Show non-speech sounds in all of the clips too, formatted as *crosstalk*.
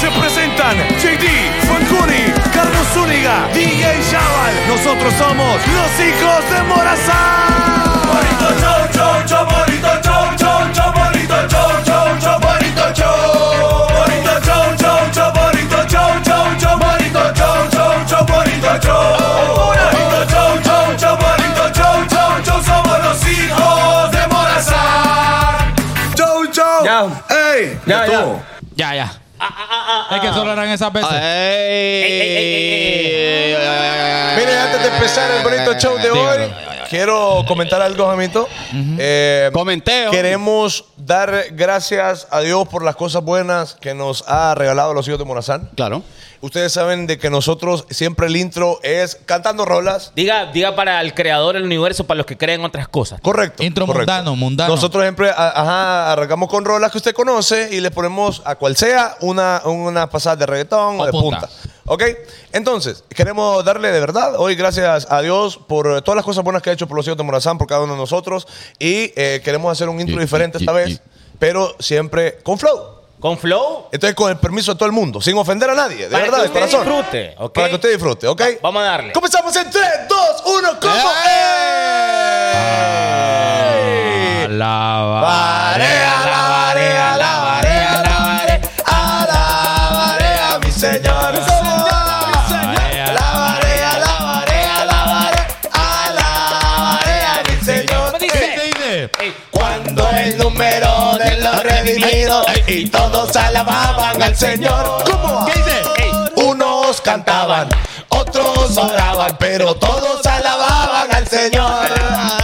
se presentan JD, Fancuni, Carlos Zúñiga, DJ Chaval. Nosotros somos los hijos de Morazán. Bonito show, show, show, bonito show, show, show, bonito show, show, show, bonito show. Bonito show, show, show, bonito show, show, show, bonito show, show, show, bonito show. Bonito show, show, show, bonito show, show, show, somos los hijos de Morazán. Show, show. Ya. Ey, Ya, ya. estuvo. Ya, ya. Es que solo eran esas Ah, veces. Mire, Mire, antes de empezar el bonito show de hoy, quiero comentar algo, Jamito. Eh, Comenteo. Queremos dar gracias a Dios por las cosas buenas que nos ha regalado los hijos de Morazán. Claro. Ustedes saben de que nosotros siempre el intro es cantando rolas. Diga, diga para el creador del universo, para los que creen otras cosas. Correcto. Intro correcto. mundano, mundano. Nosotros siempre a- ajá, arrancamos con rolas que usted conoce y le ponemos a cual sea una, una pasada de reggaetón o O de punta. punta. ¿Ok? Entonces, queremos darle de verdad hoy gracias a Dios por eh, todas las cosas buenas que ha hecho por los hijos de Morazán, por cada uno de nosotros. Y eh, queremos hacer un intro Y- diferente y- esta y- vez, y- pero siempre con flow. Con Flow, Entonces, con el permiso de todo el mundo, sin ofender a nadie, de Para verdad, que de usted corazón. disfrute, ¿ok? Para que usted disfrute, ¿ok? vamos a darle. Comenzamos en 3, 2, 1, ¿cómo? ¡Ey! Varea, Ah, la varea, la varea, la varea, a la varea, mi señor. Ah, La varea, la varea, la varea, a la varea, mi señor. Cuando el número de los redimidos y todos alababan al Señor. ¿Cómo? ¿Qué dice? Unos cantaban, otros oraban, pero todos alababan al Señor. Ah,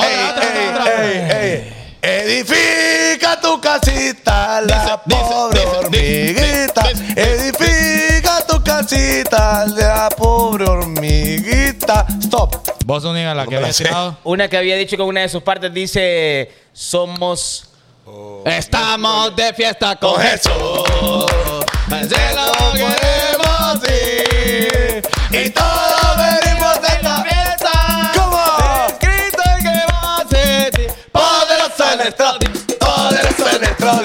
Ey, ey, ey, ey. Edifica tu casita, la dice, pobre dice, hormiguita. dice, dice. Edifica tu casita, la pobre hormiguita. Stop. Vos única la que me la había sé. tirado. una que había dicho que una de sus partes dice: Somos. Estamos de fiesta con Jesús. Se lo queremos queremos ir. Y todos venimos de la fiesta. ¿Cómo? Cristo el que va a ser Poderoso es nuestro Dios, poderoso es nuestro Dios,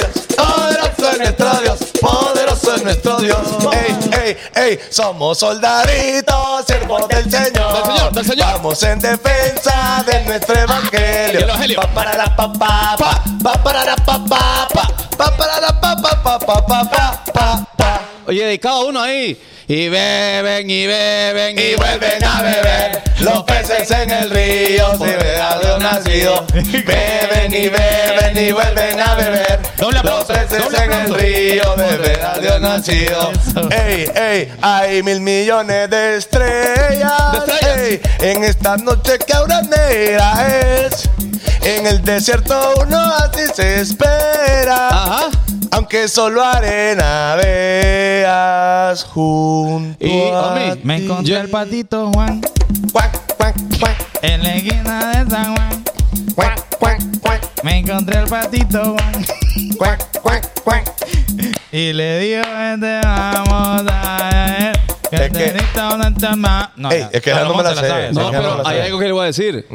poderoso es nuestro Dios, poderoso es nuestro Dios. Ey, ey, ey, somos soldaditos, siervos del Señor. Del Señor, del Señor. Vamos en defensa de nuestro evangelio. El evangelio. Pa para la pa pa pa, pa para la pa pa pa, pa para la pa pa pa pa pa pa pa pa. Oye, dedicado a uno ahí. Y beben, y beben, Y vuelven a beber los peces en el río, si vea de un nacido. Beben y beben y vuelven a beber Doble los aplauso, peces doble en el aplauso. río, de vea de un nacido. Ey, ey, hay mil millones de estrellas. De estrellas. ey, en esta noche que ahora negra es. En el desierto uno así se espera. Ah. Ajá. Aunque solo arena veas junto Y, a homie, ti. Me encontré Yo- el patito Juan Cuac, cuac, cuac, en la esquina de San Juan. cuac, cuac, cuac, Me encontré el patito Juan cuac, cuac, cuac. y le digo, vente, vamos a ver. Que Es es que- que... una chama- No, Ey, ya. es que esa no me vos la te sé. sabes. No, No, no pero lo hay sé. algo que le voy a decir.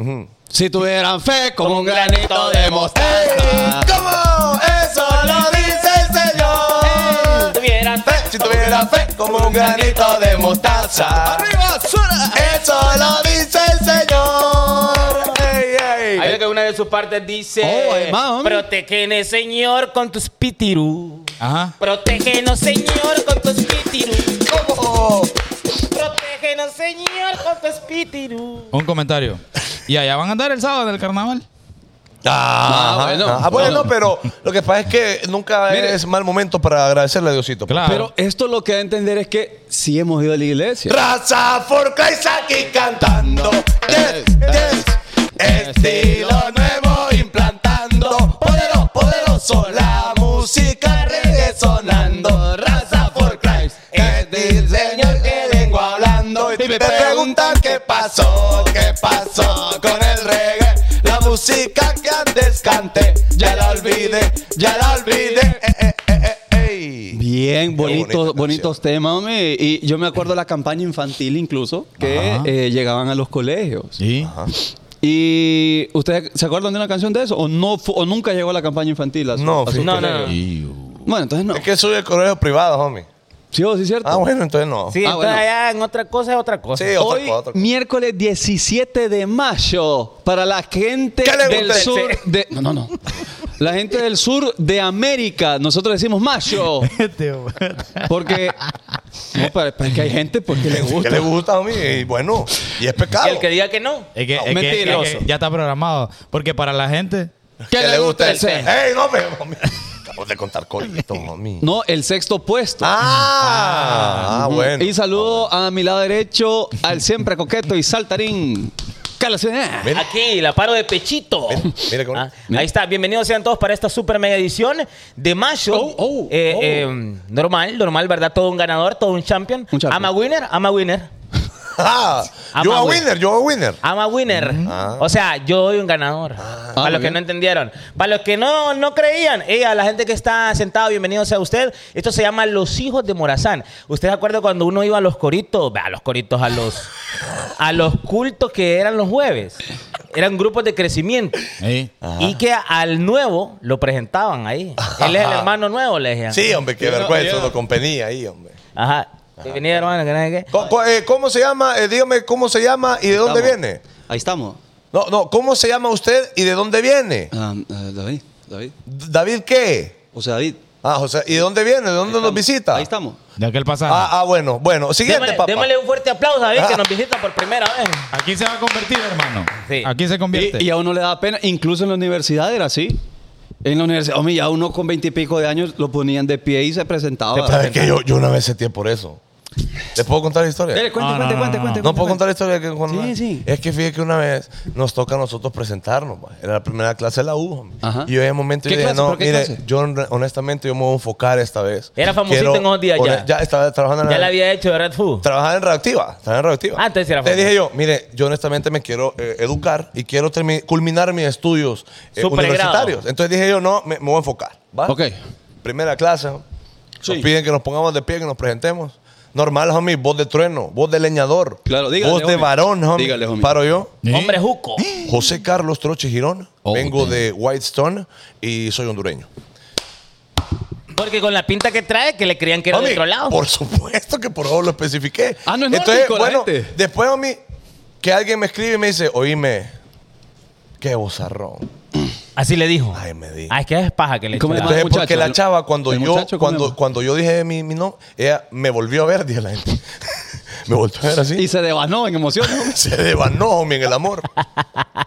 Si tuvieran fe como un granito de mostaza. Ey, ¿Cómo? Eso lo dice el Señor. Tuvieran Fe, si tuviera fe como un granito de mostaza. ¡Arriba, suena! Eso lo dice el Señor. Ey, Hay ey. que una de sus partes dice: Oh, además, homie. Protegene, Señor, con tus pitirú. Ajá. Protégenos, Señor, con tus pitirú. ¿Cómo? Protégenos, Señor, con tus pitirú. Un comentario. Y allá van a andar el sábado del carnaval. Ah, Ah, bueno. bueno. Ah, bueno, pero lo que pasa es que nunca Mire. es mal momento para agradecerle a Diosito. pues. Claro. Pero esto lo que da a entender es que sí hemos ido a la iglesia. Raza for Christ aquí cantando. Eh, Yes, yes. Estilo nuevo implantando. Poderoso, poderoso. La música reggae sonando. Raza for Christ. Eh, Es el Señor que vengo hablando. Y te preguntan qué pasó, qué pasó con el reggae. La música que antes canté. Ya la olvidé, ya la olvidé. Eh, eh, eh, eh, ey. Bien, bonitos, bonita bonitos temas, hombre. Y yo me acuerdo la campaña infantil incluso, que Ajá. eh, llegaban a los colegios. Sí. ¿Y ustedes se acuerdan de una canción de eso? ¿O, no, fu- o nunca llegó a la campaña infantil? a su- No, a sus fíjate. No, no, colegios? no. Bueno, entonces no. Es que sube correos privados, homie. Sí, vos, sí, cierto. Ah, bueno, entonces no. Sí, Ah, entonces bueno. allá en otra cosa es otra cosa. Sí, otra Hoy, cosa, otra cosa. miércoles 17 de mayo, para la gente ¿Qué le gusta del ese? sur de... No, no, no. La gente del sur de América, nosotros decimos *laughs* mayo, Este, güey. porque... No, para, para que hay gente porque le ¿Qué gusta. le gusta, *laughs* homie? Y bueno, y es pecado. Y el que diga que no. Es que, es que- es Mentiroso. que ya está programado. Porque para la gente. ¿Qué le gusta el sexo? sexto? ¡Ey, no, me, homie! Acabo de contar corito, homie. *laughs* No, el sexto puesto. Ah, ah, Ujú. bueno. Y saludo a mi lado derecho, al siempre coqueto y saltarín. Carlos. Ah. Mira. Aquí, la paro de pechito. mira qué bonito. Ah, Ahí está. Bienvenidos sean todos para esta super mega edición de mayo. Oh, oh, Eh, oh. eh, normal, normal, ¿verdad? Todo un ganador, todo un champion. Un champion. Ama winner, ama winner. Ah, I'm yo a a winner. winner, yo a winner. Ama winner. Ah. O sea, yo doy un ganador. para Ah, los muy que bien. no entendieron. Para los que no, no creían. eh, a la gente que está sentada, bienvenido sea usted. Esto se llama Los Hijos de Morazán. ¿Usted se acuerda cuando uno iba a los coritos? Bah, A los coritos, a los, a los cultos que eran los jueves. Eran grupos de crecimiento. Ahí. Y que al nuevo lo presentaban ahí. Él es el hermano nuevo, le decían. Sí, hombre, qué Yo no- vergüenza, yo- lo compañía ahí, hombre. Ajá. Bienvenido, hermano, que no sé qué. Co- co- eh, ¿Cómo se llama? Eh, dígame cómo se llama y de dónde Estamos. viene. Ahí estamos. No, no, ¿cómo se llama usted y de dónde viene? Ah, eh, David, David. D- ¿David qué? O sea, David. Ah, José, ¿y de dónde viene? ¿De dónde nos Estamos. visita? Ahí estamos. De aquel pasaje. Ah, ah, bueno, bueno. Siguiente, Démosle, papá. démosle un fuerte aplauso a David que Ah. nos visita por primera vez. Aquí se va a convertir, hermano. Sí. Aquí se convierte. Y, y a uno le da pena, incluso en la universidad era así. En la universidad, hombre, ya uno con veintipico de años lo ponían de pie y se presentaba. ¿Sabes qué? Yo, yo una vez sentí por eso. ¿Les puedo contar la historia? Dele, cuente, No, cuente, no, cuente, no, cuente, No cuente, puedo cuente. contar la historia que con Sí, sí. Es que fíjate que una vez nos toca a nosotros presentarnos. va. Era la primera clase de la U. homie. Ajá. Y yo en el momento ¿Qué yo dije, clase? no, ¿Por qué mire, clase? yo hon- honestamente yo me voy a enfocar esta vez. Era famosito en esos días ya. hone- Ya estaba trabajando en Ya la había hecho de Red Food. Trabajaba en radioactiva. Trabajaba en radioactiva. Ah, entonces era Te famoso. dije yo, mire, yo honestamente me quiero eh, educar y quiero termi- culminar mis estudios eh, Su pregrado. universitarios. Entonces dije yo, no, me, me voy a enfocar. ¿va? Ok. Primera clase. Nos Sí. piden que nos pongamos de pie, que nos presentemos. Normal, homie, voz de trueno, voz de leñador. Claro, dígale, Voz de homie. varón, homie. Dígale, homie. Paro yo. Sí. Hombre juco. José Carlos Troche Girón. Oh, vengo damn. de Whitestone y soy hondureño. Porque con la pinta que trae, que le creían que era Homie, de otro lado. Por supuesto que por favor lo especifiqué. Ah, no es Entonces, nórdico, la bueno, gente. después a mí, que alguien me escribe y me dice, oíme, qué bozarrón. Así le dijo. Ay, me di. Ah, es que es paja que le ¿Cómo echó. le la- llama? Entonces, muchacho, porque la el- chava, cuando el yo, muchacho, ¿cómo se cuando, llama? cuando yo dije mi, mi nombre, ella me volvió a ver, dije la gente. *laughs* me volvió a ver así. Y se devanó en emociones. *laughs* hombre. Se devanó, homie, en el amor.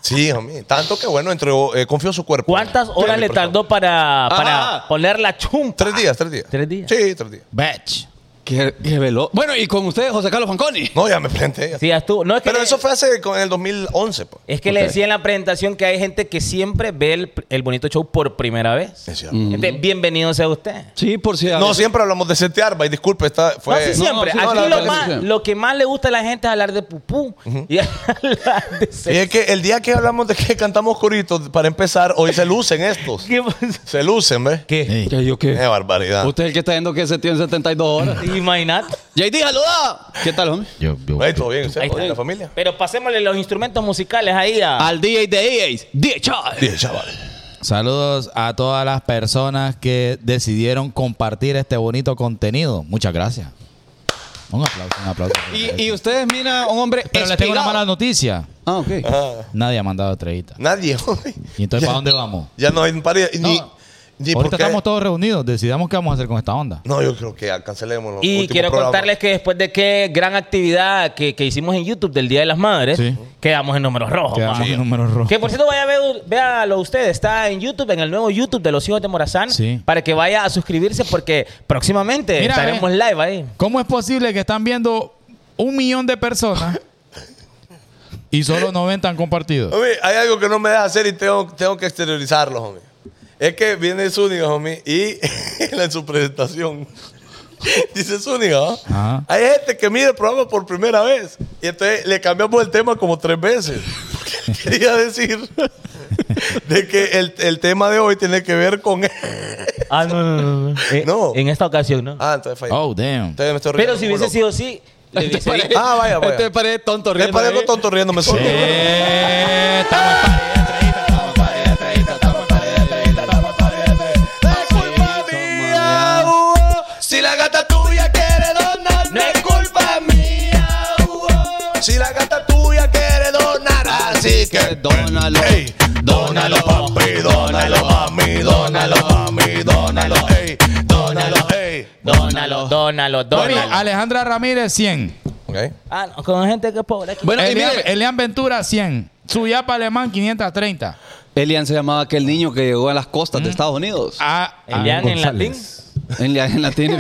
Sí, homie. Tanto que, bueno, entregó, eh, confió su cuerpo. ¿Cuántas Pero horas mi le persona. tardó para, para Ajá. poner la chumpa? Tres días, tres días. ¿Tres días? Sí, tres días. Batch. qué, qué veloz. Bueno, y con ustedes, José Carlos Fanconi. No, ya me planteé. Sí, ya estuvo. No, es que Pero le- eso fue hace, con- en el 2011. pues. Es que le decía en la presentación que hay gente que siempre ve el, el bonito show por primera vez. Es Mm. cierto. Gente, bienvenido sea usted. Sí, por si a No, veces- siempre hablamos de setear, y disculpe, está, fue. no, sí, siempre. no, sí, no, Aquí la lo, verdad más- que sí. lo que más le gusta a la gente es hablar de pupú. Y *laughs* hablar de Y sexo. es que el día que hablamos de que cantamos coritos, para empezar, hoy se lucen estos. ¿Qué pasa? Se lucen, ¿ves? Qué, Sí. Ya, yo qué. barbaridad. Usted es el que está viendo que se tiene *clears throat* 72 horas. Imagínate. JD, saluda. ¿Qué tal, hombre? Yo, yo. Ahí, ¿Todo bien? ¿Sí? Ahí ¿Todo bien está. la familia? Pero pasémosle los instrumentos musicales ahí a... Al DJ de E EAs, DJ Charles. Bien, chaval. Saludos a todas las personas que decidieron compartir este bonito contenido. Muchas gracias. Un aplauso, un aplauso. Y, y ustedes, mira, un hombre Pero les tengo una espigado. mala noticia. Ah, ok. Ah, Nadie ha mandado estrellita. nadie, hombre. ¿Y entonces Ya- para dónde vamos? Ya no hay un par y- Ni, No. ni por Ahorita qué. estamos todos reunidos. Decidamos qué vamos a hacer con esta onda. No, yo creo que cancelemos los Y últimos quiero programas. contarles que después de qué gran actividad que, que hicimos en YouTube del Día de las Madres, Sí. quedamos en números rojos. Quedamos man. en números rojos. Que por cierto, vaya a ver, véalo usted, está en YouTube, en el nuevo YouTube de los hijos de Morazán, Sí. para que vaya a suscribirse porque próximamente Mira, estaremos ve. live ahí. ¿Cómo es posible que están viendo un millón de personas y solo 90 han compartido? Hombre, hay algo que no me deja hacer y tengo, tengo que exteriorizarlo, hombre. Es que viene Zúñiga, homie, y *laughs* en su presentación *laughs* dice Zúñiga, ¿no? Ajá. hay gente que mide el programa por primera vez y entonces le cambiamos el tema como tres veces. *laughs* Porque Quería decir *laughs* de que el, el tema de hoy tiene que ver con... *laughs* Ah, no, no, no. Eh, No. En esta ocasión, ¿no? ah, entonces fallé. Oh, damn. Entonces me estoy Pero riendo si como hubiese loco. sido así, le hubiese dicho- Ah, vaya, vaya. Este parece tonto Me riendo. parezco ¿eh? tonto riéndome solo. Eh, estamos Ah, en paz. ¡Es culpa mía! que dónalo. Ey, dónalo papi, dónalo mami, dónalo mami, dónalo, ey, dónalo, ey. Dónalo, dónalo, *laughs* Bueno, dónalo. Alejandra Ramírez, 100. Ok. Ah, no, con gente que es pobre aquí. Bueno, y Elian, mire, Elian Ventura, 100. Suyapa Alemán, 530. Elian se llamaba aquel niño que llegó a las costas de Estados Unidos. Ah, ah, Elian en latín. Elian en latín.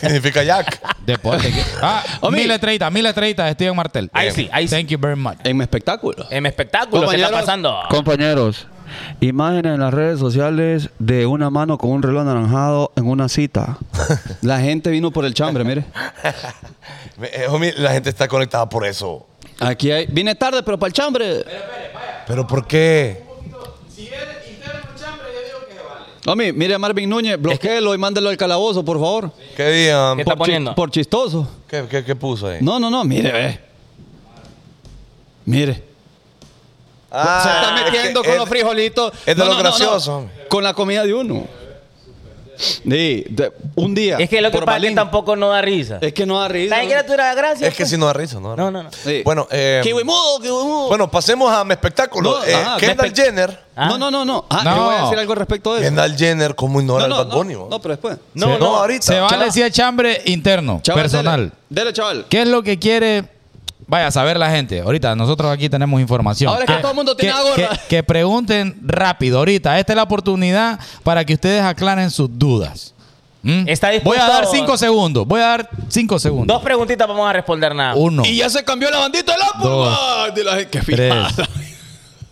Significa Jack. deporte. ah, *laughs* Omi. 1030, 1030 de Steven Martel. Ahí sí, ahí sí. Thank you very much. *laughs* en mi espectáculo. En mi espectáculo, ¿qué está Compañeros, pasando? Eh. Compañeros, imágenes en las redes sociales de una mano con un reloj anaranjado en una *laughs* cita. La gente vino por el chambre, mire. *laughs* Eh, homie, la gente está conectada por eso. Aquí hay. Vine tarde, pero para el chambre. ¿Pero por qué? Homie, mire a Marvin Núñez, bloqueelo y mándelo al calabozo, por favor. ¿Qué día? ¿Qué está Por chi- poniendo? Por chistoso. ¿Qué, qué, qué puso ahí? No, no, no, mire, ve. Mire. se Ah, está es que metiendo con es- los frijolitos. es de lo gracioso, hombre. Con la comida de uno. Sí, de- un día. Es que lo que por pasa es que Balín. tampoco no da risa. Es que no da risa. ¿Saben qué era tu gracia? Es que si no da risa, ¿no? No, no, no. Sí. Bueno, eh, Kiwi mudo, kiwi mudo. bueno, pasemos a mi espectáculo. No, Eh, ajá, Kendall espe- Jenner. Ah. No, no, no, no. Ah, No. yo voy a decir algo al respecto Pues, de eso. Kendall Jenner, como ignora No, el no, Bad no, Bunny, ¿no? no, pero después. No, Sí. no. ahorita. Se vale si es chambre interno, Chaval, personal. Dele, dele, chaval. ¿Qué es lo que quiere? Vaya a saber la gente. Ahorita nosotros aquí tenemos información. Ahora es que todo el mundo tiene que- agorra. que- que pregunten rápido ahorita. Esta es la oportunidad para que ustedes aclaren sus dudas. ¿Mm? ¿Está Voy a dispuesto? dar cinco segundos. Voy a dar cinco segundos. Dos preguntitas vamos a responder nada. Uno, Y ya se cambió la bandita del Apple. Dos. Ay, de la gente que tres, fijada.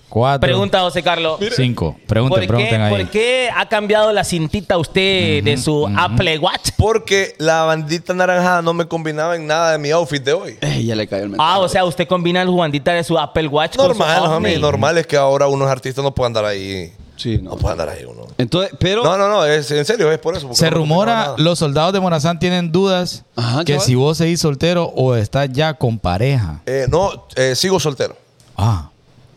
cuatro, Pregunta José Carlos. cinco. Pregunten, ¿Por, qué, pregunten ahí. por qué ha cambiado la cintita usted de su Apple Watch? Porque la bandita naranjada no me combinaba en nada de mi outfit de hoy. *laughs* Ey, ya le cayó el mensaje. Ah, o sea, usted combina el bandita de su Apple Watch Normal, con su homie, ovni. normal es que ahora unos artistas no puedan andar ahí. Sí, no. no. pues. pueden andar ahí uno. Entonces, pero. No, no, no, es, en serio, es por eso. porque Se no me combinaba rumora nada. los soldados de Morazán tienen dudas Ajá, que chaval. si vos seguís soltero o estás ya con pareja. Eh, no, eh, sigo soltero. Ah,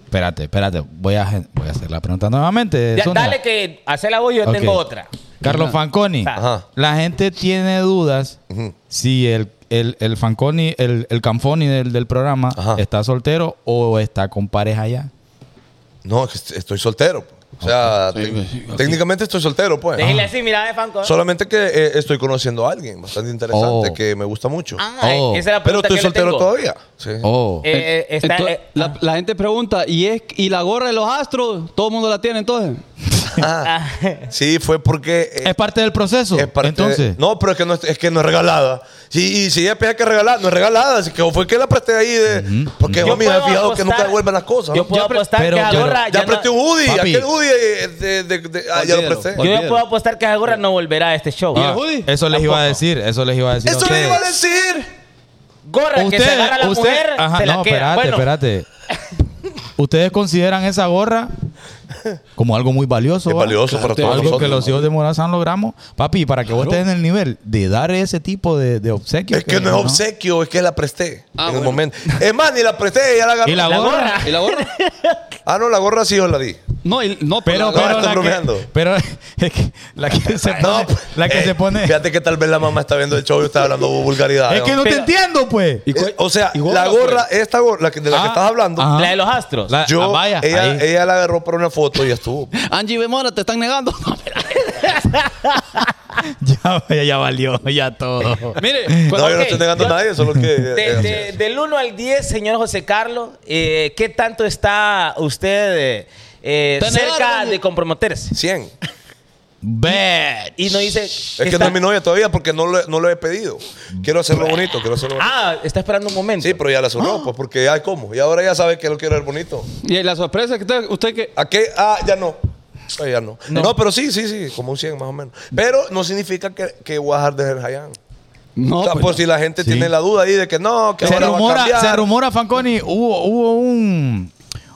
espérate, espérate. Voy a, gen- voy a hacer la pregunta nuevamente. Ya, Zúñiga. dale que hace la voz y yo Ok. tengo otra. Carlos Fanconi. Ajá. La gente tiene dudas si el, el, el Fanconi, el, el Canfoni del, del programa Ajá. está soltero o está con pareja ya. No, es que est- estoy soltero. po. O sea, te- técnicamente estoy soltero, pues. Déjele así, mira de Fanco. Solamente que eh, estoy conociendo a alguien bastante interesante Oh. que me gusta mucho. Ah, Oh. eh, esa es la Pero pregunta estoy que le soltero tengo. todavía. Sí. Oh. Eh, eh, está, Entonces, eh, la, la gente pregunta, ¿y, es, ¿y la gorra de los astros? ¿Todo el mundo la tiene entonces? Ah, ah, sí, fue porque. eh, es parte del proceso. es parte de- Entonces, no, pero es que no es, es que no es regalada. Sí, y si ella piensa que es regalada, no es regalada. Así que fue que la presté ahí de. Porque, *laughs* Yo homie, me he puedo fijado que apostar- nunca devuelven las cosas. yo ¿no? puedo Ya pre- apostar pero- que esa pero- gorra ya ya, presté no, un hoodie. Papi. pues, Aquel hoodie. eh, de- de- de- ah, ya lo Olvídalo. presté. yo ya Olvídalo. puedo apostar que esa gorra no volverá a este show. Ah. ¿Y el hoodie? eso les iba a Tampoco. decir. Eso les iba a decir. a Eso le ustedes. iba a decir. Gorra que se agarra la mujer, ajá, se la no, espérate, queda. bueno, espérate. ¿Ustedes consideran esa gorra como algo muy valioso? Es va? valioso para todos Algo que nosotros, los ¿no? hijos de Morazán logramos. Papi, para que vos estés en el nivel de dar ese tipo de, de obsequios. Es que no es obsequio, es que la presté Ah, en el bueno. momento. Es más, ni la presté, ella la agarró. Y la, gorra. ¿Y la gorra? Ah, no, la gorra sí yo la di. no, y- no, pues, Pero, la- No, pero, están la bromeando. que, pero *laughs* es que la que se pone. No, la que eh, se pone es Fíjate que tal vez la mamá está viendo el show y está hablando vulgaridad. Eh, que no te entiendo, pues. ¿Y cuál- o sea, y gorra, la gorra, esta gorra la que- de la que Ah, estás hablando, ajá. La de los astros. La- yo, ah, vaya, ella, ahí. ella la agarró para una foto y ya estuvo. pues. Angie Bemora, te están negando. *laughs* No, mira. *laughs* ya, ya valió, ya todo. *laughs* Mire, No, cuando- yo no ok, estoy negando a nadie, solo que. eh, De- de- del 1 al 10, señor José Carlos, eh, ¿qué tanto está usted eh, eh, Está cerca negado. de comprometerse? 100. Bitch. Y no dice. Es que no es mi novia todavía porque no lo, no lo he pedido. Quiero hacerlo bonito, quiero hacerlo bonito. Ah, está esperando un momento. Sí, pero ya la sonó, pues porque, ay, ¿cómo? Y ahora ya sabe que lo quiero ver bonito. y la sorpresa que usted, usted que. ¿A qué? Ah, ya no. Ah, ya no. no. pero sí, sí, sí, como un 100 más o menos. Pero no significa que, que voy a dejar de ser Hayan. No, o sea, pues, por si la gente tiene la duda ahí de que no, que se ahora va a rumora, cambiar. se rumora, Fanconi, hubo, hubo un,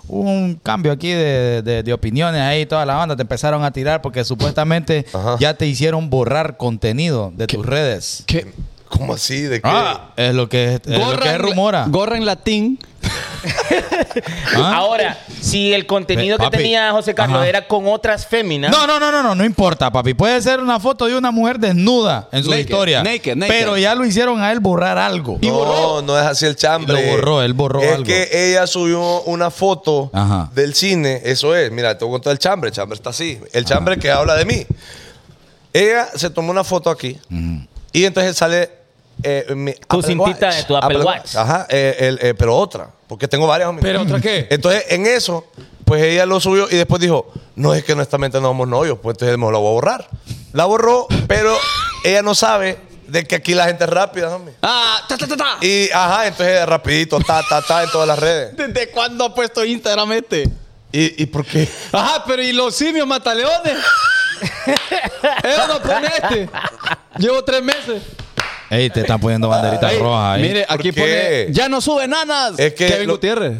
un cambio aquí de, de- de opiniones ahí, toda la banda te empezaron a tirar porque supuestamente Ajá. ya te hicieron borrar contenido de tus redes. ¿Qué? ¿Cómo así? ¿De qué? Ah, es lo que es, es lo que Gorra, es en- rumora. gorra en latín. ¿Ah? Ahora, si el contenido Pe- que papi. tenía José Carlos Ajá. era con otras féminas. No, no, no, no, no, no importa, papi. Puede ser una foto de una mujer desnuda en su Naked, historia. naked, naked. Pero ya lo hicieron a él borrar algo. Y No, no es así el chambre. Lo borró, él borró Es algo. que ella subió una foto Ajá. del cine. Eso es. Mira, te voy a contar el chambre. El chambre está así. El chambre que habla de mí. Ella se tomó una foto aquí. Y entonces sale. eh, mi Tu Apple cintita de tu Apple Watch. Ajá, eh, el- eh, pero otra. Porque tengo varias. homie. ¿Pero otra qué? Entonces, en eso, pues ella lo subió y después dijo: No es que honestamente no somos novios, pues entonces me lo voy a borrar. La borró, pero ella no sabe de que aquí la gente es rápida, homie. Ah, ta, ta, ta, ta. Y ajá, entonces rapidito, ta, ta, ta, en todas las redes. ¿Desde cuándo ha puesto Instagram este? ¿Y, y por qué? Ajá, pero ¿y los simios mataleones? Eso no pone este. Llevo tres meses. Ey, te están poniendo banderitas Ey, rojas ahí. Mire, aquí ¿Por qué? pone. Ya no sube nanas. Es que Kevin lo- Gutiérrez.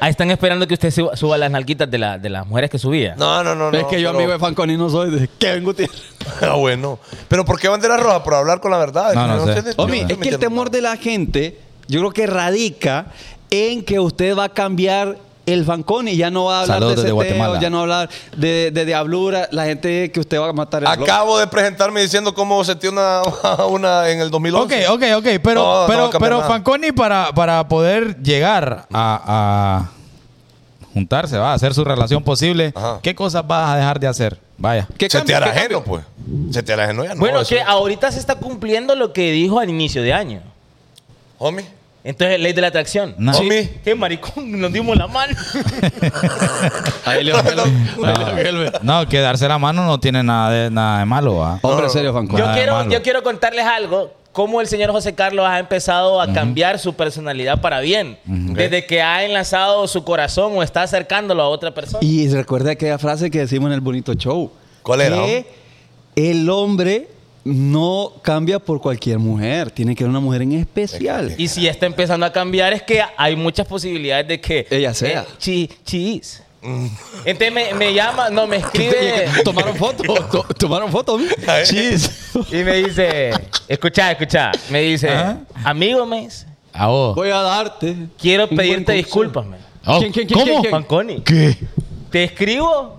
Ahí están esperando que usted suba, suba las nalguitas de, la- de las mujeres que subía. No, no, no, no. es que yo pero- amigo de Fanconi no soy de Kevin Gutiérrez. *laughs* Ah, bueno. Pero ¿por qué bandera roja? Por hablar con la verdad. No, no sé. entiendes? *laughs* Homie, Yo no es que el entiendo temor nada. de la gente, yo creo que radica en que usted va a cambiar el Fanconi. Ya no va a hablar Saludos de desde seteo, Guatemala. ya no va a hablar de, de diablura. La gente que usted va a matar el blog. Acabo de presentarme diciendo cómo sentí una, *laughs* una en el 2011. Ok, ok, ok. Pero, No, no va pero, a cambiar pero nada. Fanconi para, para poder llegar a, a juntarse, va a hacer su relación posible, Ajá. ¿qué cosas vas a dejar de hacer? *laughs* Vaya. ¿Qué Se te cambio? hará ¿Qué cambio? ajeno, pues. Se te hará ajeno ya no. bueno, eso- que ahorita se está cumpliendo lo que dijo al inicio de año. Homie, Entonces, ley de la atracción. Ah, No. homie. ¿Qué maricón? Nos dimos la mano. Ahí le va a *laughs* No, No, no, que darse la mano no tiene nada de, nada de malo, va. Hombre serio, Fanconi. Yo Nada de quiero, malo. yo quiero contarles algo. Cómo el señor José Carlos ha empezado a cambiar su personalidad para bien. Desde que ha enlazado su corazón o está acercándolo a otra persona. Y recuerda aquella frase que decimos en el bonito show. ¿Cuál era, hombre? Que el hombre no cambia por cualquier mujer. Tiene que ser una mujer en especial. Y si está empezando a cambiar, es que hay muchas posibilidades de que. Ella sea. Eh, chi- chis. Entonces me, me llama, no, me escribe *laughs* Tomaron fotos, to- tomaron fotos. Chis. y me dice: Escucha, escucha. Me dice: ¿Ah? Ajá. Amigo, me dice, A vos. Voy a darte. quiero un buen pedirte consejo. disculpas, man. Oh, ¿Quién, quién, quién, ¿Cómo? quién, Fanconi, ¿Qué? te escribo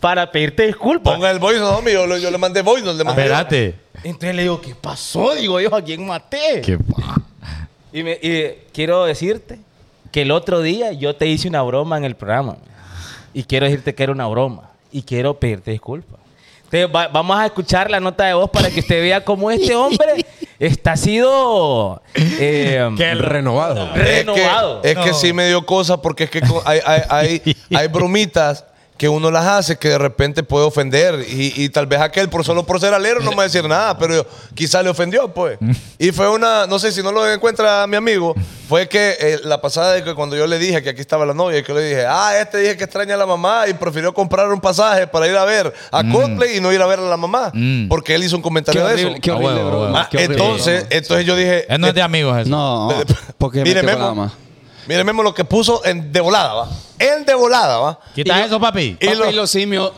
para pedirte disculpas. Ponga el voice, no, homie. Yo, le- yo le mandé voice, no le mandé. Espérate. Entonces le digo, ¿qué pasó? Digo yo, ¿a quién maté? Qué pa- Y, me, y quiero decirte que el otro día yo te hice una broma en el programa. Y quiero decirte que era una broma. Y quiero pedirte disculpas. Entonces, va- vamos a escuchar la nota de voz para que usted vea cómo este hombre está sido eh, renovado. renovado. Es que, es que sí me dio cosa porque es que co- hay, hay, *laughs* hay, hay bromitas que uno las hace que de repente puede ofender y, y tal vez aquel por solo por ser alero no me va a decir nada, pero quizá le ofendió *laughs* pues. Y fue una, no sé si no lo encuentra mi amigo, fue que eh, la pasada de que cuando yo le dije que aquí estaba la novia y que yo le dije, ah, este dije que extraña a la mamá y prefirió comprar un pasaje para ir a ver a Coldplay y no ir a ver a la mamá, Mm. porque él hizo un Mm. Qué comentario de horrible, eso. qué Ah, horrible, huevo, bro. huevo. Ah, Qué horrible, entonces, entonces yo dije, Él no es de amigos eso. No, porque me Mire, quedó la Memo. mamá. Mire, Memo, lo que puso en de volada, ¿va? En de volada, ¿va? Quita eso, papi. Y Papi, lo- los simios.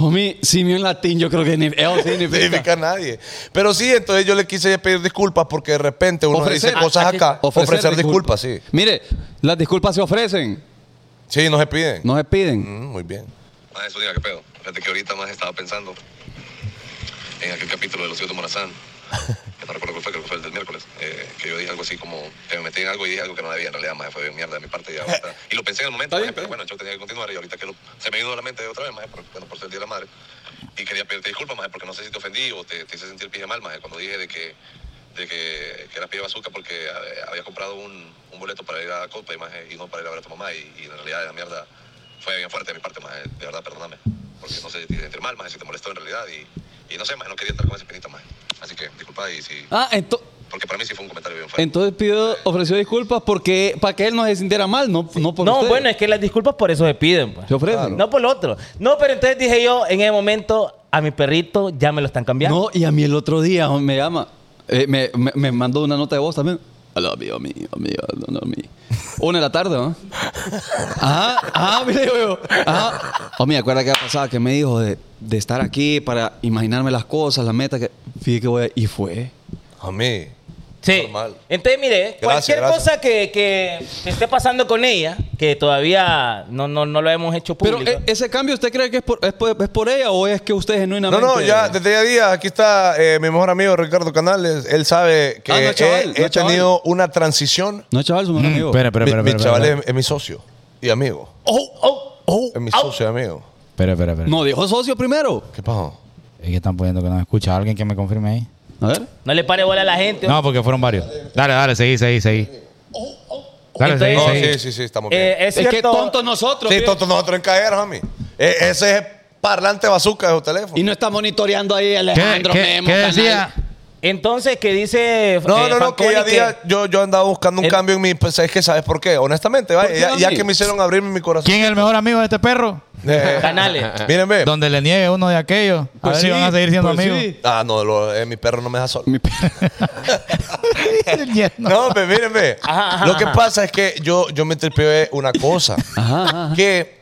Homie, simio en latín, yo creo que ni- *laughs* eso No significa a nadie. Pero sí, entonces yo le quise pedir disculpas porque de repente uno dice cosas aquí- acá. Ofrecer, disculpas. sí. Mire, las disculpas se ofrecen, Sí, no se piden. no se piden. Mm, muy bien. Más eso diga, qué pedo. Fíjate que ahorita más estaba pensando en aquel capítulo de los hijos de Morazán. Que no recuerdo cuál fue, creo que fue el del miércoles. eh, que yo dije algo así como que me metí en algo y dije algo que no debía en realidad, más fue bien mierda de mi parte. Y, ahorita- y lo pensé en el Está momento, maje, bien, pero está bueno, yo tenía que continuar y ahorita que lo- se me vino a la mente otra vez, más bueno, por ser el día de la madre. Y quería pedirte disculpas, más porque no sé si te ofendí o te, te hice sentir pije mal, más cuando dije de que, de que, que era pie bazooka porque eh, había comprado un, un boleto para ir a Coldplay, maje, y no para ir a ver a tu mamá. Y, y en realidad la mierda fue bien fuerte de mi parte, maje, de verdad, perdóname. Porque no sé si te hice sentir mal, más si te molestó en realidad. Y, y no sé, más no quería estar con esa espinita, más Así que disculpa y si... Ah, ento- Porque para mí sí fue un comentario bien fuerte. entonces pido, ofreció disculpas porque para que él no se sintiera mal, no, no por no, usted. bueno, es que las disculpas por eso se piden. pues. Se ofrecen. No por lo otro. No, pero entonces dije yo, en el momento, a mi perrito ya me lo están cambiando. No, y a mí el otro día me llama, eh, me, me, me mandó una nota de voz también. I love you, homie, homie, I don't know me. Una de la *laughs* tarde, ¿no? Ajá, ajá, mire, yo, yo, ajá. Homie, acuerda que pasada que me dijo de, de estar aquí para imaginarme las cosas, las metas que... Fíjate que voy a... Y fue. A mí. Sí. Normal. Entonces, mire, Gracias, cualquier gracias. cosa que, que que esté pasando con ella, que todavía no, no, no lo hemos hecho Pero público. ¿e- ese cambio, ¿usted cree que es por, es, por, es por ella o es que usted No, genuinamente... no, ya desde día a día, aquí está eh, mi mejor amigo Ricardo Canales. Él sabe que Ah, no, chaval, he, no, he chaval. tenido una transición. No, chaval, su mejor amigo. Mm, Espera, espera, mi espera. mi espera, chaval espera. es, es mi socio y amigo. Oh, oh, oh, Es mi oh. socio y amigo. Espera, espera, espera. No, dijo socio primero. ¿Qué pasó? Es que están poniendo que no me escucha. ¿Alguien que me confirme ahí? A ver. No le pare bola a la gente. No, porque fueron varios. Dale, dale, seguí, seguí, seguí. Oh, Dale, seguí, Entonces- No, Sí. sí, seguí. sí, sí, estamos bien. Eh, es, Es cierto, que tontos nosotros. sí, bien. tontos nosotros en caer, homie. Eh, ese es parlante bazooka de su teléfono. Y no está monitoreando ahí ¿Qué, Alejandro qué, Memo. qué canal. decía? Entonces, que dice. No, eh, no, no, que Fanconi ya día yo, yo andaba buscando un El- cambio en mi. Pues, es que sabes por qué, honestamente, vaya, qué, ya, ya Dani? que me hicieron abrir mi corazón. ¿Quién es el mejor amigo de este perro? Eh, *laughs* *laughs* Canales. Miren, ve. Donde le niegue uno de aquellos. A Pues ver si sí, van a seguir siendo pues *laughs* amigos. sí. Ah, no, lo- eh, mi perro no me deja solo. Mi perro. El yerno. No, pero miren, ve. Ajá, ajá, Lo que ajá. pasa es que yo, yo me tripeé una cosa. *laughs* Que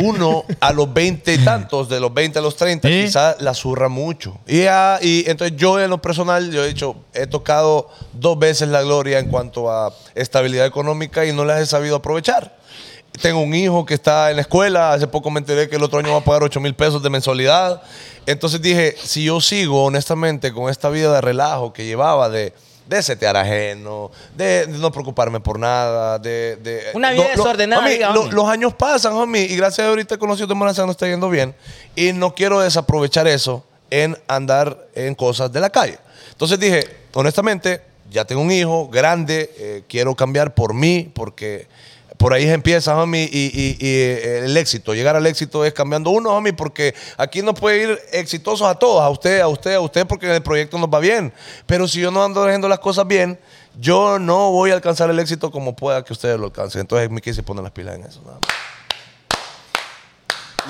uno a los 20 y tantos, de los 20 a los 30, ¿Sí? quizás la zurra mucho. Y, ah, y entonces yo en lo personal, yo he dicho, he tocado dos veces la gloria en cuanto a estabilidad económica y no las he sabido aprovechar. Tengo un hijo que está en la escuela, hace poco me enteré que el otro año va a pagar 8 mil pesos de mensualidad. Entonces dije, si yo sigo honestamente con esta vida de relajo que llevaba de, de setear ajeno, de, de no preocuparme por nada, de... de- Una vida lo- lo- desordenada, homie, diga, lo- homie. los años pasan, homie, y gracias a ahorita con los de Morazán no está yendo bien. Y no quiero desaprovechar eso en andar en cosas de la calle. Entonces dije, honestamente, ya tengo un hijo grande, eh, quiero cambiar por mí, porque por ahí empieza, homie, y, y- y, eh, el éxito. Llegar al éxito es cambiando uno, homie, porque aquí no puede ir exitosos a todos, a usted, a usted, a usted, porque en el proyecto nos va bien. Pero si yo no ando haciendo las cosas bien, yo no voy a alcanzar el éxito como pueda que ustedes lo alcancen. Entonces me quise poner las pilas en eso. nada más.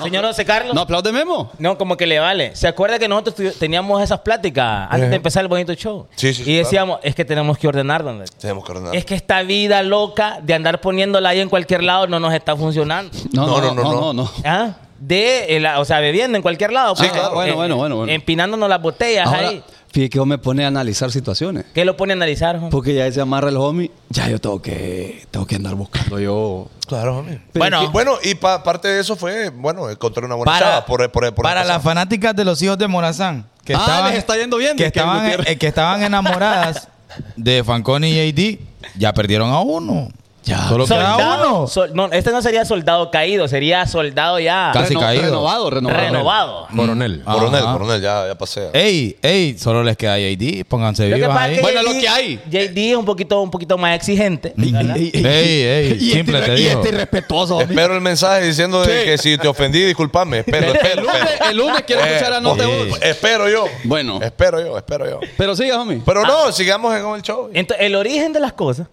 Señor José Carlos. No No. aplaude Memo. como que le vale. ¿Se acuerda que nosotros tuvi- teníamos esas pláticas antes Ajá. de empezar el bonito show? Sí, sí, sí, Y decíamos, es que tenemos que ordenar, don Neto. Tenemos que ordenar. Es que esta vida loca de andar poniéndola ahí en cualquier lado no nos está funcionando. No, no, no, no. no, no. no. ¿Ah? De, eh, la- o sea, bebiendo en cualquier lado. Sí, pues, claro. Bueno, bueno, bueno, bueno. Empinándonos las botellas Ahora, ahí. fíjate que yo me pone a analizar situaciones. ¿Qué lo pone a analizar? jo? Porque ya se amarra el homie, ya yo tengo que, tengo que andar buscando yo. Claro, homie. Pero Bueno, es y, que- bueno, y pa- parte de eso fue, bueno, encontré una buena Para, chava por, por, por para empezar. las fanáticas de los hijos de Morazán. Que Ah, estaban, les está yendo bien, Que dice el estaban, Gutiérrez. eh, que estaban enamoradas de Fanconi y JD. Ya perdieron a uno. Ya. Solo queda uno. sol- no, este no sería soldado caído, sería soldado ya Casi Reno- caído. Renovado, renovado. renovado. Coronel. Ah. Coronel, Ajá. Eh, coronel, ya, ya pasé. Ey, ey, solo les queda JD. Pónganse Lo que vivos pasa es ahí. que Bueno, JD lo que hay. JD es un poquito, un poquito más exigente. ¿verdad? Ey, Ey, ey, simple este, te y digo. este irrespetuoso. homie. Espero el mensaje diciendo de Sí. que si te ofendí, discúlpame. Espero, espero. el, lunes, espero. el lunes quiero Eh, escuchar a No Te pues, Burles. Espero yo. Bueno. Espero yo, espero yo. Pero siga, homie. Pero no, sigamos con el show. Entonces, el origen de las cosas.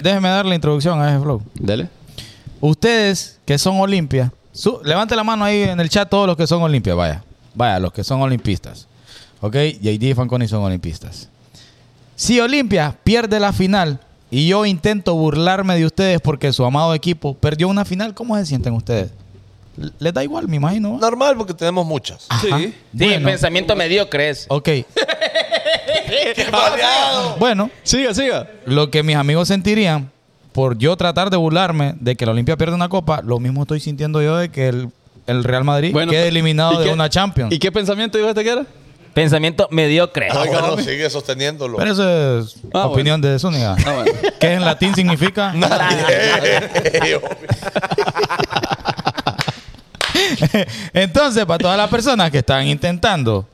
Déjeme dar la introducción a ese flow. Dele. Ustedes que son Olimpia, su- levante la mano ahí en el chat todos los que son Olimpia, vaya. Vaya, los que son olimpistas. ¿Ok? JD y Fanconi son olimpistas. Si Olimpia pierde la final y yo intento burlarme de ustedes porque su amado equipo perdió una final, ¿cómo se sienten ustedes? L- Les da igual, me imagino. ¿va? Normal, porque tenemos muchas. Ajá. Sí. Sí, Bueno, pensamiento mediocre es. ok. Variado. Bueno, Siga, siga. lo que mis amigos sentirían por yo tratar de burlarme de que la Olimpia pierde una copa, lo mismo estoy sintiendo yo de que el, el Real Madrid quede pero- eliminado pues, ¿y de qué- una Champions. ¿Y qué pensamiento dijo este que era? Pensamiento mediocre. Oiga, no, sigue sosteniéndolo. *laughs* Pero eso es Ah, opinión de Zúñiga. Ah, bueno. *laughs* ¿Qué en latín *laughs* significa? Nadie. *laughs* Entonces, para todas las personas que están intentando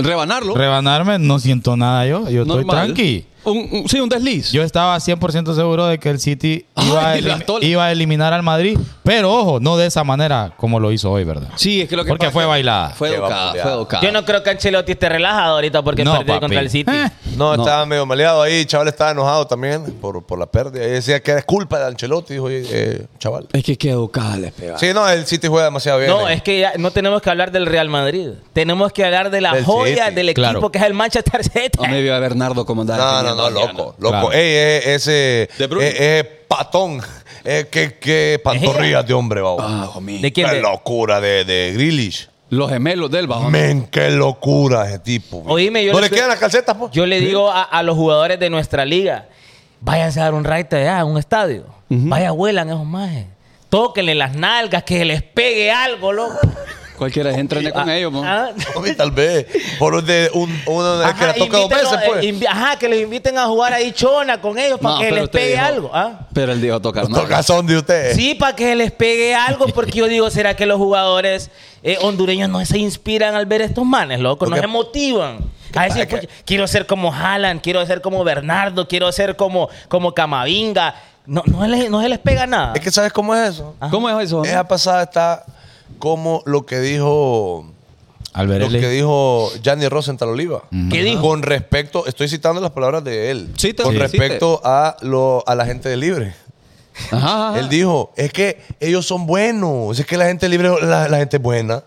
Rebanarlo. rebanarme, no siento nada yo. Yo estoy Normal. tranqui. Un- un- sí, un desliz. Yo estaba 100% seguro de que el City iba, Ay, a la elim- tole. iba a eliminar al Madrid, pero ojo, no de esa manera como lo hizo hoy, ¿verdad? sí, es que lo que Porque pasa- fue bailada. Fue Qué educada, vapuleada. fue educada. Yo no creo que Ancelotti esté relajado ahorita porque No, perdió papi. contra el City. Eh. No, No. estaba medio maleado ahí. Chaval estaba enojado también por, por la pérdida. Y decía que era culpa de Ancelotti, dijo eh, chaval. Es que qué educada les pega. Sí, no, el City juega demasiado bien. No, eh. es que ya no tenemos que hablar del Real Madrid. Tenemos que hablar de la Del joya City, del equipo claro. que es el Manchester City. No me vio a Bernardo como No, no, no, loco, loco. Claro. Ey, eh, ese De Bruyne. eh, eh, patón, eh, qué, qué pantorrillas de hombre, babo. Ah, homie. ¿De quién? La De- locura de, de Grealish. Los gemelos del bajo. Men, qué locura ese tipo. güey. Oíme, yo ¿No le le estoy- quedan las calcetas, pues? po? Yo le digo a, a los jugadores de nuestra liga, váyanse a dar un raite allá en un estadio. Vaya, vuelan esos majes. Tóquenle las nalgas, que les pegue algo, loco. Cualquiera gente entrene con Ah, ellos, mo. ah. *laughs* Oye, tal vez. Por un de un, uno de- que Ajá, la toca dos invítenlo, veces, pues. eh, invi- ajá, que los inviten a jugar ahí chona con ellos para No, que pero les usted pegue dijo- algo. ¿ah? Pero él dijo tocar Los nalgas. tocazón de ustedes. *laughs* Sí, para que les pegue algo, porque yo digo, ¿será que los jugadores eh, hondureños no se inspiran al ver estos manes, loco? No Porque- se motivan. A decir, pasa? "Pucha, quiero ser como Haaland, quiero ser como Bernardo, quiero ser como, como Camavinga. No, no, les, no se les pega nada. Es que ¿sabes cómo es eso? ¿Cómo es eso? Eh, Esa pasada está como lo que dijo Albert lo que Ellis. dijo Gianni Rosenthal Oliva. ¿Qué dijo? Con respecto, estoy citando las palabras de él. Mm. Sí, te- con sí. respecto a lo, a la gente de libre. Ajá, ajá. Él dijo, es que ellos son buenos, es que la gente libre, la, la gente es buena.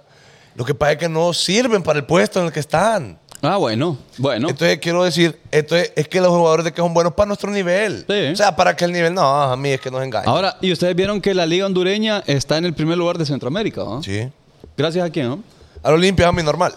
Lo que pasa es que no sirven para el puesto en el que están. Ah, bueno. Bueno. Entonces quiero decir, entonces es que los jugadores de que son buenos para nuestro nivel. Sí. O sea, para que el nivel, no, a mí es que nos engañan. Ahora, y ustedes vieron que la liga hondureña está en el primer lugar de Centroamérica, ¿no? Sí. Gracias a quién, ¿no? Al Olimpia, a mí normal.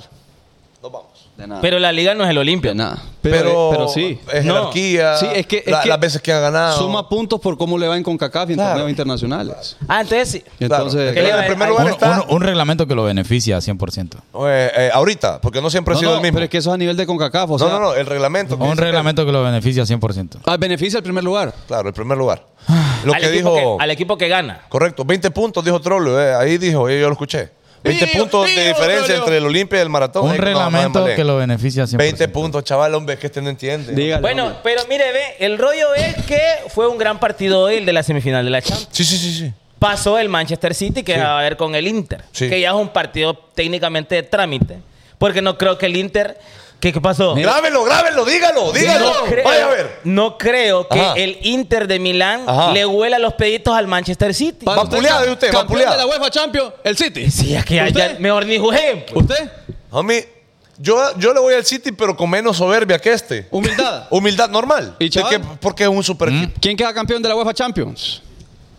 Nos vamos. De nada. Pero la liga no es el Olimpia. de nada. pero, Pero, eh, pero sí. Es No. jerarquía. Sí, es que- es la- que las veces que ha ganado. Suma puntos por cómo le va en CONCACAF y en Claro. torneos internacionales. Ah, entonces sí. Claro. Entonces, Que le en va- el primer hay- lugar Un, está. un- un reglamento que lo beneficia 100%. eh, eh, ahorita, porque no siempre ha no, sido no, el mismo. pero es que eso es a nivel de CONCACAF, o no, sea, no, no, el reglamento. que Un dice- reglamento que lo beneficia 100%. ah, beneficia el primer lugar. Claro, el primer lugar. Ah. Lo al que equipo dijo. que- al e- equipo que gana. Correcto, 20 puntos dijo Trollo. eh, ahí dijo, eh, yo lo escuché. 20 Digo, puntos de digo, diferencia Trollo. entre el Olimpia y el Maratón. Un eh, que no, reglamento más en que lo Malén. beneficia 100%. 20 puntos, chaval, hombre, es que este no entiende. Dígale. Bueno, hombre. pero mire, ve, el rollo es que fue un gran partido hoy, el de la semifinal de la Champions. Sí, sí, sí, sí. Pasó el Manchester City, que va a ver con el Inter, Sí. que ya es un partido técnicamente de trámite, porque no creo que el Inter... ¿Qué, qué pasó? Eh. Grábenlo, grábenlo, dígalo, dígalo. No creo- Vaya a ver. No creo que Ajá. el Inter de Milán Ajá. le huela los peditos al Manchester City. Para vapuleado, ¿y usted? campeón Vapuleado. de la UEFA Champions, el City. Sí, es que ya, ¿Usted? ya mejor ni jueguen. pues. ¿Usted? Homie, yo, yo le voy al City, pero con menos soberbia que este. *laughs* Humildad. Humildad normal. ¿Y Es que- chaval? Mm. porque es un super equipo. ¿Quién queda campeón de la UEFA Champions?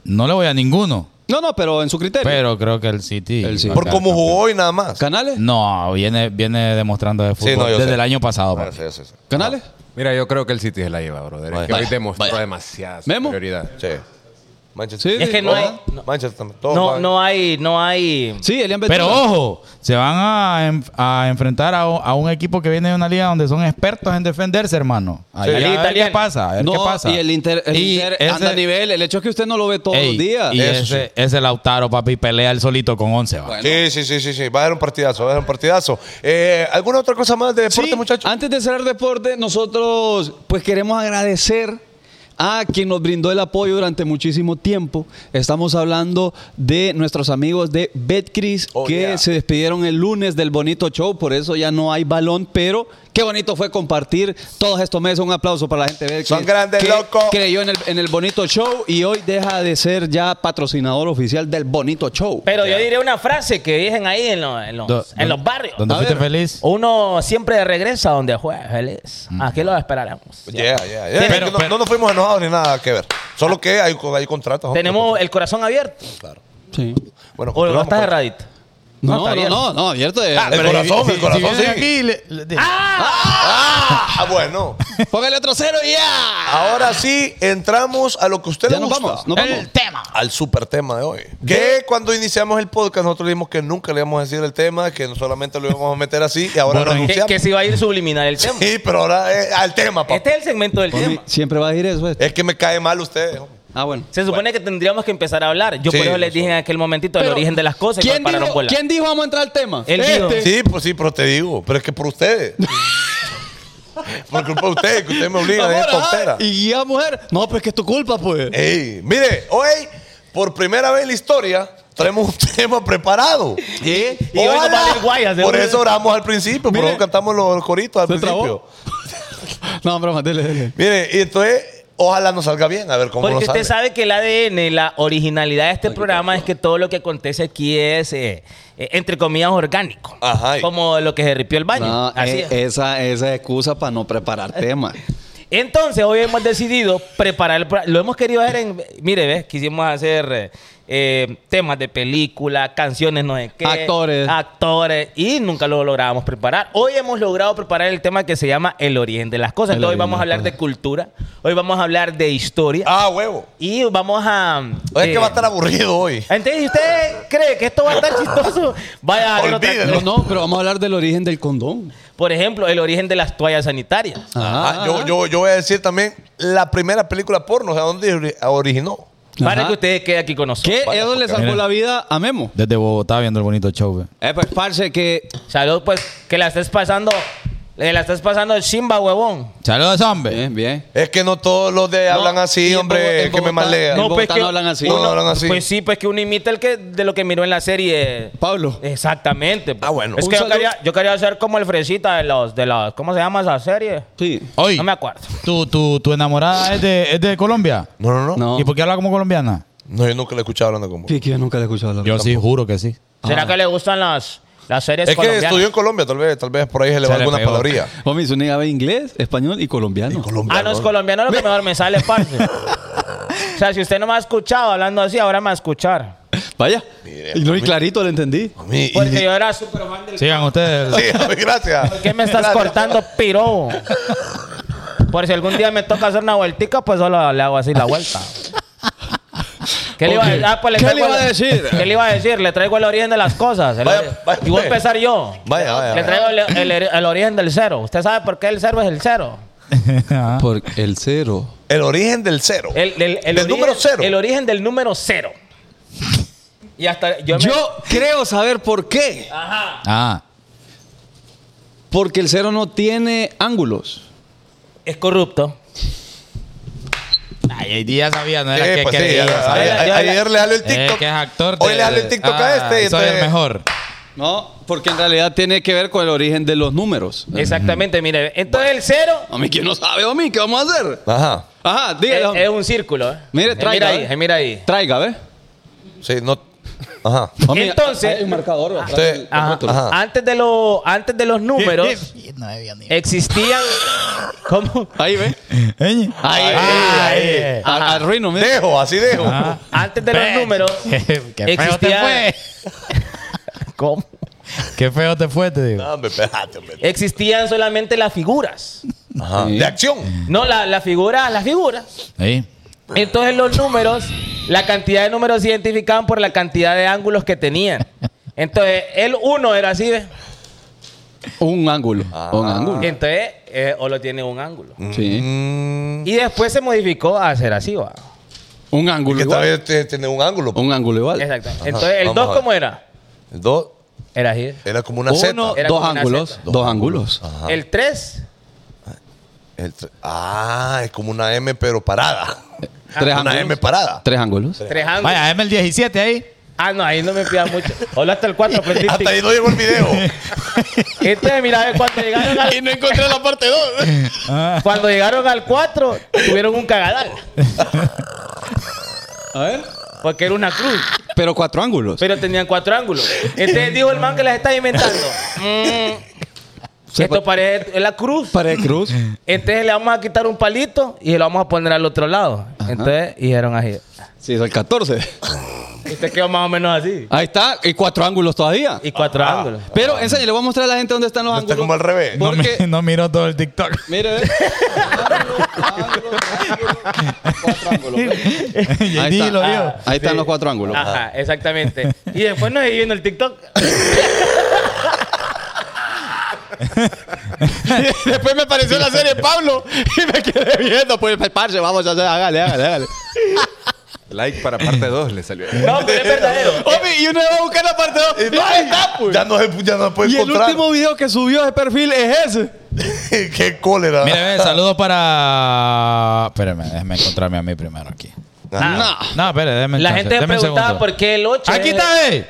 No le voy a ninguno, No, no, pero en su criterio. pero creo que el City. El City. va a Por quedar cómo jugó campeón. hoy nada más. ¿Canales? No, viene, viene demostrando de fútbol Sí, no, yo desde sé. el año pasado. Ah, papi. sí, sí, sí. ¿Canales? Mira, yo creo que el City se la lleva, brother. Es que hoy Vaya, demostró vaya. demasiada Memo. superioridad. Sí. Manchester. Sí, Es que no Todo, hay... no- Manchester también. Todo No, mal. no hay, no hay... Sí, Elian Ventura. Pero ojo, se van a, enf- a enfrentar a, o- a un equipo que viene de una liga donde son expertos en defenderse, hermano. Ahí, Sí. a La ver liga qué italiana. pasa, a ver no, qué pasa. Y el Inter, el Y Inter ese- anda a nivel. El hecho es que usted no lo ve todos Ey, los días. Eh, Y Eso ese, ese Lautaro, papi, pelea el solito con 11. va. Bueno. Sí, sí, sí, sí, sí. Va a ser un partidazo, va a ser un partidazo. Eh, ¿Alguna otra cosa más de deporte, Sí, Ah, muchachos? Antes de cerrar deporte, nosotros pues queremos agradecer a quien nos brindó el apoyo durante muchísimo tiempo. Estamos hablando de nuestros amigos de Betcris Oh, que yeah. se despidieron el lunes del bonito show, por eso ya no hay balón, pero qué bonito fue compartir todos estos meses. Un aplauso para la gente de Betcris. Son grandes, que loco. Creyó en el, en el bonito show y hoy deja de ser ya patrocinador oficial del bonito show. Pero yo diré una frase que dicen ahí en los, en los, Do- en do- los barrios. ¿Dónde A fuiste ver. feliz? Oh, Uno siempre regresa donde juega, feliz. Mm. Aquí lo esperaremos. Yeah, yeah, yeah. Pero- no, pero- no nos fuimos enojados ni nada que ver. Solo que hay, hay contratos. hombre. Tenemos el corazón abierto. Sí. Bueno, O no continuamos estás con- erradito. No, Ah, está no, no, bien. no, abierto. de- El corazón, el Si corazón, vienen sí. aquí, le- le- de- Ah, bueno. Póngale otro cero y ya. Ahora sí, entramos a lo que a usted Ya le nos gusta. vamos, nos vamos. tema. al super tema de hoy. Que cuando iniciamos el podcast nosotros dijimos que nunca le íbamos a decir el tema, que solamente lo íbamos a meter así y ahora lo Borren. Que, anunciamos. que se iba a ir subliminal el *laughs* tema. Sí, pero ahora eh, al tema, papá. Este es el segmento del Homie, tema. Siempre va a ir eso. este. Es que me cae mal usted. hombre. Ah, bueno. Se supone que tendríamos que empezar a hablar. Yo Sí, por eso les dije en aquel momentito el Pero, origen de las cosas y ¿Quién me pararon dijo, bola. ¿Quién dijo vamos a entrar al tema? Este. Él dijo. Sí, pues sí, pero te digo, pero es que por *laughs* ustedes. por culpa de ustedes, que usted me obliga a decir Amor, ajá, tontera. Eh. y ya, mujer. No, pues que es tu culpa, pues. Ey, mire, hoy, por primera vez en la historia, traemos un *laughs* tema preparado. ¿Eh? Y hoy nos va a Ojalá. valer guayas, de por una. eso oramos al principio, por Mire. eso cantamos los, los coritos al ¿Se principio. trabó? No, broma, dele, dele. Mire, y entonces, ojalá nos salga bien, a ver cómo Porque nos sale. usted sabe que el ADN, la originalidad de este programa es que todo lo que acontece aquí es, eh, eh, entre comillas, orgánico. Ajá, y- Como lo que se ripió el baño. No, Así eh, es. esa, esa es excusa para no preparar tema. Entonces, hoy hemos decidido preparar el pro- Lo hemos querido hacer en. Mire, ves, quisimos hacer eh, eh, temas de película, canciones, no sé qué. Actores. Actores. Y nunca lo lográbamos preparar. Hoy hemos logrado preparar el tema que se llama El origen de las cosas. El Entonces, hoy origen de vamos a las hablar de cultura. Hoy vamos a hablar de historia. Ah, huevo. Y vamos a. Oye, es eh, que va a estar aburrido hoy. Entonces, si ¿usted cree que esto va a estar *laughs* chistoso? Vaya a ver otra- Olvídelo. No, no, pero vamos a hablar del origen del condón. Por ejemplo, el origen de las toallas sanitarias. Ah, yo, yo, yo voy a decir también la primera película porno, o sea, ¿dónde ori- originó? Para Ajá. que usted quede aquí con nosotros. ¿Qué? Eso le salvó Mira. la vida a Memo. Desde Bogotá viendo el bonito show, güey. Eh, pues, parce, que Salud, pues, que la estés pasando. eh, la estás pasando el chimba, huevón. Saludos, hombre. Bien, bien. Es que no todos los de hablan No, y así, en Bogo- hombre, en que me Bogotá- malea. en No, pues, Bogotá que- no hablan así. Eh, No, no hablan así. Pues sí, pues que uno imita el que de lo que miró en la serie. Pablo. Exactamente. pues. Ah, bueno. Es Un que yo saludo. quería, yo quería ser como el fresita de los, de los, ¿cómo se llama esa serie? Sí. Oye, No me acuerdo. ¿Tu, tu, tu enamorada es de, es de Colombia? No, no, no, no. No. ¿Y por qué habla como colombiana? yo nunca la he escuchado hablando con vos. que yo nunca le he escuchado hablar. Yo sí, juro que sí. ¿Será que le gustan las, las series Es que colombianas? estudió en Colombia, tal vez, tal vez por ahí se le Se va le alguna pegó. palabría. Homie, su niña ve inglés, español y colombiano. Ah, no, es colombiano lo que mejor me sale, parce. o sea, si usted no me ha escuchado hablando así, ahora me va a escuchar. Vaya. Mire, Y no, y clarito lo entendí. A mí- y- Porque yo era súper fan del... Sigan ustedes. *laughs* Sí, a mí, gracias. ¿Qué me estás Gracias. cortando, piro? Por si algún día me toca hacer una vueltica, pues solo le hago así la vuelta. ¿Qué le iba a, Ok. ah, pues le ¿Qué traigo le iba el- a decir? ¿Qué le iba a decir? Le traigo el origen de las cosas. el Vaya, ori- vaya, y voy a vaya. empezar yo. Vaya, vaya, Le vaya. traigo el, el- el origen del cero. ¿Usted sabe por qué el cero es el cero? Ajá. Por el cero. El origen del cero. El, el- el Del origen- número cero. El origen del número cero. Y hasta yo me- Yo creo saber por qué. Ajá. Ah, Porque el cero no tiene ángulos. Es corrupto. Ay, ya sabía, no Sí, era que pues sí, quería. a- a- ¿sabes? sabía, a- yo era- ayer le jalo el Eh, TikTok. que es actor. Hoy de- le jalo el TikTok a Ah, este. y Soy el entonces- mejor. No, porque en realidad tiene que ver con el origen de los números. Exactamente, mire. Entonces el cero Homie, ¿quién no sabe, homie? ¿Qué vamos a hacer? Ajá. Ajá, es, dígalo. es un círculo. ¿eh? Mire, Eh, traiga, mira ahí, eh. eh, mira ahí. Traiga, ¿ves? Sí, no. Ajá. Entonces- hay un marcador. ¿verdad? Usted- Ajá. otro. Ajá. Antes, de lo- antes de los números existían. ¿Cómo? Ahí, ¿ves? Eñe. Ahí. Ay, A- Al ruino, mira. dejo, así dejo. Antes de los números *laughs* Qué feo te existían, *laughs* fue. ¿Cómo? Qué feo te fue, te digo. No, Ah, hombre, espérate, hombre. existían solamente las figuras. Ajá. Sí. De acción. No, la- las figuras, las figuras. Sí. Entonces los números, la cantidad de números se identificaban por la cantidad de ángulos que tenían. Entonces, el 1 era así, ¿ves? Un ángulo. Un Ah. ángulo. Entonces, eh, o lo tiene un ángulo. Sí. Mm, Y después se modificó a hacer así, va. Un ángulo que tal igual. vez te- tiene un ángulo. Un ángulo igual. Exacto. Ajá. Entonces, el Vamos 2 a ver. ¿cómo era? El dos Era así. era como una Z. Ah, Uno, Era dos como una ángulos. zeta. Dos ángulos. Ajá. El 3 El tre- ah, es como una M, pero parada. Tres una M ángulos. parada. Tres ángulos. Tres ángulos. Vaya, dame el 17 ahí. Ah, no, ahí no me pidas mucho. Hola hasta el 4, aprendiste. Hasta ahí no llegó el video. Entonces, pues, Este, mira, ve, *laughs* cuando llegaron al, no encontré la parte 2. cuando llegaron al 4, tuvieron un cagadal. A ver. Porque era una cruz. Pero cuatro ángulos. Pero tenían cuatro ángulos. Entonces dijo el man que las está inventando. Mm, esto parece es la cruz. Pared de *laughs* cruz. Entonces le vamos a quitar un palito y lo vamos a poner al otro lado. Entonces dijeron así. Sí, es el 14. Este quedó más o menos así. Ahí está. Y cuatro ángulos todavía. Y cuatro ángulos. Pero enseñe, le voy a mostrar a la gente dónde están los No está ángulos. como al revés. No, Porque- mi- no miro todo el TikTok. *laughs* *laughs* Mire, ve. Ángulo, ángulo, ángulo, cuatro ángulos, ve. pues. Ahí, JD está. Ah, lo vio. Ahí están los cuatro ángulos. *laughs* Ajá, exactamente. Y después nos siguió en el TikTok. Después me apareció la serie Pablo y me quedé viendo. Pues, parce, vamos, ya, ya, hágale, hágale, *laughs* hágale. Like para parte 2 le salió. No, *laughs* pero es verdadero. Homie, y uno va a buscar la parte 2. pues. Ya no se, ya no se puede pues. Y el encontrar. último video que subió de perfil es ese. *laughs* Qué cólera. Ah. Mire, ve, saludos para. Espérame, déjeme encontrarme a mí primero aquí. Ah. Ajá. No, espere, déjeme La chance, gente me déjeme un preguntaba segundo. por qué el 8. Aquí está, ve.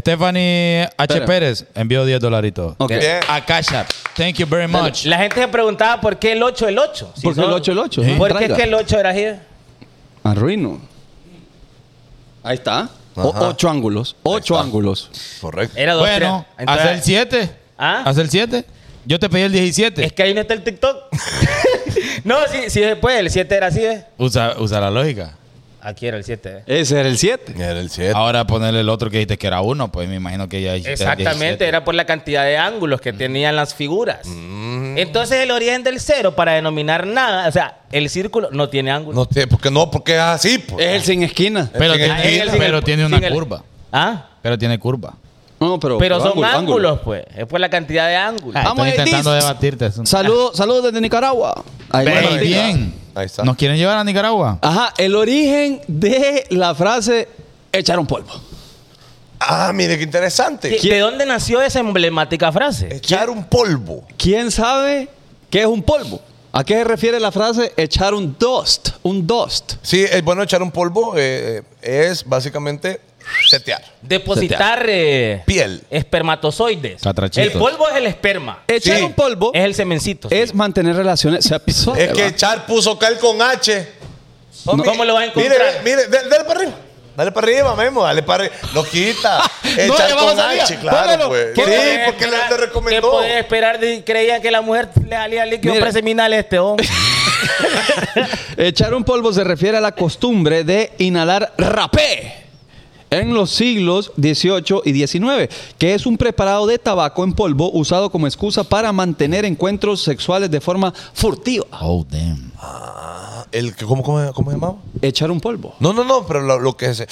Stephanie H. Espérame. Pérez envió 10 dolaritos. Ok. Bien. A Cash App. Thank you very much. La gente se preguntaba por qué el 8 el 8. ¿Por qué el ocho, el ocho? ¿Por qué Traiga. es que el 8 era así? Arruino. Ahí está. O- Ajá. ocho ángulos. Ocho ángulos. Correcto. Era 2 Bueno, haz el 7. ¿Ah? Haz el 7. Yo te pedí el 17. Es que ahí no está el *laughs* TikTok. no, sí, sí se puede. pues, El 7 era así, ¿ves? Usa, usa la lógica. Aquí era el 7. ¿eh? Ese era el 7. Era el 7. Ahora ponerle el otro que dijiste que era uno, pues me imagino que ya hiciste el Mm. 17. Exactamente, era por la cantidad de ángulos que tenían las figuras. Mm. Entonces el origen del cero para denominar nada, o sea, el círculo no tiene ángulo. No sé, porque no, porque es así. pues. Es el sin esquina. Pero, Sin tiene, esquina. pero tiene una sin el- curva. Ah, Pero tiene curva. No, pero, pero son ángulo, ángulos, ángulo. pues. Es por la cantidad de ángulos. Ah, Vamos, Están Edith. intentando debatirte. es un- Saludos saludos desde Nicaragua. Ahí Ve, está. bien. Ahí está. ¿Nos quieren llevar a Nicaragua? Ajá, el origen de la frase echaron polvo. Ah, mire qué interesante. ¿De- ¿De dónde nació esa emblemática frase? Echar un polvo. ¿Quién sabe qué es un polvo? ¿A qué se refiere la frase echar un dust? Un dust. Sí, es bueno echar un polvo eh, es básicamente setear. Depositar eh, Piel. espermatozoides. Catrachitos. El polvo es el esperma. Echar Sí. un polvo Es el semencito. sí. es mantener relaciones sexuales. Es que echar puso cal con H. Homie, ¿Cómo lo vas a Mire, encontrar? ve, mire, da- dale para arriba. Dale para arriba, Memo, dale para arriba. Lo quita. No, Echar le vamos con a salir. H, claro, Póngalo. pues. ¿Qué Sí, podés porque le, esperar- le recomendó. ¿Qué podés esperar? de- Creían que la mujer le salía líquido Mira. preseminal a *laughs* este hombre. Echar un polvo se refiere a la costumbre de inhalar rapé en los siglos XVIII y XIX, que es un preparado de tabaco en polvo usado como excusa para mantener encuentros sexuales de forma furtiva. Oh, damn. El, que- ¿cómo, cómo, ¿Cómo se llamaba? Echar un polvo. No, no, no, pero lo, lo que se.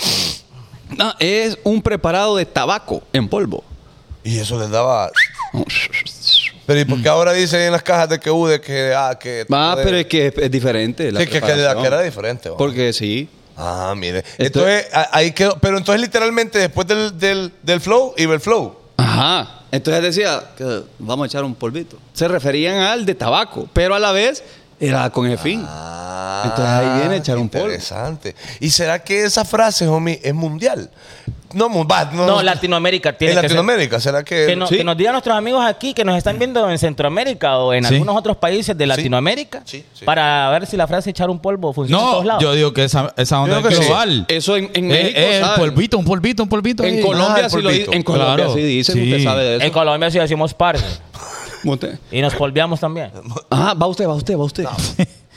No, es un preparado de tabaco en polvo. Y eso les daba. Pero ¿y por qué ahora dicen en las cajas de que U de que. Ah, que Ah, pero es que es, es diferente. La Sí, que, que la- preparación. que era diferente. ¿va? Porque sí. Ah, mire. Entonces- Entonces, a- ahí quedó. Pero entonces, literalmente, después del, del, del flow, iba el flow. Ajá. Entonces decía que vamos a echar un polvito. Se referían al de tabaco, pero a la vez era con ese fin. Ah, Entonces, ahí viene echar un polvo. Interesante. ¿Y será que esa frase, homie, es mundial? No, mu- va, no, No, Latinoamérica tiene En que ser. Latinoamérica, ¿será que.? Que, no- Sí. que nos digan nuestros amigos aquí que nos están viendo en Centroamérica o en Sí. algunos otros países de Latinoamérica Sí, sí. para ver si la frase echar un polvo funciona en No, todos lados. yo digo que esa, esa onda Yo creo es que sí. global. Eso en, en Eh, México, eh, un ¿saben? polvito, un polvito, un polvito. En ahí. Colombia el sí lo dicen. polvito. En Colombia Claro. sí dicen. Sí. Usted sabe de en eso. Colombia sí decimos parce Usted- y nos *laughs* polviamos también. Ajá, va usted, va usted, va usted.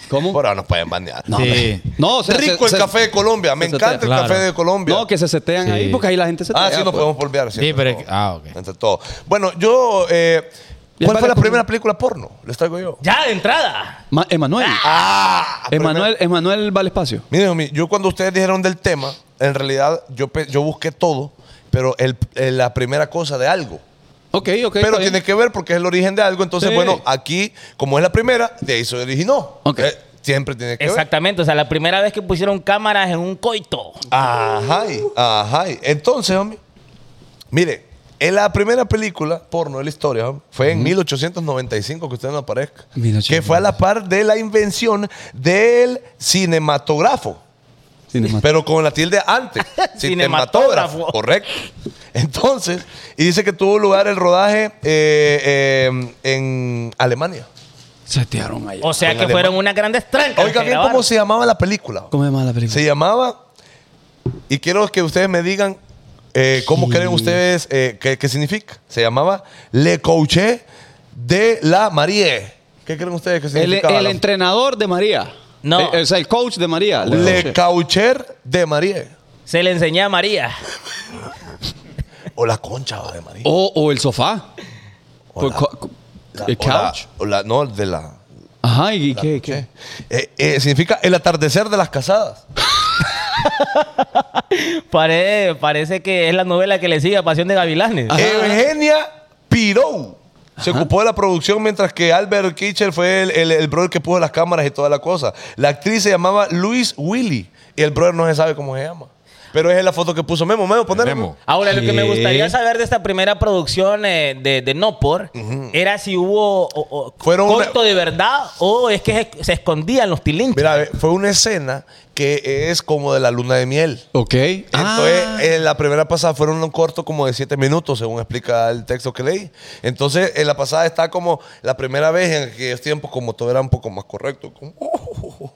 ¿Cómo? Por ahora nos pueden banear. No, Sí. No, o sea, Rico se- el se- café de Colombia. Me se- encanta el claro. café de Colombia. No, que se setean Sí. ahí porque ahí la gente se Ah, sí, tea, nos pues. podemos volver. Sí, pero es que- ah, ok. Entre todo. Bueno, yo. eh, Ya ¿Cuál para fue la con- primera película porno? Les traigo yo. Ya de entrada. Ma- Emanuel. ¡Ah! Emanuel, Emanuel Valespacio. Miren, homie, yo cuando ustedes dijeron del tema, en realidad yo, pe- yo busqué todo, pero el- eh, la primera cosa de algo. Ok, ok. pero está bien. tiene que ver porque es el origen de algo. Entonces, Sí. bueno, aquí, como es la primera, de ahí se originó. Ok. Eh, siempre tiene que ver. Exactamente, o sea, la primera vez que pusieron cámaras en un coito. Ajá, ajá. Entonces, homie, mire, en la primera película porno de la historia homie, fue en 1895, que usted no aparezca, 1895. que fue a la par de la invención del cinematógrafo. Cinema- Pero con la tilde *laughs* antes. cinematógrafo. Cinematógrafo. Correcto. Entonces, y dice que tuvo lugar el rodaje eh, eh, en Alemania. Setearon ahí. O sea Con que alemán. fueron unas grandes trancas. Oiga que bien grabaron. cómo se llamaba la película. ¿Cómo se llama la película? Se llamaba, y quiero que ustedes me digan eh, cómo creen ustedes eh, qué, qué significa. Se llamaba Le Couché de la Marie. ¿Qué creen ustedes que El, significaba? el la- entrenador de María. No. Eh, o sea, el coach de María. Le Coucher de Marie. Se le enseñé a María. O la concha va, de Marie. O, o el sofá. O la- Co- co- La- el o la- couch. o la- no, de la... Ajá, ¿y qué? qué? Eh, eh, significa el atardecer de las casadas. Pare- parece que es la novela que le sigue a Pasión de Gavilanes. Ah. Ajá. Eugenia Pirou se ocupó de la producción mientras que Albert Kitcher fue el, el, el brother que puso las cámaras y toda la cosa. La actriz se llamaba Luis Willy y el brother no se sabe cómo se llama. Pero esa es la foto que puso Memo. Memo, ponle. Memo. Ahora, lo que me ¿Qué? gustaría saber de esta primera producción eh, de, de No Por era si hubo o- o- Fueron una- corto de verdad o es que se, se escondían los tilinches. Mira, ve, fue una escena que es como de la luna de miel. Ok. Ah. Entonces, Ah. en la primera pasada fueron un corto como de siete minutos, según explica el texto que leí. Entonces, en la pasada está como la primera vez en aquellos tiempos, como todo era un poco más correcto. como,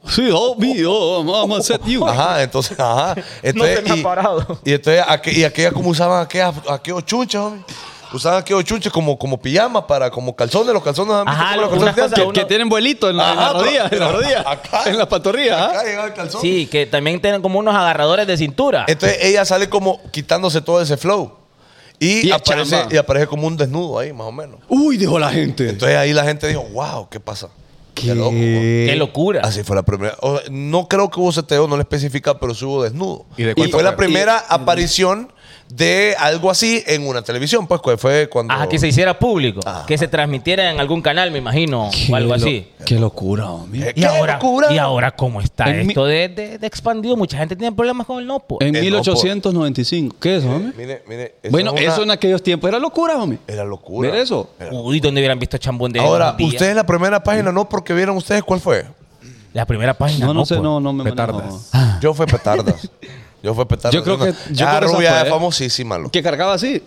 sí, oh, me, oh, I'm gonna set you. Ajá, entonces, ajá. *laughs* No Entonces, se me ha parado. Y entonces, aqu- y aquella como usaban aquellas, aquellos chuchos, homie. usaban aquellos chunches como, como pijama para, como calzones, los calzones. ¿han visto Ajá, cómo los lo- calzones unas de antes? cosas, Que tienen vuelito en, la- en Ajá, pero- la rodilla, en la pero rodilla, acá- en la pantorrilla. ¿ah? Acá llegaba el calzón. Sí, que también tienen como unos agarradores de cintura. Entonces ella sale como quitándose todo ese flow. Y, Y es aparece, chamba. y aparece como un desnudo ahí, más o menos. Uy, dijo la gente. Entonces ahí la gente dijo, wow, ¿qué pasa? Qué loco. Qué locura. Así fue la primera. o sea, no creo que hubo CTO, no le especifica, pero sí hubo desnudo. ¿Y de Y cuánto fue la fue? primera aparición de algo así en una televisión, pues que fue Ah, cuando. Ajá, que se hiciera público. Que se transmitiera en algún canal, me imagino, o algo así. Qué locura, hombre. Eh, Y ¡qué ahora, locura! y ahora, ¿cómo está En mi- esto de, de- de expandido? Mucha gente tiene problemas con el pues. nopo. En Eh, no, 1895. ¿Qué es, hombre? Mire, mire. Eh, esa Bueno, es una- eso en aquellos tiempos era locura, hombre. Era locura. Mira eso. Era- Uy, ¿dónde hubieran visto chambón de Ahora, esos días? ustedes la primera página, no porque vieron ustedes cuál fue. La primera página. No, no sé, pues. no, no me petardas. manejo. Yo fue *laughs* petardas. Yo fue petardas. Ah. Yo creo que- yo Ah, creo que esa rubia fue. ¿eh? famosísima. loco. Que cargaba así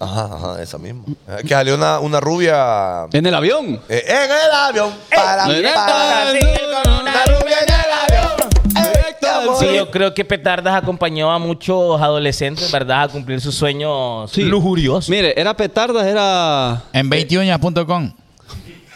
Ajá, ajá, esa misma. Ah, Que salió una, una rubia en el avión. eh, en el avión. Eh, Para, Directo para, al sur, una rubia en el avión. Directo al amor. Sí, sur. yo creo que Petardas acompañó a muchos adolescentes, ¿verdad? A cumplir sus sueños Sí. lujuriosos. Mire, era petardas, era. En 21uñas.com.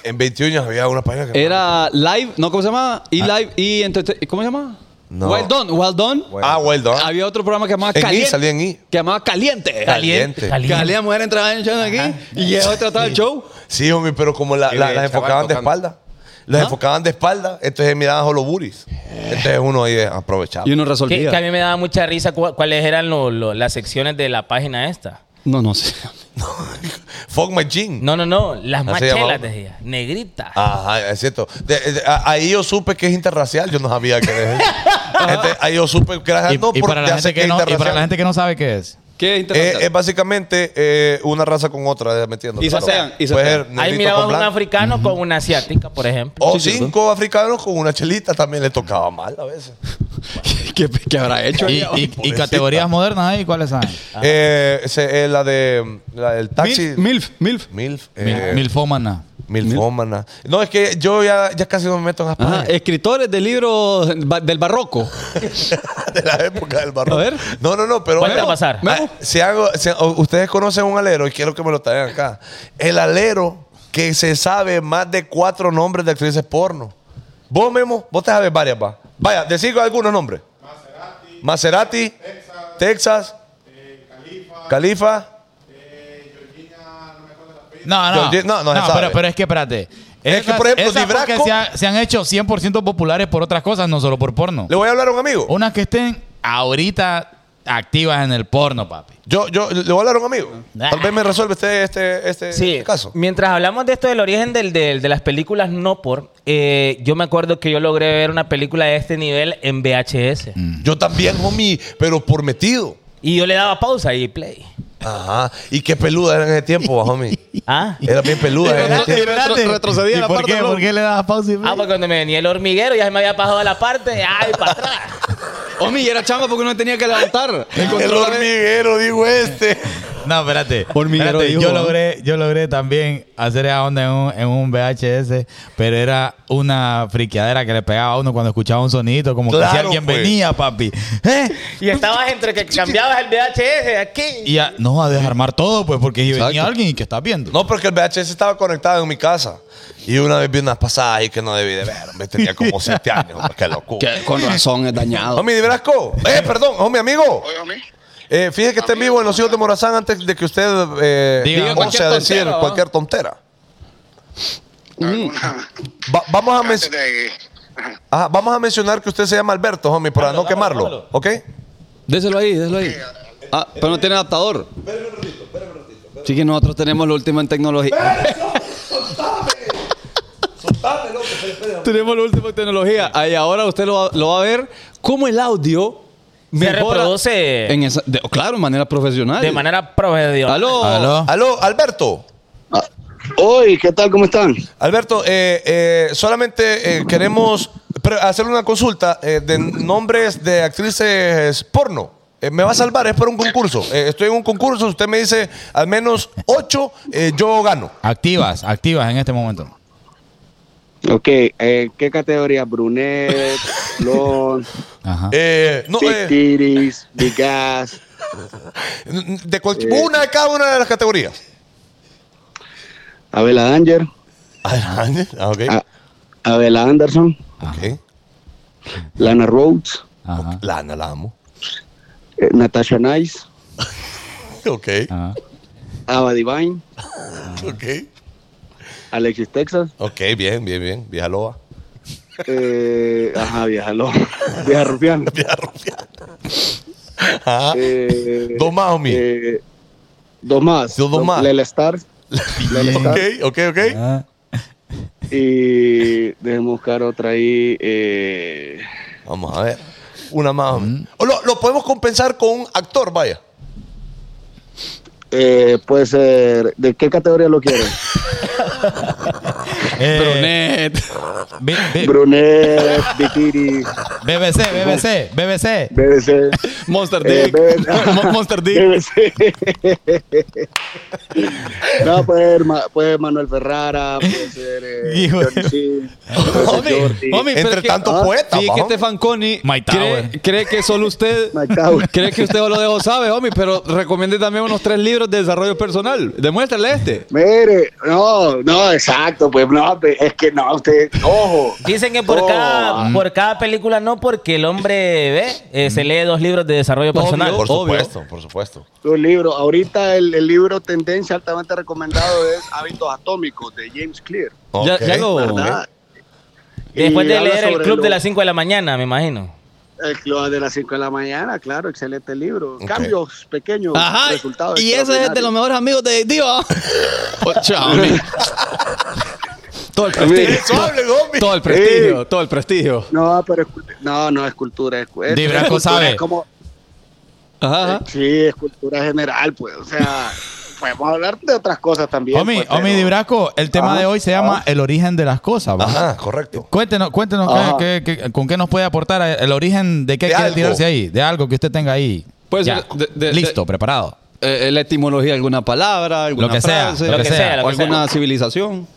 En 21 años había una página que. Era live, ¿no? ¿Cómo se llamaba? Y live y entrete- ¿Cómo se llamaba? Ah. No. Well done, well done. Ah, well done. Había otro programa que llamaba En I, Caliente. salía en I. Que llamaba Caliente. Caliente. Caliente. Caliente, la mujer entraba en el show aquí y ella trataba el show. Sí, homie, pero como la- Y la- el las chaval enfocaban de tocando. espalda. Las ¿Ah? enfocaban de espalda, entonces miraban solo buris. Eh. Entonces uno ahí aprovechaba. Y uno Que, resolvía. que a mí me daba mucha risa cua- cuáles eran lo- lo- las secciones de la página esta. No, no sé. *laughs* Fuck my jean. No, no, no. Las Así llamaba. Ah, machelas, decía. Negritas. Ajá, es cierto. De- de- a- ahí yo supe que es interracial, yo no sabía que *laughs* era eso. Entonces, ahí yo supe que era Y, Ah, no, y porque para la hace gente que es no, y para interracial. la gente que no sabe qué *laughs* es. Qué Eh, interesante. es básicamente eh, una raza con otra, ¿me entiendes? Y Claro. sasean, y Puede sasean. ser Ahí negrito mirabas con un blanco. africano con una asiática, por ejemplo. O Sí, cierto. cinco africanos con una chelita también le tocaba mal a veces. ¿Qué, qué habrá hecho? Y, ella? y- y Pobrecita. categorías modernas ahí, ¿cuáles saben? Eh, ese, eh, la de la del taxi. Milf, Milf, Milf. Milf. eh, Mil, milfómana. Milfómana. No, es que yo ya, ya casi no me meto en las Ajá, eh. páginas escritores de libros ba- del barroco. *laughs* de la época del barro. A ver. No, no, no, pero. Vuelta a pasar. Ah, si hago- si- o- ustedes conocen un alero y quiero que me lo traigan acá. El alero que se sabe más de cuatro nombres de actrices porno. Vos, Memo, vos te sabes varias, va. Vaya, decir algunos nombres. Maserati. Texas. eh, Califa. Califa. No, no. Yo- yo- no, no se sabe. pero, pero es que espérate. Es que, por ejemplo, esas Dibraco- porque se, ha- se han hecho 100% populares por otras cosas, no solo por porno. Le voy a hablar a un amigo. Unas que estén ahorita activas en el porno, papi. Yo, yo, le voy a hablar a un amigo. Tal vez me resuelve este, este, este, Sí, este caso. mientras hablamos de esto del origen del, del- de las películas no por, eh, yo me acuerdo que yo logré ver una película de este nivel en VHS. Mm. Yo también, homie, pero por metido. Y yo le daba pausa y play. Ajá. ¿Y qué peluda era en ese tiempo, va, homie? Ah, Era bien peluda en ese *laughs* tiempo. retrocedía ¿Y la por parte qué? del ¿Por qué le dabas pausa y ah porque cuando me venía el hormiguero ya se me había pasado la parte. ¡Ay, para atrás! Homie, era chamba porque uno tenía que *laughs* levantar. El Encontró la vez- hormiguero, digo este. No, espérate. Hormiguero Espérate, dijo, yo, ¿no? logré, yo logré también hacer esa onda en un, en un VHS, pero era una friqueadera que le pegaba a uno cuando escuchaba un sonidito, como que si Claro, alguien pues. venía, papi. ¿Eh? Y estabas entre que cambiabas el VHS aquí. Y ya, no, a desarmar todo, pues, porque si venía Exacto. alguien y que estás viendo. No, porque el VHS estaba conectado en mi casa. Y una vez vi unas pasadas ahí que no debí de ver. Me tenía como siete años. Qué locura. Que con razón es dañado. Homie, de Verasco. *laughs* Eh, perdón, homie, amigo. Oye, homie. Eh, fíjese que está en vivo en Los Hijos de Morazán antes de que usted eh, Diga ose cualquier a decir tontera, ¿va? cualquier tontera. Mm. Mm. alguna- Va- vamos, a men- antes de- Ajá. ajá, vamos a mencionar que usted se llama Alberto, homie, para no quemarlo. ¿Ok? Déselo ahí, déselo ahí. Ah, pero no tiene adaptador. Sí que nosotros tenemos lo último en tecnología. Tenemos lo último en tecnología. Ahí ahora usted lo, va- lo va a ver cómo el audio Se mejora reproduce en esa- de- claro, manera profesional. de manera profesional. Aló. Aló. Aló, Alberto. Ah. Hoy, ¿qué tal? ¿Cómo están? Alberto, eh, eh, solamente eh, queremos pre- hacer una consulta eh, de nombres de actrices porno. Eh, me va a salvar, es para un concurso. Eh, estoy en un concurso, usted me dice al menos ocho, eh, yo gano. Activas, activas en este momento. Ok, eh, ¿qué *laughs* categoría? Brunet, Blond, Ajá. Eh, no, Big eh, Titties, Big Gas. de cual- una de cada una de las categorías. Abela Danger, Adelante. Ah, ok. a- Abela Anderson, Ok. Lana Rhodes, Ajá. Lana, la amo. *laughs* eh, Natasha Nice, Ok. ajá. Ava Divine, Ok. Alexis Texas, Ok, bien, bien, bien. Vieja loba. *laughs* eh, ajá, vieja loca, *laughs* vieja rufián. *laughs* Vieja Ah, rufiana. Ajá. Eh, Dos más, homie. eh, dos más. Dos- dos más. Lele Star Lele Star. ok, ok, ok. Ah, Y déjenme buscar otra ahí. eh, Vamos a ver. Una más, homie. O lo, lo podemos compensar con un actor, vaya. eh, puede ser. ¿De qué categoría lo quieren? eh, Brunet. B- B- Brunet, Bikiri, BBC, BBC, BBC. BBC. Monster eh, Dick. *laughs* BBC. Mo- Monster Dick. BBC. *laughs* no, puede ser, Ma- puede ser Manuel Ferrara, puede ser. *laughs* eh, Hijo. Johnny Sin, puede ser Homie, Jordi, homie, pero Entre es que- tantos ah, poetas, Sí, va, que homie. este Fanconi My cree, Tower. cree que solo usted *laughs* Mike Tower. cree que usted lo dejo sabe, homie, pero recomiende también unos tres libros de desarrollo personal. Demuéstrale este. Mire, no, no, exacto, pues no, pe- es que no, usted, ojo. Dicen que por, Oh, cada, por cada película no, porque el hombre ve, eh, se lee dos libros de desarrollo personal. Por Obvio. supuesto, por supuesto. Los libros, ahorita el, el libro tendencia altamente recomendado es Hábitos Atómicos de James Clear, Ya- Ok. ya lo- ¿verdad? Después Y de habla leer el sobre club lo- de las 5 de la mañana, me imagino. El club de las 5 de la mañana, claro, excelente libro. Ok. Cambios pequeños, Ajá. resultados. Y ese es de los extraordinarios. mejores amigos de *laughs* Diva. *laughs* Chao, homie. Todo el prestigio. Eso hablen, homie. Todo el prestigio, todo el prestigio. No, pero es cult- no, no es cultura. Es, cu- es- Di es Branco cultura, sabe. es como, Ajá. sí, es cultura general, pues, o sea, podemos hablar de otras cosas también. Omi, pues, Omi pero- Dibraco, el tema Ajá, de hoy se llama el origen de las cosas. ¿va? Ajá, correcto. Cuéntenos, cuéntenos Ajá. qué- qué- qué- con qué nos puede aportar el origen de qué De quiere algo. tirarse ahí, de algo que usted tenga ahí. Pues, Ya. de- de- Listo, preparado. Eh, la etimología de alguna palabra, alguna que sea, frase, lo que sea, lo o que sea. alguna civilización.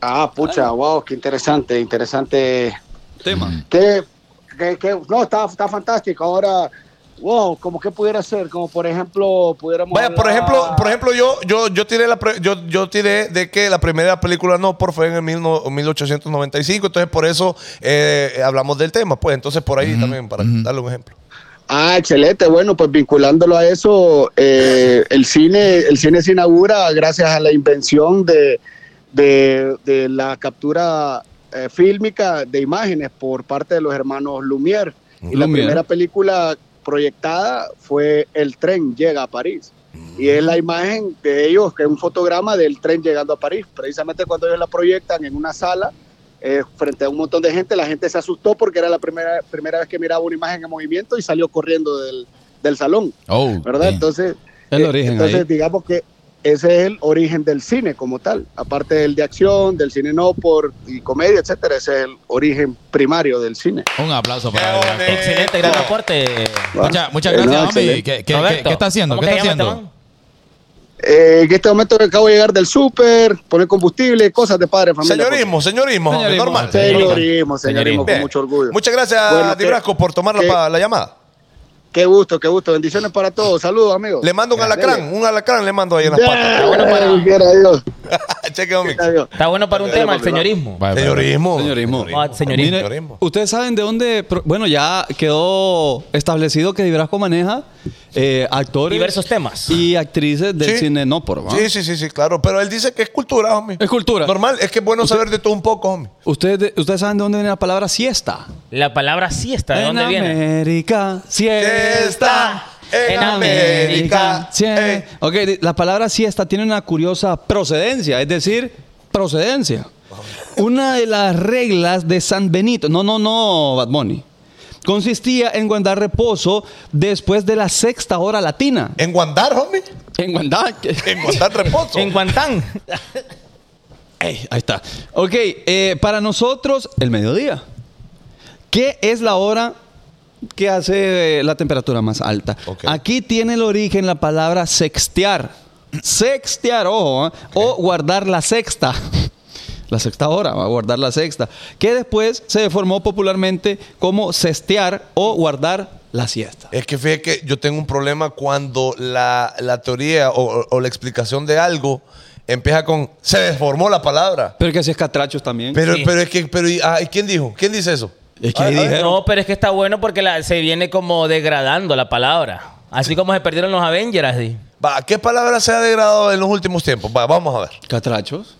Ah, pucha, wow, qué interesante, interesante. Tema. Que, que- que- no, está, está fantástico. Ahora, wow, como que pudiera ser, como por ejemplo, pudiéramos. Vaya, por hablar- ejemplo, por ejemplo, yo, yo, yo tiré la pre- yo, yo tiré de que la primera película no por fue en el mil no- 1895, entonces por eso eh, hablamos del tema, pues entonces por ahí también para darle un ejemplo. Ah, excelente. Bueno, pues vinculándolo a eso, eh, el cine, el cine se inaugura gracias a la invención de, de- de la captura eh, fílmica de imágenes por parte de los hermanos Lumière. Y la Lumière. primera película proyectada fue El tren llega a París. Y es la imagen de ellos, que es un fotograma del tren llegando a París. Precisamente cuando ellos la proyectan en una sala, eh, frente a un montón de gente. La gente se asustó porque era la primera, primera vez que miraba una imagen en movimiento y salió corriendo del, del salón, Oh, ¿verdad? bien. Entonces, El eh, origen entonces ahí. digamos que ese es el origen del cine como tal, aparte del de acción, del cine no por y comedia, etcétera, ese es el origen primario del cine. un aplauso para Dibraco. bonito. Excelente, Este gran aporte. Mucha- muchas Eh, no, gracias, Omi. ¿Qué, excelente. qué- qué- Roberto, qué está haciendo? ¿cómo este ¿Qué te está llamas, haciendo? Esteban? Eh, en este momento acabo de llegar del súper, poner combustible, cosas de padre, familia. pues. Señorismo, señorismo, hombre, Señorismo. normal. Señorismo, señorismo, con Bien. mucho orgullo. Muchas gracias, Bueno, que- Dibrasco, por tomar la, que- pa- la llamada. Qué gusto, qué gusto. Bendiciones para todos. Saludos, amigos. Le mando un alacrán, un alacrán le mando ahí en las Ya, patas. bueno, quiera Dios, Cheque, Ah, homie. quiera Dios. Está bueno para un tema, el papi, va. señorismo. Vaya, vaya. Señorismo. Señorismo. Ah, señorismo. Mire, Ustedes saben de dónde. pro- Bueno, ya quedó establecido que Dibrasco maneja eh, actores. Diversos temas. Y actrices del Sí. cine no por. ¿va? Sí, sí, sí, sí, claro. Pero él dice que es cultura, homie. Es cultura. Normal, es que es bueno saber de todo un poco, homie. Ustedes, de- ustedes saben de dónde viene la palabra siesta. La palabra siesta, ¿de en dónde viene? América, siesta. En América, Sí. Ey. Ok, di- la palabra siesta tiene una curiosa procedencia, es decir, procedencia. Una de las reglas de San Benito, no, no, no, Bad Bunny, consistía en guardar reposo después de la sexta hora latina. En Guandar, homie. En guardar. En Guandar Reposo. En *laughs* Guantán. Ey, ahí está. Ok, eh, para nosotros, el mediodía. ¿Qué es la hora que hace eh, la temperatura más alta? Ok. Aquí tiene el origen la palabra sextear. Sextear, ojo, ¿ah? o guardar la sexta. La sexta hora, va a guardar la sexta. Que después se deformó popularmente como cestear o guardar la siesta. Es que fíjate que yo tengo un problema cuando la, la teoría o, o- o la explicación de algo empieza con se deformó la palabra. Pero que así es catrachos también. Pero, Sí. pero es que, pero y- ah, ¿y ¿quién dijo? ¿Quién dice eso? es que Ah, ahí ah, dijeron. No, pero es que está bueno porque la- se viene como degradando la palabra. Así como se perdieron los Avengers. así. Va, ¿qué palabra se ha degradado en los últimos tiempos? Va, vamos a ver. ¿Catrachos?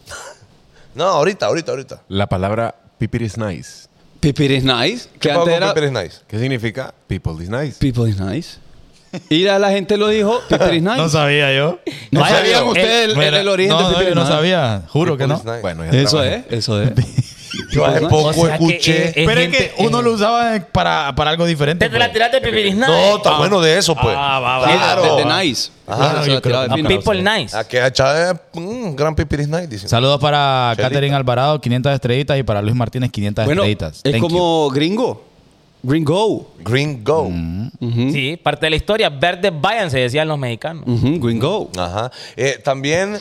No, ahorita, ahorita, ahorita. La palabra people is nice. Pipir is nice. Que ¿Qué pasó antes con era Pepper is nice? ¿Qué significa? People is nice. People is nice. Y la, la gente lo dijo, Pipir is *laughs* nice. No sabía yo. No Vaya, sabían yo- ustedes el, el, Mira, el origen no, de no, Pipir yo is no nice. sabía. Juro que People no. is nice. Bueno, ya Eso trabajé. es, eso es. Yo hace O poco sea que escuché. es- es- Pero es gente- que uno lo usaba eh, para, para algo diferente. Te te la pues. tiraste pipiris nice. No, está bueno de eso, pues. Ah, va, va. Claro. De, de nice. Ajá, O sea, yo creo tiraba que- de fino. People nice. Aquí a Chávez, mm, gran Pipir is nice, dicen. Saludos para Chelita. Catherine Alvarado, 500 estrellitas, y para Luis Martínez, 500 Bueno, estrellitas. es Thank you. como gringo. Gringo. Green Go. Mm. Sí, parte de la historia. Verdes vayan, se decían los mexicanos. Ujú, gringo. Ajá. Eh, también.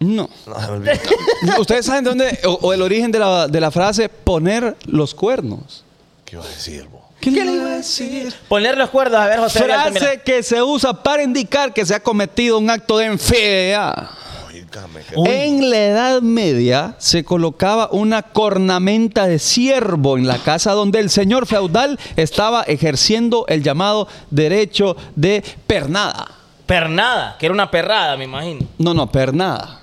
No. No, se me *laughs* olvidó. ¿Ustedes saben de dónde? O, o el origen de la, de la frase poner los cuernos. ¿Qué iba a decir, bo? ¿Qué, le iba a decir? Poner los cuerdos, a ver, José. Miguel, tú mira. Frase que se usa para indicar que se ha cometido un acto de infidelidad. Oígame, que- En la Edad Media se colocaba una cornamenta de ciervo en la casa donde el señor feudal estaba ejerciendo el llamado derecho de pernada. Pernada, que era una perrada, me imagino. No, no, pernada.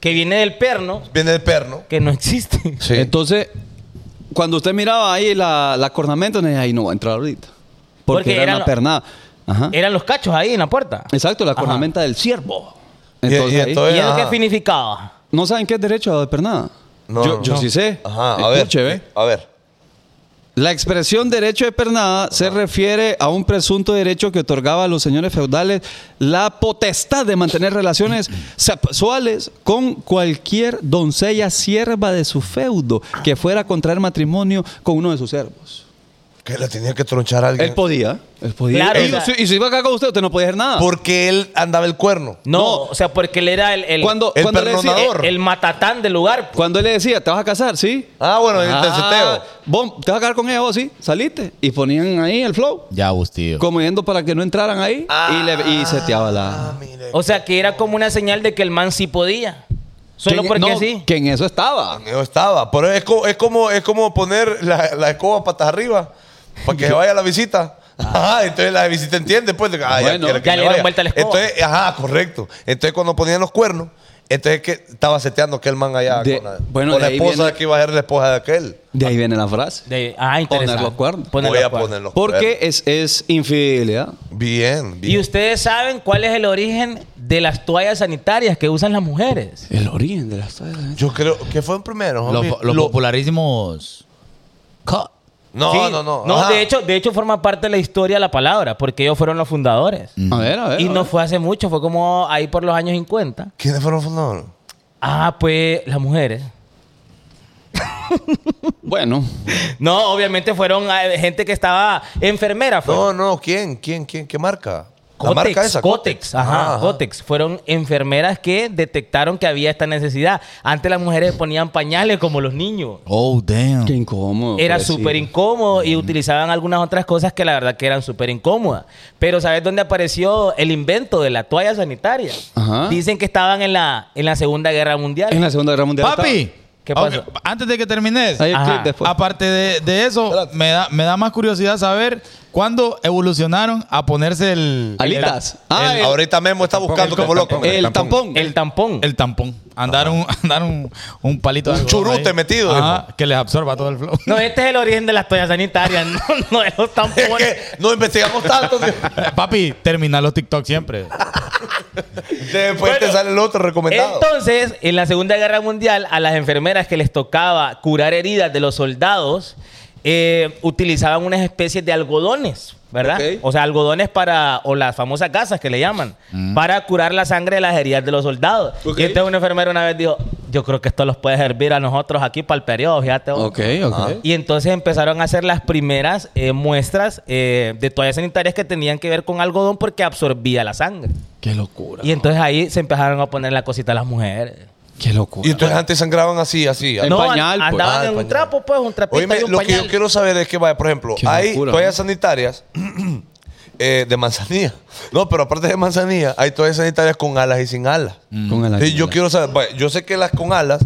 Que viene del perno, Viene el perno. que no *laughs* existe. Sí. Entonces, cuando usted miraba ahí la, la cornamenta, no ahí no va a entrar ahorita. Porque Porque, era, era Eh, una lo- pernada. Ajá. Eran los cachos ahí en la puerta. Exacto, la Ajá. cornamenta del ciervo. Y- y Entonces, ahí- entonces- ¿Y eso Ajá. qué significaba? ¿no saben qué es derecho de pernada? No, yo no, yo no. sí sé. Ajá, a Escuche, ver. eh. ve. A ver. La expresión derecho de pernada se refiere a un presunto derecho que otorgaba a los señores feudales la potestad de mantener *clears throat* relaciones sexuales con cualquier doncella sierva de su feudo que fuera a contraer matrimonio con uno de sus servos. Que la tenía que tronchar a alguien. Él podía. Él podía. Claro, y, o sea- si- y si iba acá con usted, usted no podía hacer nada. Porque él andaba el cuerno. No, No. o sea, porque él era el, el, cuando, el cuando, le decía, eh, perdonador. el- el matatán del lugar. pues. cuando él le decía, ¿te vas a casar? ¿Sí? Ah, bueno, el Ah, seteo. vos, ¿Te vas a casar con ella vos? ¿Sí? Saliste. Y ponían ahí el flow. Ya, Agustín. como yendo para que no entraran ahí y, le, Ah, y seteaba la. Mire, O sea, que era como una señal de que el man sí podía. Solo Que en- porque no, sí. Que en eso estaba. yo estaba. Pero es, co- es como, es como poner la, la escoba patas arriba para *laughs* que se vaya la visita. Ajá, entonces la visita entiende, pues. de que, ah, Bueno, quiere que Ah. ya me le dieron vaya. vuelta a la escoba. Entonces, ajá, correcto. Entonces, cuando ponían los cuernos, entonces que estaba seteando aquel man allá De- con la, bueno, con de la ahí esposa viene- que iba a ser la esposa de aquel. De ahí viene la frase. De- ah, interesante. Ponerlo a cuerno. Ponerlo Voy a a cuerno. poner los Porque es, es infidelidad. cuernos. Bien, bien. Y ustedes saben cuál es el origen de las toallas sanitarias que usan las mujeres. El origen de las toallas. Yo creo que fue en primero. Los, homie. los Lo- popularísimos. Cut. no, Sí. no, no, No, ajá. de hecho, de hecho forma parte de la historia la palabra, porque ellos fueron los fundadores. A ver, a ver. Y a no ver. fue hace mucho, fue como ahí por los años 50. ¿Quiénes fueron los fundadores? Ah, pues las mujeres. Bueno, No, obviamente fueron eh, gente que estaba enfermera. fue. No, no, ¿quién? ¿Quién? ¿Quién? ¿Qué marca? Cotex, la marca esa. Cotex, ajá, Cotex. Fueron enfermeras que detectaron que había esta necesidad. Antes las mujeres ponían pañales como los niños. Oh, damn. qué incómodo. Era pues, sí. súper incómodo y utilizaban algunas otras cosas que la verdad que eran súper incómodas. Pero ¿sabes dónde apareció el invento de la toalla sanitaria? Ajá. Dicen que estaban en la, en la Segunda Guerra Mundial. En la Segunda Guerra Mundial. Papi. ¿Qué pasó? ok, Antes de que termines. estaba. Hay el Ajá. Ah, clip después. Aparte de, de eso, me da, me da más curiosidad saber cuándo evolucionaron a ponerse el, Alitas. Ah, ah, el, Ahorita Memo está buscando como loco. el tampón. El tampón. el tampón. Andaron, andaron un palito de Un algodón churute metido, Ajá, que les absorba todo el flow. *laughs* No, este es el origen de las toallas sanitarias, *laughs* no, no de los Es tampones. que no investigamos tanto. tío. Papi, termina los TikTok siempre. Después te Bueno, sale el otro Pues recomendado. Entonces, en la Segunda Guerra Mundial, a las enfermeras que les tocaba curar heridas de los soldados, eh, utilizaban unas especies de algodones, ¿verdad? Ok. O sea, algodones para, o las famosas gasas que le llaman, para curar la sangre de las heridas de los soldados. Mm. Ok. Y entonces una enfermera una vez dijo, yo creo que esto los puede servir a nosotros aquí para el periodo, fíjate. vos". Ok, ok. Y entonces empezaron a hacer las primeras eh, muestras eh, de toallas sanitarias que tenían que ver con algodón porque absorbía la sangre. Qué locura. Y entonces ahí se empezaron a poner la cosita a las mujeres. Qué locura. y entonces antes sangraban así, así. En no, an- pañal, pues. andaban Ah, en en un pañal. trapo, pues, un trapito Oíme, y un lo que pañal. yo quiero saber es que, vaya, por ejemplo, Qué hay locura, toallas ¿no? sanitarias *clears throat* eh, de manzanilla. No, pero aparte de manzanilla, hay toallas sanitarias con alas y sin Mm. alas. Con el Sí, yo quiero saber, vaya, yo sé que las con alas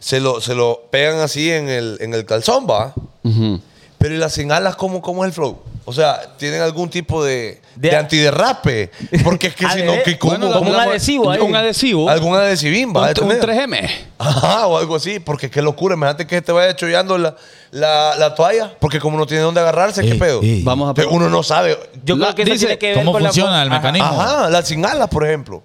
se lo, se lo pegan así en el, en el calzón, va. Ujú. Pero ¿y las sin alas cómo, cómo es el flow? O sea, ¿tienen algún tipo de, De- de antiderrape? Porque *laughs* es que si no, que cómo- Bueno, cómo- un adhesivo ahí. Un adhesivo. Algún adhesivín, va a Un, un tener. 3M. Ajá, o algo así, porque qué locura. Imagínate que te vaya chollando la, la, la toalla, porque como no tiene dónde agarrarse, ¿qué Ey, pedo? ey. Vamos a Pero Uno no sabe. Yo La- creo que eso dice, tiene que ver ¿Cómo con la funciona for- el Ajá. mecanismo? Ajá, las sin alas, por ejemplo.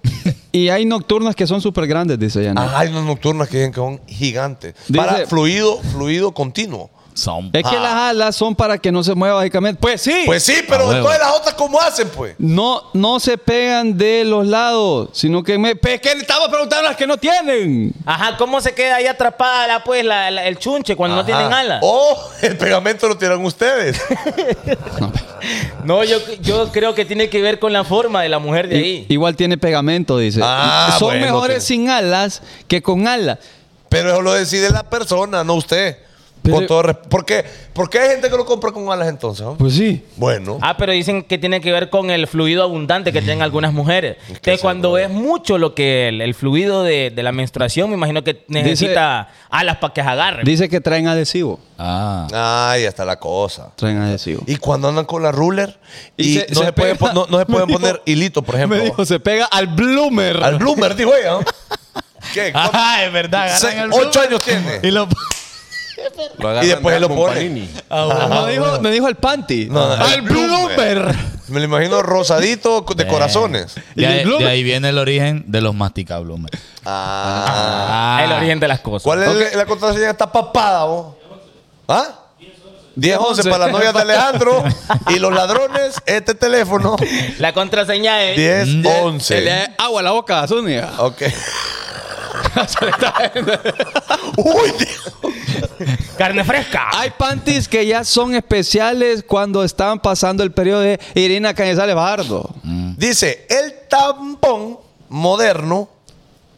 Y hay nocturnas que son súper grandes, dice Janet. Ajá, hay unas nocturnas que dicen que son gigantes. Dice- para fluido, fluido continuo. Son- Es que las alas son para que no se mueva básicamente. Pues sí. Ah. Pues sí, pero huevo. todas las otras, ¿cómo hacen, pues? No, no se pegan de los lados, sino que me. Pues es que estaba preguntando las que no tienen. Ajá, ¿cómo se queda ahí atrapada la, pues, la- la- el chunche cuando no Ajá. tienen alas? Oh, *laughs* el pegamento lo tiran ustedes. No, yo, yo creo que tiene que ver con la forma de la mujer de ahí. I- Igual tiene pegamento, dice. Ah, son bueno, mejores tiene. sin alas que con alas. pero eso lo decide la persona, no usted. Pero- Con todo resp- ¿Por qué? ¿Por qué hay gente que lo compra con alas entonces? no? Pues sí. Bueno. Ah, pero dicen que tiene que ver con el fluido abundante que tienen algunas mujeres. Es que que esa cuando joda. es mucho lo que el, el fluido de, de la menstruación, me imagino que necesita alas para que se agarre. Dice que traen adhesivo. Ah. Ay, hasta la cosa. Traen adhesivo. Y cuando andan con la ruler y, Y se- no, se se puede pega- po- no- no se *laughs* me pueden dijo- poner hilito, por ejemplo. Me dijo, se pega al bloomer. Al bloomer, dijo *laughs* ella. ¿no? ¿Qué? Ajá, Ah, es verdad. agarran Se- el ocho bloomer años tiene. Y lo... Ah, agarran Y después de lo con ponen. Panini. me, dijo, me dijo al panty. No, no, al el bloomer. bloomer. Me lo imagino rosadito de corazones. ¿Y De, el ahí- bloomer? de ahí viene el origen de los masticablumes. Ah. Ah. el origen de las cosas. ¿Cuál es la- la contraseña? Está papada, vos. ¿Ah? 10-11 para las novias de *laughs* Alejandro y los ladrones, este teléfono. La contraseña es. 10-11. agua a la boca, Zúñiga. Ok. Uy, Dios. Carne fresca. Hay panties que ya son especiales cuando están pasando el periodo de Irina Cañizales Bardo. dice, el tampón moderno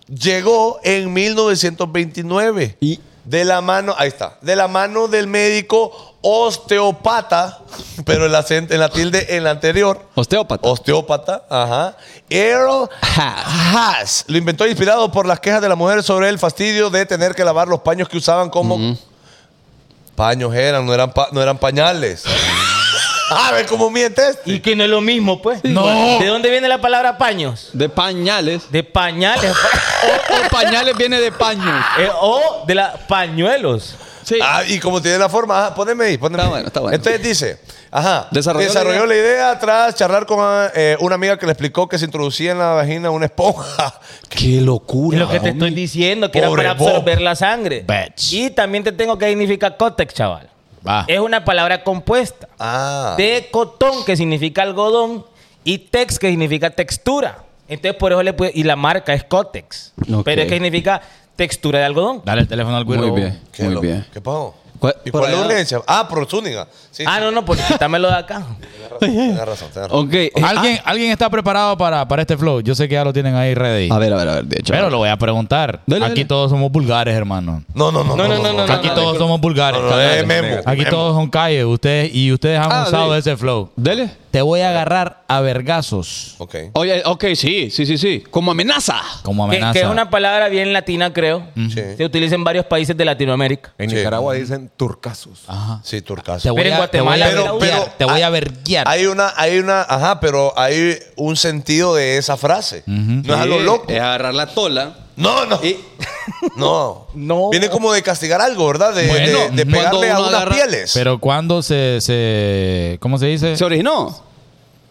llegó en 1929 Y- de la mano, ahí está, de la mano del médico osteopata, pero en la, cen- en la tilde en la anterior. Osteópata. Osteópata, ajá. Earl Haas. Haas lo inventó inspirado por las quejas de la mujer sobre el fastidio de tener que lavar los paños que usaban como paños eran, no eran pa- no eran pañales. A ver cómo este. mientes. Y que no es lo mismo, pues. No. ¿De dónde viene la palabra paños? de pañales. De pañales. O pañales viene de paños. Eh, o de la pañuelos. Sí. Ah, y como tiene la forma, ajá, poneme ahí, poneme Está ahí. bueno, está bueno. Entonces dice, ajá, desarrolló, Desarrolló la, la idea. tras charlar con eh, una amiga que le explicó que se introducía en la vagina una esponja. *laughs* Qué locura. Es lo que te estoy diciendo, que Pobre era para Bob. absorber la sangre. Bitch. Ah. Y también te tengo que significa cótex, chaval. Va. Es una palabra compuesta. Ah, de cotón, que significa algodón, y tex, que significa textura. Entonces, por eso le puede. Y la marca es Cotex. Ok. Pero es que significa textura de algodón. Dale el teléfono al güero. Muy bien. qué Muy loco. bien. ¿Qué pasó? ¿Cuál- ¿Y por cuál es la allá? urgencia? Ah, por Zúñiga. Sí, Ah, no, no, porque quítamelo de acá. Tienes razón, tienes razón. Ok. eh, ¿Alguien, ¿Alguien está preparado para, para este flow? Yo sé que ya lo tienen ahí ready. ah, a ver, a ver, a ver. De hecho. Pero lo voy a preguntar. Dale, Aquí dale. todos somos vulgares, hermano. No, no, no. No, no, no, no, no, Aquí todos somos vulgares. No, no, eh, canales. Memo, Aquí Memo. todos son calles. Ustedes, y ustedes han Ah, usado sí. ese flow. Dele. Te voy a agarrar a vergazos Ok. Oye, ok, sí, sí, sí, sí. Como amenaza. como Que, amenaza. que es una palabra bien latina, creo. Sí. Se utiliza en varios países de Latinoamérica. En Sí. Nicaragua dicen turcasos. Ajá. Sí, turcaso. Te voy en a, te voy a Guatemala era verguiar, pero- te voy a ah, verguiar. Hay una, hay una, ajá, pero hay un sentido de esa Mm. frase. No es a lo Sí, loco. Es agarrar la tola. No, no. No. No. Viene como de castigar algo, ¿verdad? De, Bueno, de- de cuando pegarle a uno unas agarra- pieles. Pero cuando se, se ¿cómo se dice? Se originó.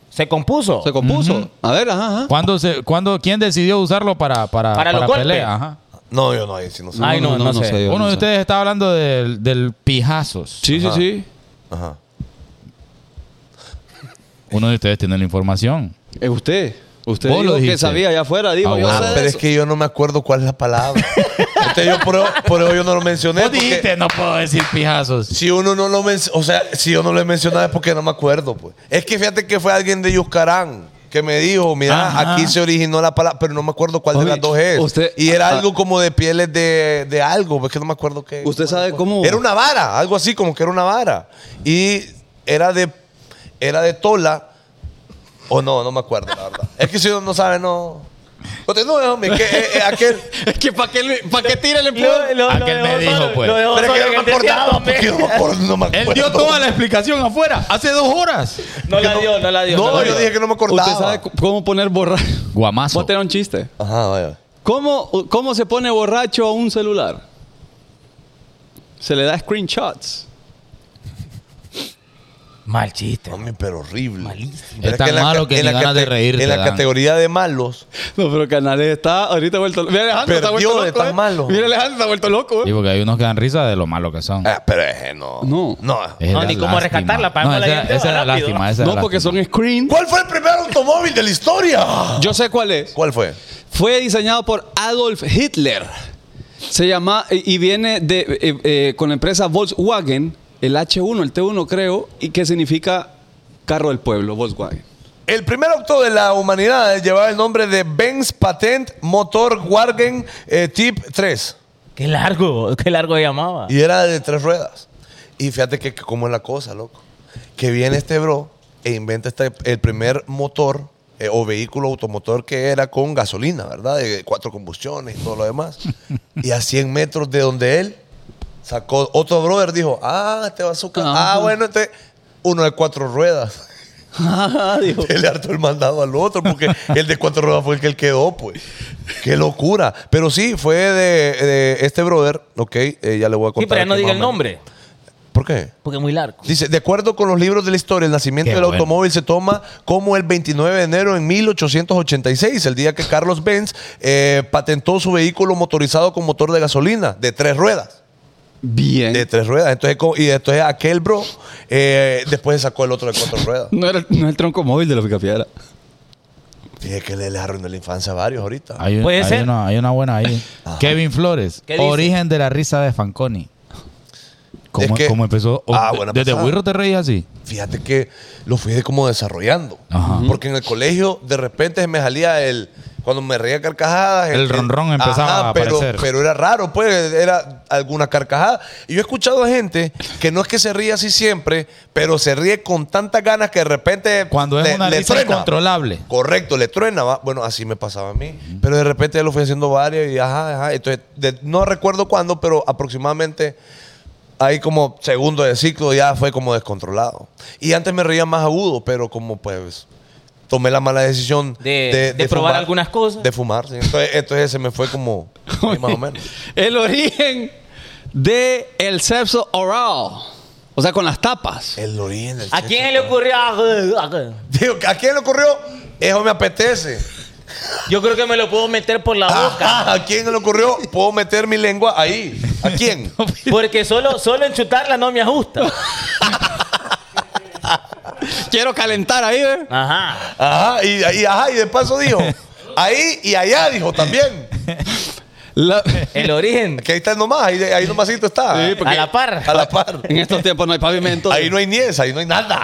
Se compuso. Se compuso. A ver, ajá, ajá. ¿Cuándo se cuándo quién decidió usarlo para para, Para los golpes. pelea? Ajá. No, yo no, ahí sí no sé. Ay, no, no sé. yo, Uno no de sé. ustedes estaba hablando del, del pijazos. Sí, sí, Ajá. sí. Ajá. Uno de ustedes tiene la información. Es usted. Usted Vos lo dijo que dijiste. sabía allá afuera. Dijo, Ah, yo bueno. sé Ah, de pero es eso. que yo no me acuerdo cuál es la palabra. Entonces yo por, eso- por eso yo no lo mencioné. Vos porque dijiste, no puedo decir pijazos. Si uno no lo men- o sea, si yo no lo he mencionado es porque no me acuerdo, pues. Es que fíjate que fue alguien de Yuscarán que me dijo, mira, Ajá. aquí se originó la palabra, pero no me acuerdo cuál de Oye, las dos es. usted- y era ah, algo como de pieles de, de algo, es que no me acuerdo qué. pues, Usted sabe cómo. Era una vara, algo así como que era una vara. Y era de era de tola, O no, no me acuerdo, la verdad. Es que si uno no sabe, no. Continúe, hombre, que eh, eh, *laughs* aquel. *laughs* Es que ¿para qué, pa qué tira el empleo? Lo- lo- lo Aquel dejó me dijo, solo, pues. Lo dejó Pero es solo que en yo el no me desierto, acordaba, hombre. porque yo no me acuerdo, no me Él acuerdo. dio toda la explicación afuera, hace dos horas. *laughs* No la dio, no la dio. pues, No, la yo dio. dije que no me acordaba. Usted sabe c- cómo poner borracho. *laughs* Guamazo. Vos tenés un chiste. Ajá, vaya. ¿Cómo, ¿Cómo se pone borracho a un celular? Se le da screenshots. Mal chiste. Hombre, pero horrible. Malísimo. Es tan malo que ni ganas de reírte En la dan. categoría de malos, No, pero Canales está ahorita vuelto loco. Mira, Alejandro está Perdió vuelto loco. de tan eh. malo. Mira, Alejandro está vuelto loco. Sí, eh. porque hay unos que dan risa de lo malo que son. Ah, pero eh, no. No. Esa No, da ni cómo lástima. rescatarla, para no la esa, gente, esa da rápido. lástima. Esa da No, porque lástima. son screen. ¿Cuál fue el primer automóvil de la historia? Yo sé cuál es. ¿Cuál fue? Fue diseñado por Adolf Hitler. Se llama y y viene de eh, eh, con la empresa Volkswagen, el H1, el T1 creo, y que significa carro del pueblo, Volkswagen. El primer auto de la humanidad llevaba el nombre de Benz Patent Motor Wagen eh, Type 3 Qué largo, qué largo llamaba. y era de tres ruedas. Y fíjate que, que cómo es la cosa, loco. Que viene este bro e inventa este, el primer motor eh, o vehículo automotor que era con gasolina, ¿verdad? De cuatro combustiones y todo lo demás. y a 100 metros de donde él sacó otro brother, dijo, ah, este bazooka. Ah, Ajá. bueno, este uno de cuatro ruedas. *laughs* Dijo, Él le hartó el mandado al otro porque el de cuatro ruedas fue el que él quedó, pues. Qué locura. Pero sí, fue de, de este brother, ok, eh, ya le voy a contar. Sí, pero ya no aquí diga más el o menos. nombre, ¿Por qué? porque es muy largo. Dice, de acuerdo con los libros de la historia, el nacimiento Qué del bueno. automóvil se toma como el 29 de enero en 1886, el día que Carlos Benz eh, patentó su vehículo motorizado con motor de gasolina, de tres ruedas. Bien. De tres ruedas. Entonces, co- y entonces aquel bro eh, después sacó el otro de cuatro *laughs* ruedas. No era, no era el tronco móvil de los picapiedra. Fíjate que le, le arruinó la infancia a varios ahorita. Hay, un- Puede hay ser. Una, hay una buena *laughs* ahí. Kevin Flores, ¿Qué dice? origen de la risa de Fanconi. ¿Cómo, Es que- cómo empezó? O- Ah, buena ¿Desde pasada. Wirro te reías así? fíjate que lo fui de como desarrollando. Ajá. Porque en el colegio de repente me salía el. Cuando me reía carcajadas. este, El ronrón empezaba a pero, aparecer. Pero era raro, pues, era alguna carcajada. Y yo he escuchado a gente que no es que se ríe así siempre, pero se ríe con tantas ganas que de repente. Cuando es una risa incontrolable. Correcto, le truena. va. Bueno, así me pasaba a mí. Pero de repente ya lo fui haciendo varias y ajá, ajá. Entonces, de- no recuerdo cuándo, pero aproximadamente ahí como segundo de ciclo ya fue como descontrolado. Y antes me reía más agudo, pero como pues tomé la mala decisión De- de probar algunas cosas. De fumar, sí. Entonces, entonces se me fue *laughs* como ahí más o menos. El origen de el sexo oral. O sea, con las tapas. El origen del ¿A sexo. quién le ocurrió? Ah, Digo, ¿a quién le ocurrió? Eso me apetece. Yo creo que me lo puedo meter por la Ah, boca. *laughs* Ajá, ¿A quién le ocurrió? Puedo meter mi lengua ahí. ¿A quién? Porque solo, solo en chutarla no *laughs* me ajusta. Quiero calentar ahí, ¿eh? Ajá. Ajá, y, y- ajá, y de paso dijo. Ahí y allá dijo también. *laughs* La- El origen. Que ahí está nomás, ahí, ahí nomásito está. Sí, porque- A la par. A la par. en estos tiempos no hay pavimento. Ahí no hay niesa, ahí no hay nada.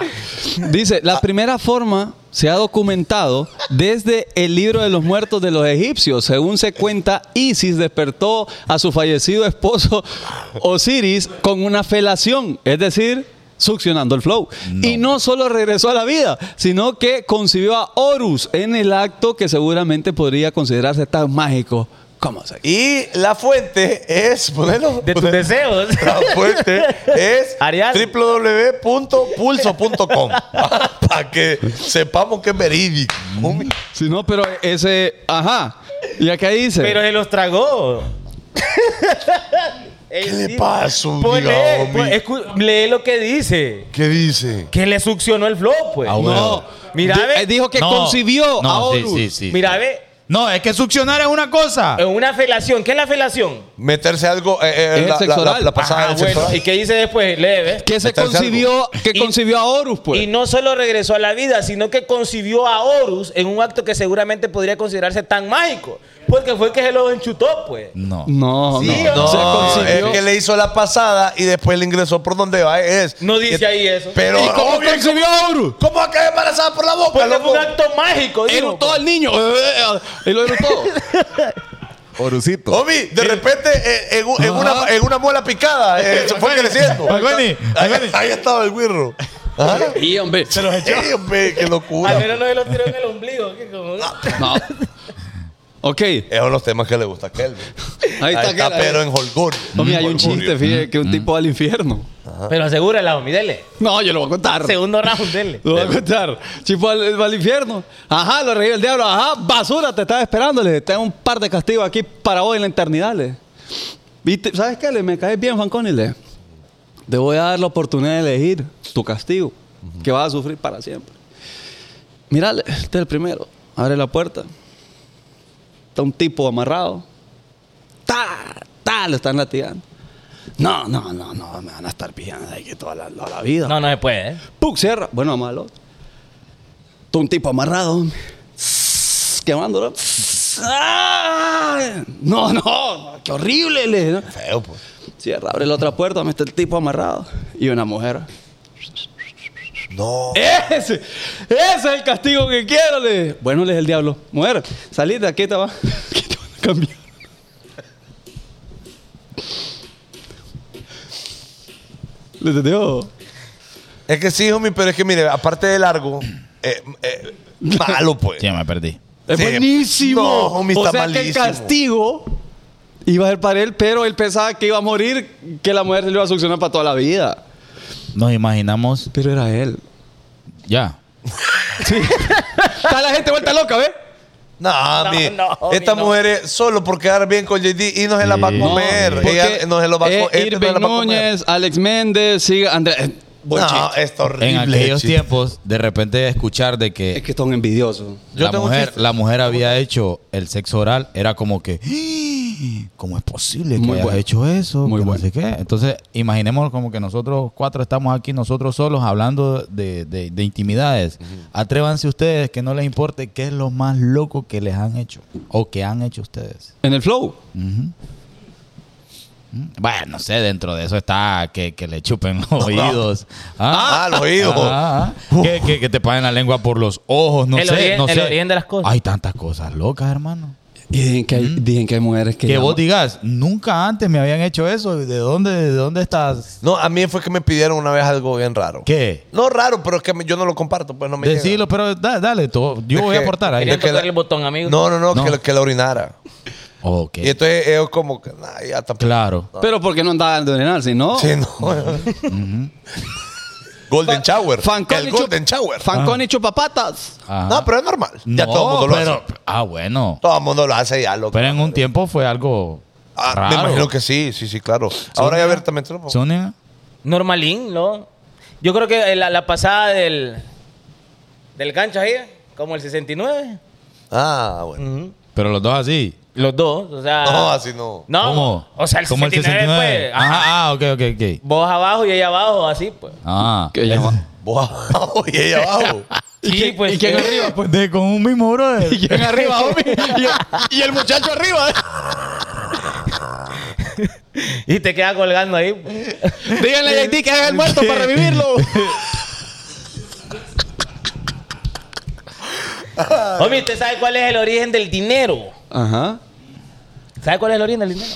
Dice, la primera forma se ha documentado desde el libro de los muertos de los egipcios. Según se cuenta, Isis despertó a su fallecido esposo Osiris con una felación, es decir, succionando el flow. Y no solo regresó a la vida, sino que concibió a Horus en el acto que seguramente podría considerarse tan mágico como sexo. Y la fuente es, ponelo. De tus ponelo. deseos. La fuente es *laughs* Arial. *laughs* www.pulso.com. *laughs* Para que sepamos que es verídico. Si no, pero ese, ajá. Y acá dice, Pero se los tragó. ¿Qué le pasa, Pues diga, lee, homie? pues, escu- lee lo que dice. ¿Qué dice? Que le succionó el flow, pues. Ah, no, bueno. Mira, Di- ve. eh, dijo que No, concibió no, a sí, Horus. sí, sí. Mira, ve. No, es que succionar es una cosa. Es una felación. ¿Qué es la felación? Meterse algo. eh, eh, Es el la, la- sexo la- oral. la pasada Ajá, del sexo Ah, bueno. oral. ¿Y qué dice después? Lee, ve. Que se Meterse concibió, que Y- concibió a Horus, pues. Y no solo regresó a la vida, sino que concibió a Horus en un acto que seguramente podría considerarse tan mágico. Porque fue que se lo enchutó, pues. No. no, Sí, no, o No, Se concibió. es que le hizo la pasada y después le ingresó por donde va. Es. No dice Que- ahí eso. Pero, ¿Y cómo obvio, concibió a Horus? ¿cómo va a quedar embarazada por la boca? Porque fue loco? un acto mágico, digo, Erutó pues. al niño. *laughs* Y lo erutó. Orucito. Obi, de repente eh, en, un- en una, en una muela picada eh, se fue creciendo. Falconi, ahí, Falconi. ahí estaba el guirro. Ajá. Y hombre, Se los echó. qué pues. Al locura. menos no se lo tiró en el ombligo. que como- no. Ok. Esos son los temas que le gusta a Kelvin. Ahí está, está Kelvin. pero en Holgorio. Homie, hay un chiste, fíjate, Mm. que un tipo va al infierno. Ah. Pero asegúrala, homie, dele. No, yo lo voy a contar. Segundo *laughs* round, dele. Lo voy a contar. Chipo al, al infierno. Ajá, lo reí el diablo. Ajá, basura, te estaba esperando. Le tengo un par de castigos aquí para hoy en la eternidad. le. Y te- ¿Sabes qué? Le me caes bien, Fanconi. Le. Te voy a dar la oportunidad de elegir tu castigo, que vas a sufrir para siempre. Mira, le, este es el primero. Abre la puerta. Está un tipo amarrado. ¡Ta! ¡Ta! Lo están latigando. No, no, no, no, me van a estar pillando de aquí toda la, toda la vida. No, no se puede, ¿eh? ¡Puc! Cierra. Bueno, vamos al otro. Todo un tipo amarrado. Sss, Quemándolo. Sss, ¡ah! No, no. Qué horrible. le- ¿no? Feo, pues. Cierra, abre la otra puerta. Me está el tipo amarrado. Y una mujer. No. Ese, ese es el castigo que quiero. Le. Bueno, le es el diablo. Mujer, salite, aquí te *laughs* va. Aquí te van a cambiar. ¿Le entendió? Es que sí, homie, pero es que mire, aparte de largo, eh, eh, malo, pues. Sí, me perdí. Es Sí. buenísimo. No, homie, o está sea que el malísimo. castigo iba a ser para él, pero él pensaba que iba a morir, que la mujer se lo iba a succionar para toda la vida. Nos imaginamos Pero era él. ya. *laughs* Está la gente vuelta loca, ¿ves? No, homie. no, homie, Estas no. mujeres solo por quedar bien con JD y no se la va a Sí. comer. porque Ella no se lo va a eh, comer. Irving Núñez, Alex Méndez, sigue Andrés. eh, buen No, chiste. está horrible. En aquellos chiste. tiempos, de repente escuchar de que es que son envidiosos. Yo la, tengo un mujer, chiste. la mujer había hecho el sexo oral, era como que, "Ah, ¿cómo es posible que Muy hayas bueno. hecho eso? Muy Que no bueno. sé qué. Entonces, imaginemos como que nosotros cuatro estamos aquí, nosotros solos, hablando de, de- de intimidades. Atrévanse ustedes, que no les importe qué es lo más loco que les han hecho o que han hecho ustedes. En el flow. Vaya, no sé, dentro de eso está que, que le chupen *laughs* los oídos. Ah, los oídos. ah, ah. Que, que- que te paguen la lengua por los ojos, no El sé. origen- no el sé. origen de las cosas. Hay tantas cosas locas, hermano. Y dicen que hay, dicen que hay mujeres que. Que llaman- vos digas, nunca antes me habían hecho eso. ¿De dónde, de dónde estás? No, a mí fue que me pidieron una vez algo bien raro. ¿Qué? No raro, pero es que me- yo no lo comparto, pues no me llega. Decilo, pero da- dale, tú- yo Es voy a que- aportar ahí. Querían que tocarle la- el botón, amigo. No, no, no, No. Que, lo- que la orinara. Ok, Y entonces ellos como que, nah, ya tampoco. claro. Pero porque no andaba en el si *laughs* no. Sí, no. Golden Shower. Fanconi el chup- Golden Shower. Ah. Fanconi chupapatas. Ajá. No, pero es normal. Ya Ah. No, todo el mundo lo pero- hace. Ah, bueno. Todo el mundo lo hace ya, loco. Pero en un tiempo fue algo Ah, raro. me imagino que sí, sí, sí, claro. Ahora ya abiertamente lo pongo. ¿Sonia? Normalín, ¿no? Yo creo que la, la pasada del, del gancho ahí, como el 69. Ah, bueno. Pero los dos así. Los dos, o sea. No, así no. No, ¿Cómo? o sea, el ¿Cómo 69, pues, Ajá, ajá. ah, ok, ok, ok. Vos abajo y ella abajo, así, pues. Ah. Que llaman- Vos abajo *laughs* y ella abajo. Sí, pues. ¿Y quién arriba? Pues de con un mismo *laughs* brother. ¿Quién arriba, homie? Y el, y el muchacho arriba. Y te queda colgando ahí. pues. Díganle a JT que haga *laughs* el muerto para revivirlo. Ah. Homie, ¿usted sabe cuál es el origen del dinero? Ajá. ¿Sabe cuál es el origen del dinero?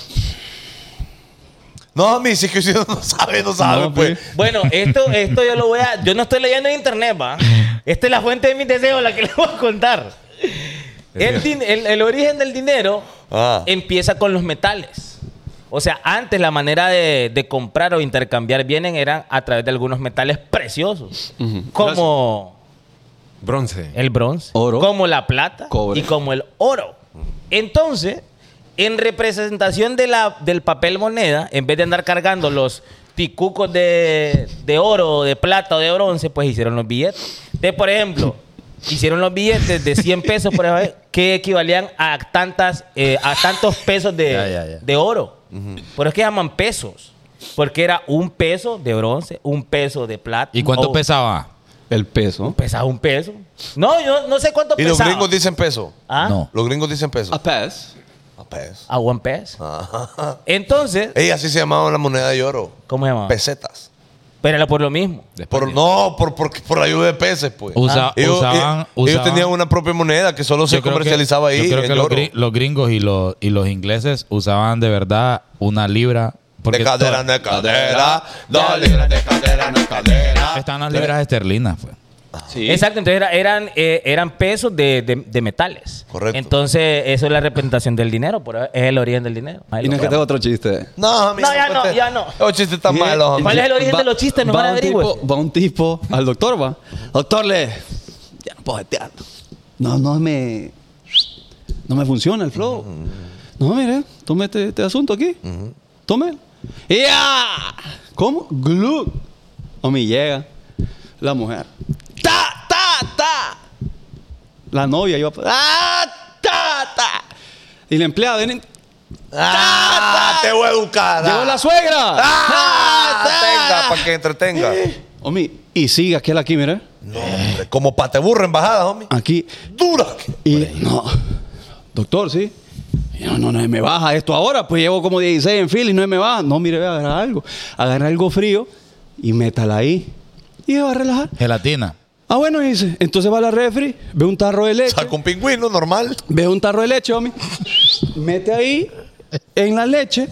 No, mi, si es que si uno no sabe, no sabe, No, pues. Bueno, esto, esto yo lo voy a. Yo no estoy leyendo en internet, va. Esta es la fuente de mis deseos, la que *laughs* les voy a contar. El, din- el- el origen del dinero Ah. empieza con los metales. O sea, antes la manera de, de comprar o intercambiar bienes era a través de algunos metales preciosos, como Bronce. el bronce, Oro. como la plata Cobre. y como el oro. Entonces, en representación de la, del papel moneda, en vez de andar cargando los ticucos de, de oro, de plata o de bronce, pues hicieron los billetes. Entonces, por ejemplo, hicieron los billetes de 100 pesos, por ejemplo, que equivalían a, tantas, eh, a tantos pesos de, Ya, ya, ya. de oro. Por eso es que llaman pesos. Porque era un peso de bronce, un peso de plata. ¿Y Oh. cuánto o- pesaba? El peso. Pesaba un peso. No, yo no sé cuánto Y los pesaba. gringos dicen peso. ¿Ah? No. Los gringos dicen peso. A pass. Ah, peso. A One Piece. Ajá. Entonces, *laughs* Ey, así se llamaba la moneda de oro. ¿cómo Ah. se llama? Pesetas. Pero era por lo mismo. Por, no, por, por, por ayuda de peces, pues. Usa- ellos, usaban- eh, ellos usaban- tenían una propia moneda que solo se Yo creo que- comercializaba ahí. Yo creo en que los, oro. gri- los gringos y los, y los ingleses usaban de verdad una libra de Porque cadera, to- de cadera, dos libras de cadera, de cadera. Están las libras esterlinas. pues. Sí. Exacto, entonces era- eran, eh, eran pesos de, de- de metales. Correcto. Entonces, eso es la representación del dinero, por- es el origen del dinero. Ahí Y lo no es que tengo vemos. otro chiste. No, amigo, No, ya no, pues, ya no. Los chistes están malos. homie. ¿Cuál es el origen de los chistes? No va van a un averiguar. tipo- Va un tipo al doctor, va. Doctor, le. Ya no puedo jetear. No, no me. No me funciona el flow. Mm. No, mire, tome este, este asunto aquí. Mm-hmm. Tome. ¡Ya! ¿Cómo? Glug. Homie, llega la mujer. ¡Ta, ta, ta! La novia iba. pa- ¡Ah, ta, ta! Y la empleada viene. Ah, te voy a educar. ¡Llegó la suegra! Ah, ¡Ah, ta! tenga, para que entretenga. Eh. Homie, y sigue aquel aquí, mira. No, hombre, como pate burro en bajada, homie. Aquí. Dura. Y no. Doctor, sí. No, no, no me baja esto ahora. Pues llevo como 16 en fila y no me baja. No, mire, voy a agarrar algo. Agarra algo frío y métala ahí. Y va a relajar. Gelatina. Ah, bueno, dice. Entonces va a la refri, ve un tarro de leche. Saca un pingüino normal. Ve un tarro de leche, homie. Mete ahí en la leche.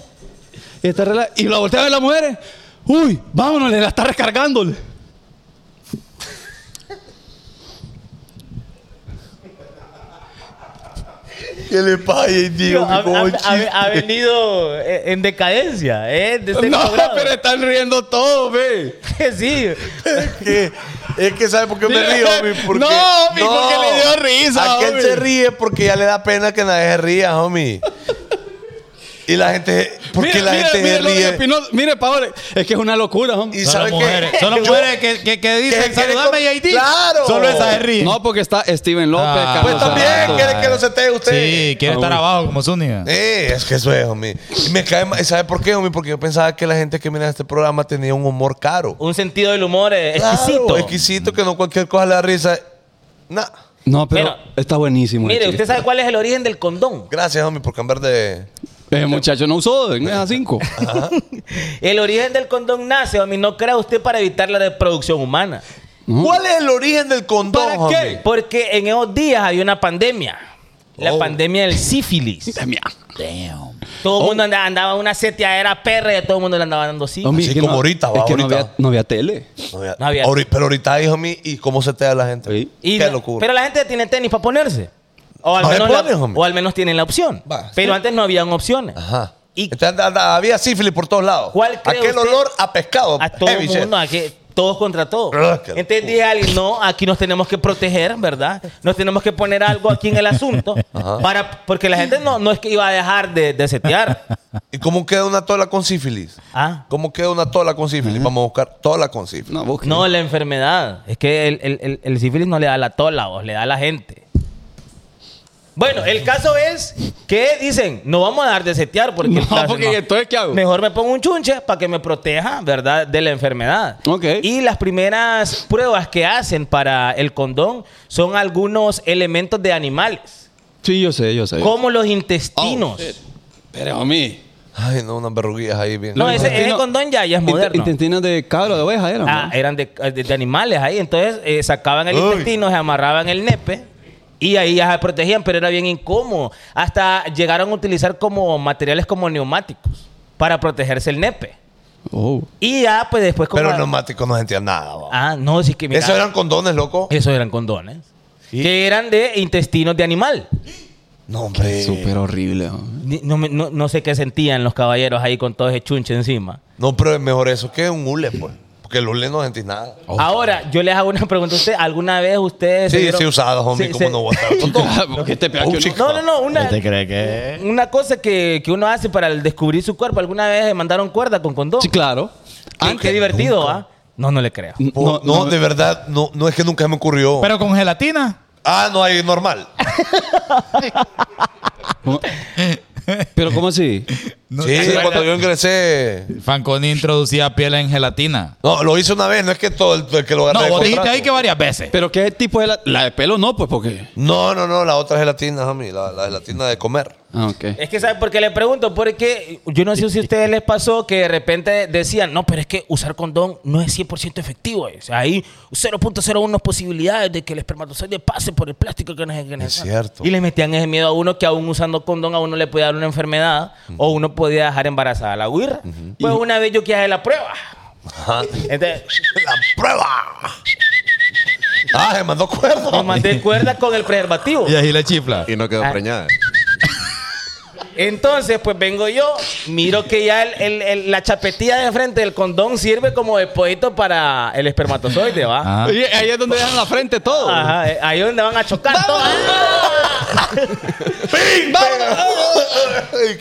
Y, está rela- y la voltea a ver las mujeres. Uy, vámonos, le la está recargándole. ¿Qué le pasa, Tío, tío? ha, ha- ha- ha venido eh, en decadencia, ¿eh? De este No, programa. *laughs* pero están riendo todos, ve. Que *laughs* *laughs* sí. Es que, es que ¿sabe por qué me Dile- río, homie? Porque, *laughs* No, homie, porque le dio risa, Aquel homie. se ríe porque ya le da pena que nadie se ría, homie. Y la gente... Porque Mire, la mire, gente mire, se lo que ríe. opinó. Mire, Paola, es que es una locura, homie. Y Son sabe las mujeres, que... son las *laughs* yo- mujeres que, que, que que- dicen que- saludame JD. ¡Claro! Solo esa se ríe. No, porque está Steven López, Ah, Carlos Pues Ah, también, Alberto. quiere que lo setee usted. Sí, quiere estar abajo como Zúñiga. Eh, es que eso es, homie. Y me cae mal. ¿Sabe por qué, homie? Porque yo pensaba que la gente que mira este programa tenía un humor caro. Un sentido del humor eh, Claro, exquisito. exquisito, que no cualquier cosa le da risa. Nah. No, pero Mira, está buenísimo. el Mire, chiste. ¿usted sabe cuál es el origen del condón? Gracias, homie, por cambiar de... El muchacho no usó, es a *laughs* 5. El origen del condón nace, homie, no crea usted para evitar la reproducción humana. ¿Cuál es el origen del condón, ¿Para homie? qué? Porque en esos días había una pandemia. La Oh. pandemia del sífilis. *laughs* Todo el mundo andaba, andaba una seteadera perra y a todo el mundo le andaba dando sífilis. Así como ahorita, va, es que no ahorita. había, no había tele. No había- No había- ahori- pero ahorita, hijo mío, ¿y cómo se te da la gente? Sí. Y Qué la- locura. Pero la gente tiene tenis para ponerse. O al, No le menos la- pones, hombre. o al menos tienen la opción. Va, Ah, Pero antes no habían opciones. Ajá. Y- Entonces, anda- anda, había sífilis por todos lados. ¿Cuál cree Aquel usted? olor a pescado. eh, A todo el heavy shit. mundo, a que- todos contra todos. Ah, qué Entonces dije a alguien, no, aquí nos tenemos que proteger, ¿verdad? Nos tenemos que poner algo aquí en el asunto. para, porque la gente no, no es que iba a dejar de, *laughs* de setear. ¿Y cómo queda una tola con sífilis? Ah. ¿Cómo queda una tola con sífilis? Vamos a buscar tola con sífilis. No, busque. No, la enfermedad. Es que el, el- el- el sífilis no le da la tola, vos, le da a la gente. Bueno, el caso es que dicen, no vamos a dejar de setear porque... *laughs* No, entonces, porque entonces, ¿qué hago? Mejor me pongo un chunche para que me proteja, ¿verdad? De la enfermedad. Ok. Y las primeras pruebas que hacen para el condón son algunos elementos de animales, Sí, yo sé, yo sé. Oh, como los intestinos. Pero a mí. Ay, no, unas verruguillas ahí bien. no, los ese, ese intestinos- condón ya, ya es moderno. Intestinas de cabra, de oveja eran. Ah, ¿no? eran de, de- de animales ahí. Entonces eh, sacaban el Uy. intestino, se amarraban el nepe y ahí ya se protegían, pero era bien incómodo. Hasta llegaron a utilizar como materiales como neumáticos para protegerse el nepe. Oh. Y ya, pues después como... Pero el neumático no sentía nada. va. Ah, no, sí que mira. Eh. Esos eran condones, loco. Esos eran condones. Que eran de intestinos de animal. No, hombre. Súper horrible. ¿no? Ni- No, me- no- no sé qué sentían los caballeros ahí con todo ese chunche encima. No, pero es mejor eso que un hule, pues. Porque el hule no sentís nada. Ahora, yo les hago una pregunta a ustedes. ¿Alguna vez ustedes... se Sí, vieron- sí, usadas, homie. se- ¿Cómo se- no voy a *laughs* estar tonto? Ah, *laughs* porque este pedazo Oh, que chico. No, no, no. Una, ¿Te crees que Una cosa que, que uno hace para el descubrir su cuerpo, alguna vez le mandaron cuerda con condón. no- Sí, claro. Qué- qué divertido, ¿ah? No, no le creo. No, eh, no, de verdad, no, no es que nunca me ocurrió. Pero con gelatina. ah, no, hay normal. ¿Cómo- Pero ¿cómo *laughs* así? sí, cuando yo ingresé. Fanconi introducía piel en gelatina. No, lo hice una vez, no es que todo el, el que lo agarré. No, de vos dijiste contrato. ahí que varias veces. ¿Pero qué tipo de la, la de pelo? No, pues porque... No, no, no, la otra gelatina, homie, la, la gelatina de comer. Ah, ok. Es que, ¿sabe por qué le pregunto? Porque yo no sé si a ustedes les pasó que de repente decían, no, pero es que usar condón no es 100% efectivo. eh". O sea, hay 0.01 posibilidades de que el espermatozoide pase por el plástico que nos Es cierto. Y le metían ese miedo a uno que aún usando condón a uno le podía dar una enfermedad o uno podía dejar embarazada a la guirra. Pues una vez yo quise hacer la prueba. Entonces, *laughs* ¡La prueba! Ah, se mandó cuerda. *laughs* me mandé cuerda con el preservativo. Y ahí la chifla. Y no quedó Ah. preñada. Entonces, pues vengo yo, miro que ya el- el- el- la chapetilla de frente del condón sirve como depósito para el espermatozoide, ¿va? Ah. Y ahí es donde dejan la frente todo. Ajá, eh, ahí es donde van a chocar todos. Ay,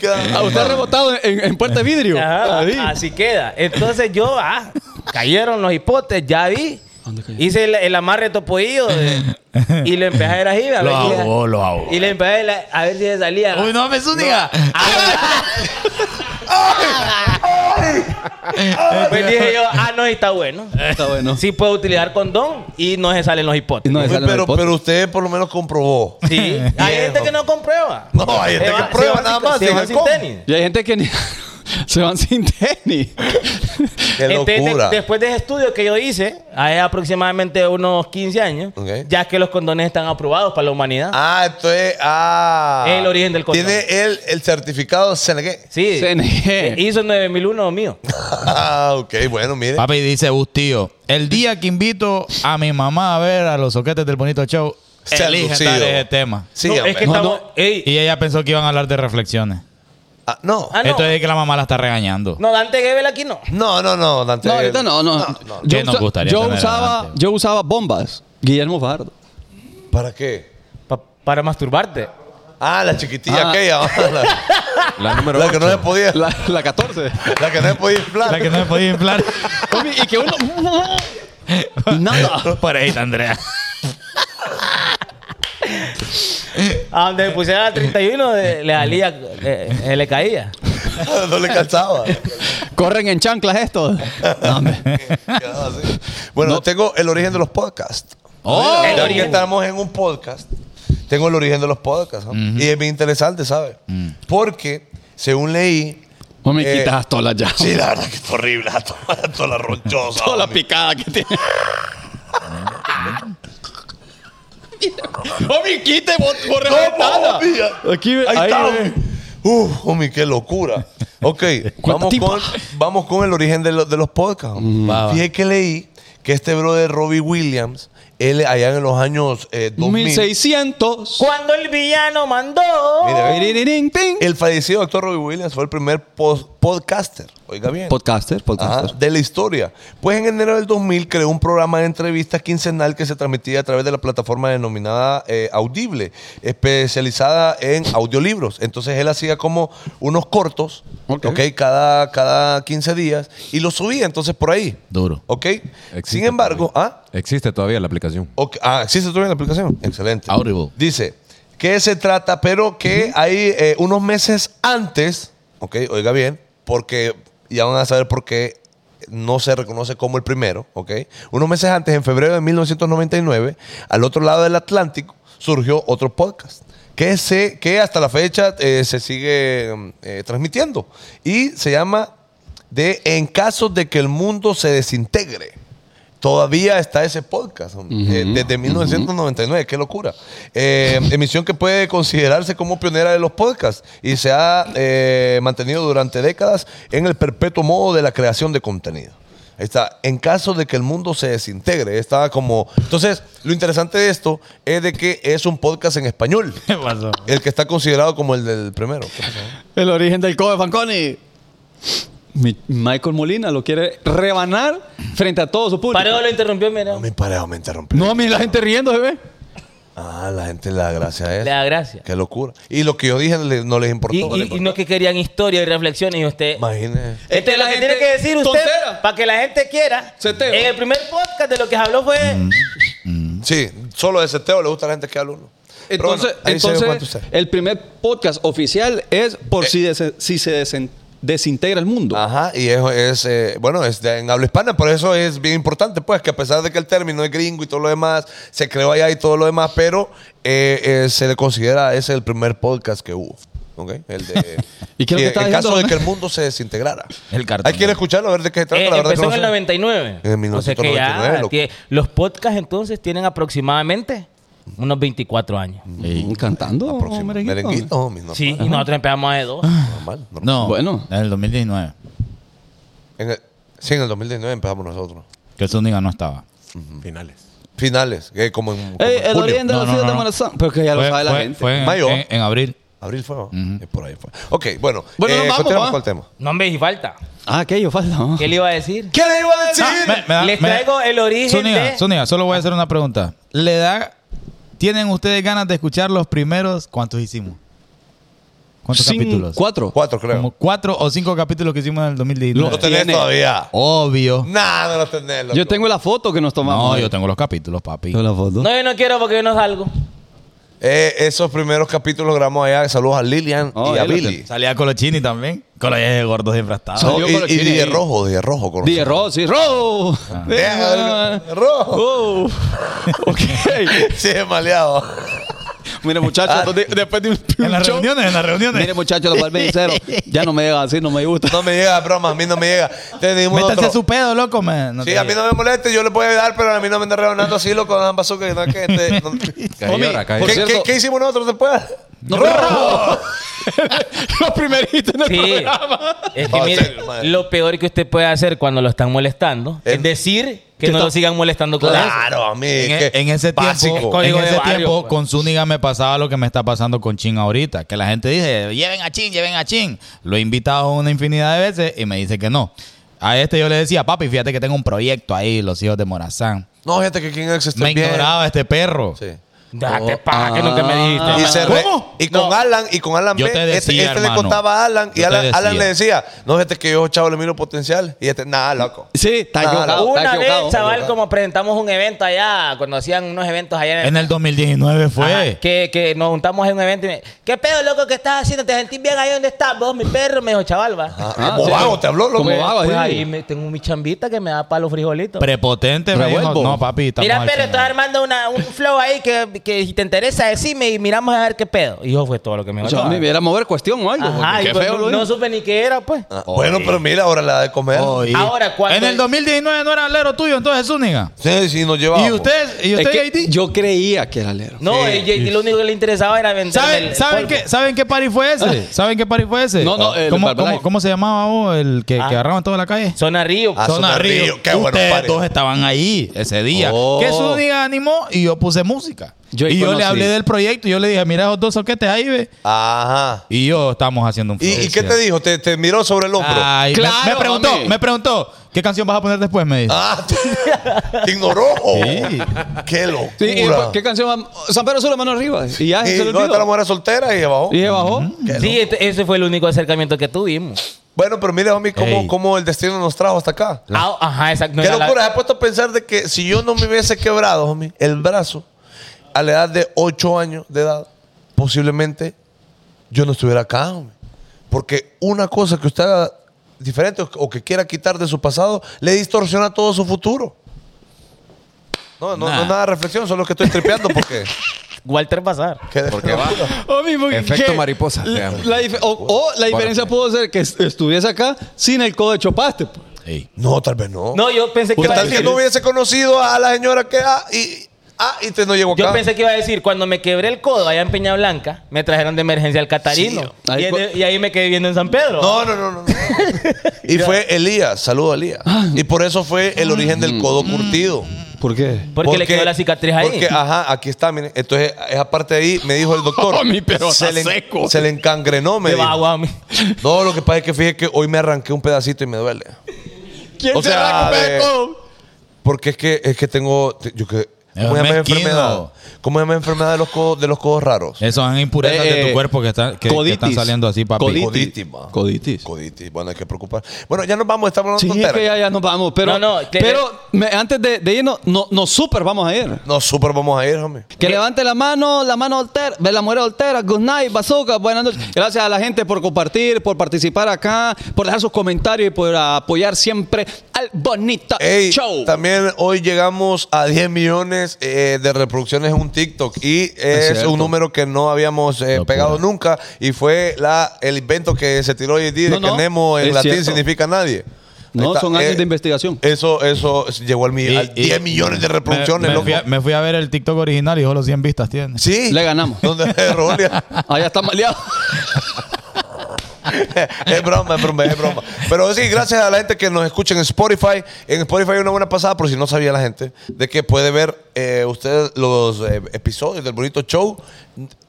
qué- A Ah, usted rebotado en, en puerta de vidrio. Ah, Ajá, Ahí. así queda. Entonces yo, ah, cayeron los hipotes, ya vi. Hice el, el amarre topoillo de- y le empecé a ir así, a *laughs* ver Lo si- ahogó, lo ahogó. Y le empecé a, ir a- a ver si se salía. Uy, no *laughs* me Zúñiga. *laughs* Pues dije yo, ah, no, está bueno. Está bueno. Sí puedo utilizar condón y no se salen los hipotes. Y no le Uy, salen pero, los potes. pero usted por lo menos comprobó. *laughs* Sí, hay gente que no comprueba. No, hay gente Se que va- prueba se va nada sin- más. Se sin va sin alcohol. tenis. Y hay gente que ni- *laughs* se van sin tenis. Qué Entonces, de- locura. después de ese estudio que yo hice, hace aproximadamente unos 15 años, Ok. ya que los condones están aprobados para la humanidad. Ah, esto es. Ah. El origen del condón. Tiene el, el certificado CNG. sí. CNG. Hizo 9001 mío. *laughs* Ah, ok, bueno, mire. Papi dice Bustío, el día que invito a mi mamá a ver a los soquetes del bonito show, Se ha eligen lucido. dar ese tema. Sí, No, hombre. es que No, estamos. no. Ey, Y ella pensó que iban a hablar de reflexiones. Ah, no. Ah, no. Esto es que la mamá la está regañando. No, Dante Gebel aquí no. No, no, no, Dante. No, ahorita no, no. Yo, ¿Qué nos usa- gustaría yo tener usaba, adelante? yo usaba bombas. Guillermo Fardo. ¿Para qué? Pa- para masturbarte. Ah, la chiquitilla Ah. aquella. *laughs* La, La número la que no se 8. podía. La, La, la 14. que no se podía inflar. La que no me podía *laughs* inflar. Homie, y que uno. Nada. *laughs* Por ahí, está *laughs* Andrea. A donde me pusiera la 31, de- le salía, eh, eh, le caía. *laughs* no le calzaba. Corren en chanclas estos. No, hombre. Quedaba así. Bueno, tengo el origen de los podcasts. ¡Oh! Ya que estamos en un podcast, tengo el origen de los podcasts. ¿no? Y es bien interesante, ¿sabes? Porque, según leí. Homie, eh, quitas todas las llaves. *laughs* Sí, la verdad que es horrible. *laughs* Toda, toda la ronchosa. Toda la homie. picada que *laughs* tiene. Homie, quite, bor- borre la ventana. homie, ya. Aquí, ve- Ahí, ahí está. ve. homie. Uf, homie, qué locura. *laughs* Ok, vamos tipa? con, vamos con el origen de, lo- de los podcasts. homie. Mm, Va, va. Fíjate que leí que este bro de Robbie Williams, él allá en los años eh, 2000, 1600. Cuando el villano mandó. Mira, ve. Tirirín, ting. el fallecido actor Robbie Williams fue el primer pos- podcaster, oiga bien, Podcaster, Ajá, podcaster. de la historia. Pues en enero del 2000 creó un programa de entrevistas quincenal que se transmitía a través de la plataforma denominada eh, Audible, especializada en audiolibros. Entonces él hacía como unos cortos, Ok. ok, cada, cada 15 días y los subía entonces por ahí. Duro. ¿Ok? Existe Sin embargo, todavía. ¿ah? Existe todavía la aplicación. Ok, Ah, existe todavía la aplicación. Excelente. Audible. Dice que se trata, pero que hay eh, unos meses antes, ok, oiga bien, porque ya van a saber por qué no se reconoce como el primero, ok. Unos meses antes, en febrero de 1999, al otro lado del Atlántico, surgió otro podcast. Que, se, que hasta la fecha eh, se sigue mm, eh, transmitiendo. Y se llama de En caso de que el mundo se desintegre. Todavía está ese podcast, hombre. Eh, desde 1999, qué locura. Eh, emisión que puede considerarse como pionera de los podcasts y se ha eh, mantenido durante décadas en el perpetuo modo de la creación de contenido. Ahí Está, en caso de que el mundo se desintegre, está como... Entonces, lo interesante de esto es de que es un podcast en español, ¿Qué pasó? el que está considerado como el del primero. ¿Qué pasó? El origen del Kobe Fanconi. Mi- Michael Molina lo quiere rebanar frente a todo su público. Pareo lo interrumpió, mira. No me pareo, me interrumpió. No, mira la gente riendo, se ve. Ah, la gente le da gracia a eso. Le da gracia. Qué locura. Y lo que yo dije le- no les importó. Y, No les y- y importó. no que querían historia y reflexiones y usted. Imagínese. Esto es la lo que gente tiene que decir usted tontera. para que la gente quiera. Seteo. En el primer podcast de lo que se habló fue. Mm. eh, Sí, solo de seteo le gusta a la gente que habla uno. Pero bueno, Entonces, ahí se ve cuánto Eh, entonces usted. el primer podcast oficial es por si, des- si se desen- desintegra el mundo. Ajá, y eso es, eh, bueno, es de- en habla hispana, por eso es bien importante, pues, que a pesar de que el término es gringo y todo lo demás, se creó allá y todo lo demás, pero eh, eh, se le considera ese el primer podcast que hubo. ¿ok? El de, ¿Y qué es lo que estaba el diciendo, caso de Romeo? que el mundo se desintegrara. El cartón. Hay que ir a escucharlo a ver de qué se trata. Eh, la verdad empezó en que el no sé. 99. En O sea que ya 1999, loco. tie- los podcasts entonces tienen aproximadamente unos 24 años. Mm, Cantando. Ah, Próximo. merenguito. Merenguito, homie, normal, sí, y nosotros empezamos de dos. normal, normal. No, Bueno. en el 2019. En el- sí, en el 2019 empezamos nosotros. Que el Zúñiga no estaba. Finales. Finales, que como en, como Ey, en Eh, el julio. oriente de No, la no, ciudad no, de no. Morazán. Pero que ya lo Fue- sabe la fue- gente. fue en, Mayo. en- en abril. Abril fue, ¿no? Ujú. Eh, por ahí fue. Ok, bueno. Bueno, eh, nos vamos, continuamos ¿va? con el tema. No, hombre, y falta. Ah, aquello falta. ¿no? ¿Qué le iba a decir? ¿Qué le iba a decir? Ah, me- me da- Les me da- traigo el origen Zúñiga, de- Zúñiga, solo voy a hacer una pregunta. ¿Le da. ¿Tienen ustedes ganas de escuchar los primeros? ¿Cuántos hicimos? ¿Cuántos Cinco- capítulos? Cuatro. Cuatro, creo. Como cuatro o cinco capítulos que hicimos en el 2019. No lo tenés tiene. todavía. Obvio. Nada, no lo tenés. loco. Yo tengo la foto que nos tomamos. No, yo tengo los capítulos, papi. Tengo la foto. No, yo no quiero porque yo no salgo. Eh, esos primeros capítulos grabamos allá. Saludos a Lilian Oh, y a ahí lo Billy. Salía Colochini también. Con los gordos gordo siempre ha estado. Salió No, y, con los y chinos DJ ahí. Rojo, DJ Rojo. con DJ nosotros. Rossi, Ro. Ah. Deja Venga. de- Rojo. Oh. *laughs* Ok. *laughs* Sí, es maleado. Mire, muchachos, entonces, después de un, En las show- reuniones, en las reuniones. Mire, muchachos, la palma cero. Ya no me llega así, no me gusta. No me llega, broma, a mí no me llega. Tenemos Métanse otro. a su pedo, loco, man. No Sí, te- a mí no me moleste, yo le puedo ayudar, pero a mí no me anda rebanando así, loco, dan bazooka y no es que este- no- Caí ahora, caí. por ¿Qué, cierto- qué- qué hicimos nosotros después? No, Los primeritos en el Sí. programa. Es que Oh, mire, serio, madre. lo peor que usted puede hacer cuando lo están molestando Eh, es decir que no está- lo sigan molestando con eso. Claro, a mí. En, e, que- en ese básico. tiempo, en Código de ese barrio, tiempo pues. con Zúñiga me pasaba lo que me está pasando con Chin ahorita. Que la gente dice, lleven a Chin, lleven a Chin. Lo he invitado una infinidad de veces y me dice que no. A este yo le decía, papi, fíjate que tengo un proyecto ahí, los hijos de Morazán. No, fíjate que King X está me bien. ignoraba este perro. Sí. Date paja que nunca me dijiste. Y, man. se re- y con Alan, y con Alan Yo B, te este, decía, este le hermano. contaba a Alan, y Yo te Alan, Alan decía. le decía, no, fíjate que yo, chavo, le miro potencial, y este, nada, loco. Sí, está Claro. equivocado. está Una equivocado. vez, chaval, como presentamos un evento allá, cuando hacían unos eventos allá en el En el 2019 fue. Ajá, que, que nos juntamos en un evento y me ¿qué pedo, loco, que estás haciendo? ¿Te sentís bien ahí donde estás vos, mi perro? Me dijo, chaval, va. Ah, como sí. vago, te habló, loco. Como vago, Pues sí. ahí me, tengo mi chambita que me da para los frijolitos. Prepotente, me dijo, Revuelvo. no, papi, estamos Mira, al Pedro, chingado". estás armando *laughs* una- un flow ahí que, que si te interesa, decime y miramos a ver qué pedo. Y yo fue todo lo que me dijo. Yo me chaval. hubiera mover cuestión o algo. Ajá, porque y qué pues feo no, lo no digo. supe ni qué era, pues. Ah, bueno, pero mira, ahora la de comer. Oí. Ahora, ¿cuándo En el es? 2019 no era alero tuyo, entonces Zúñiga. Sí, sí, nos llevamos. ¿Y usted, y Es usted que JD? yo creía que era alero. No, y, y lo único que le interesaba era vender. ¿Saben, ¿saben, qué, ¿Saben qué party fue ese? ¿Saben qué party fue ese? No, no, el ¿Cómo, Barbalife. cómo, cómo se llamaba vos el que, Ah. que agarraban toda la calle? Zona Río. Ah, Zona Río. Qué bueno Ustedes party. dos estaban ahí ese día. Oh. Que Zúñiga animó y yo puse música. Yo ahí y yo conocí. le hablé del proyecto y yo le dije, mira esos dos soquetes ahí, ve. Ajá. Y yo estamos haciendo un ¿Y, flow. y qué te dijo? ¿Te, te miró sobre el hombro? Ay, me- Claro, me, preguntó, mami. me preguntó, ¿qué canción vas a poner después? Me dice. Ah, *laughs* te ignoró. oh. Sí. Qué Sí, y después, locura. ¿Qué canción? va? San Pedro Sula, mano arriba. Y ya Y se lo ¿Dónde está la olvidó. mujer soltera? Y abajo. Y se bajó. Sí, este- ese fue el único acercamiento que tuvimos. Bueno, pero mira, homie, cómo, Ey. cómo el destino nos trajo hasta acá. Ah, ajá, exacto. no Qué era la- locura. He puesto a pensar de que si yo no me hubiese quebrado, homie, el brazo a la edad de 8 años de edad, posiblemente yo no estuviera acá, homie. Porque una cosa que usted haga diferente o- o que quiera quitar de su pasado, le distorsiona todo su futuro. No, no, no Nah. es nada de reflexión, solo que estoy tripeando porque... Walter Bazar. que de Porque va. locura. Oh, mi, porque- Efecto ¿qué? mariposa, te La- amo. la dif- o, o la diferencia pudo ser que est- estuviese acá sin el codo de chopaste. pues. Ey. No, tal vez no. No, yo pensé que ¿Qué iba a tal que decir. no hubiese conocido a la señora que ah, y ah, y te no llegó acá? Yo pensé que iba a decir, cuando me quebré el codo allá en Peña Blanca, me trajeron de emergencia al Catarino. Sí, ahí y, en- fue- y ahí me quedé viendo en San Pedro. No, no, no, no. *laughs* no. y fue Elías, saludo a Elías. Ah. Y por eso fue el origen del codo curtido. ¿Por qué? Mm. porque, le quedó la cicatriz ahí. Porque, ah, ajá, aquí está, miren. Entonces, esa parte de ahí me dijo *laughs* el doctor. Oh, mi, pero se está le, seco. Se le encangrenó, me de dijo. bajo a mí. No, lo que pasa es que fíjate que hoy me arranqué un pedacito y me duele. ¿Quién O sea, será que me de- codo? Porque es que, es que tengo. te- Yo que, Es ¿Cómo se llama esa mezquino. enfermedad? ¿Cómo se llama esa enfermedad de los codos, de los codos raros? Esas son impurezas de Eh, tu cuerpo que, están- que- que están coditis. saliendo así, papi. Coditis. Coditis, ma. Coditis. Coditis. Bueno, hay que preocupar. Bueno, ya nos vamos, estamos hablando Sí, es tonteras. que ya, ya nos vamos. Pero, No, no, que- pero me- antes de, de irnos, no, no super vamos a ir. No, súper vamos a ir, homie. Que levante la mano, la mano altera, ve la mujer altera, good night, bazooka, buenas noches. Gracias a la gente por compartir, por participar acá, por dejar sus comentarios y por apoyar siempre al al bonito Ey, show. También hoy llegamos a 10 millones eh, de reproducciones en un TikTok y es, cierto. un número que no habíamos eh, pegado nunca y fue la, el invento que se tiró hoy en día No, de que no, Nemo en es latín cierto. significa nadie. Ahí No, está. son años Eh, de *laughs* investigación. Eso, eso llegó al, mi- al 10 millones de reproducciones, me, me loco. Fui a, me fui a ver el TikTok original y solo 100 vistas tiene. Sí. Le ganamos. ¿Dónde *laughs* es Rolia? Allá está maleado. es broma, es broma, es broma. Pero sí, gracias a la gente que nos escucha en Spotify. En Spotify hay una buena pasada, por si no sabía la gente, de que puede ver eh, usted los eh, episodios del bonito show,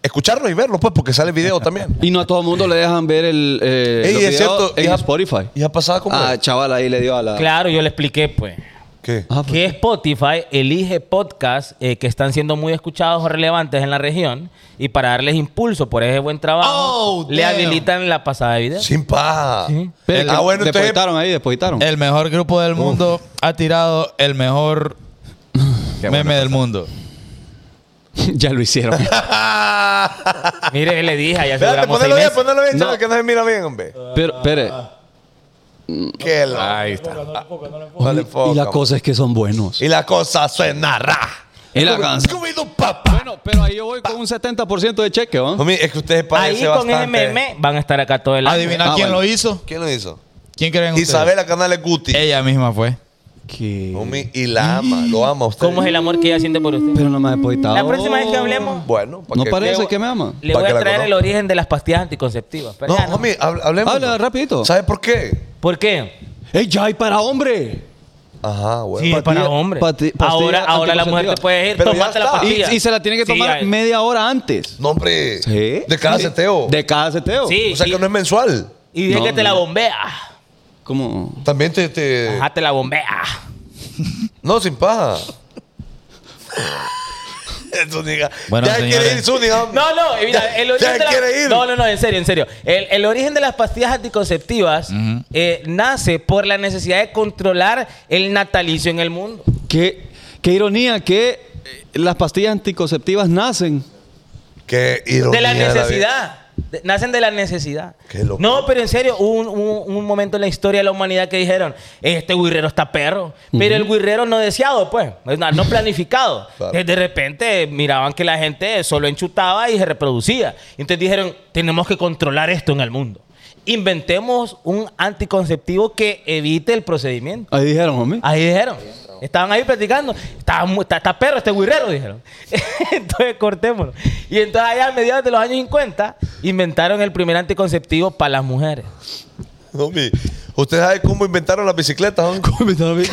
escucharlo y verlo, pues, porque sale el video también. Y no a todo el mundo le dejan ver el. Eh, Ey, los es videos cierto, En ya- Spotify. ¿Y ha pasado como? Ah, chaval, ahí le dio a la. Claro, yo le expliqué, pues. ¿Qué? Ah, pues, Que Spotify elige podcasts eh, que están siendo muy escuchados o relevantes en la región y para darles impulso por ese buen trabajo, Oh, le damn. habilitan la pasada de video. Sin paja. Sí. pero que ah, bueno, entonces. Eh. depositaron ahí, depositaron. El mejor grupo del mundo ha tirado el mejor meme del mundo. *laughs* ya lo hicieron. *laughs* Mire, le dije, *laughs* allá Espérate, aseguramos ponelo seis bien, meses. ponelo bien, No. chaval, que no se mira bien, hombre. pero, espere. Qué la. Ahí está. Dale, y la foca, cosa es que son buenos. Y la cosa suena ra. Y la canción. Scooby-Doo, papá. Bueno, pero ahí yo voy con un 70% de cheque, ¿no? Homie, es que ustedes Ahí parecen con bastante. ese meme van a estar acá todo el año. Adivina Ah, quién bueno. lo hizo. ¿Quién lo hizo? ¿Quién creen ustedes? Isabela Canales Guti. Ella misma fue. Homie, y la ama, lo ama a usted. ¿Cómo es el amor que ella siente por usted? Pero no me ha depositado. La próxima vez que hablemos, Bueno, pa' No que- parece que me ama. le Para voy que a la traer el conozca. origen de las pastillas anticonceptivas. Pero No, ya no. homie, hab- hablemos. Habla rapidito. ¿Sabes por qué? ¿Por qué? ¡Ey, ya hay para hombre! Ajá, bueno. Sí, pa- es para hombres. pati- pastilla Ahora, ahora la mujer anticonceptiva. te puede decir, Pero ya tomate la está. Y, pastilla. y se la tiene que Sí, tomar ya- media hora antes. No, hombre. ¿Sí? De cada Sí. seteo. De cada seteo. Sí, O sea y, que no es mensual. y de No, que te la no. bombea. Como. También te. te- Ajá, te la bombea. No, sin *laughs* paja. Zúñiga. Bueno, ya quiere señores. ir Zúñiga. hombre. No, no, *laughs* mira, el origen Ya de la- quiere ir. No, no, no, en serio, en serio. El, el origen de las pastillas anticonceptivas eh, nace por la necesidad de controlar el natalicio en el mundo. Qué, qué ironía que eh, las pastillas anticonceptivas nacen. Qué ironía. De la vida. necesidad. De- Nacen de la necesidad. Qué loco. No, pero en serio, hubo un, hubo un momento en la historia de la humanidad que dijeron, este guirrero está perro. Pero el guirrero no deseado, pues, Es na- no planificado. *laughs* Claro. Eh, De repente miraban que la gente solo enchutaba y se reproducía. Entonces dijeron, tenemos que controlar esto en el mundo. Inventemos un anticonceptivo que evite el procedimiento. Ahí dijeron, hombre. Ah, Ahí dijeron. Estaban ahí platicando. Estaba mu- Está, está perro este guirrero, dijeron. *laughs* entonces cortémoslo. Y entonces allá a mediados de los años 50 inventaron el primer anticonceptivo para las mujeres. Homie, ¿usted sabe cómo inventaron las bicicletas? homie?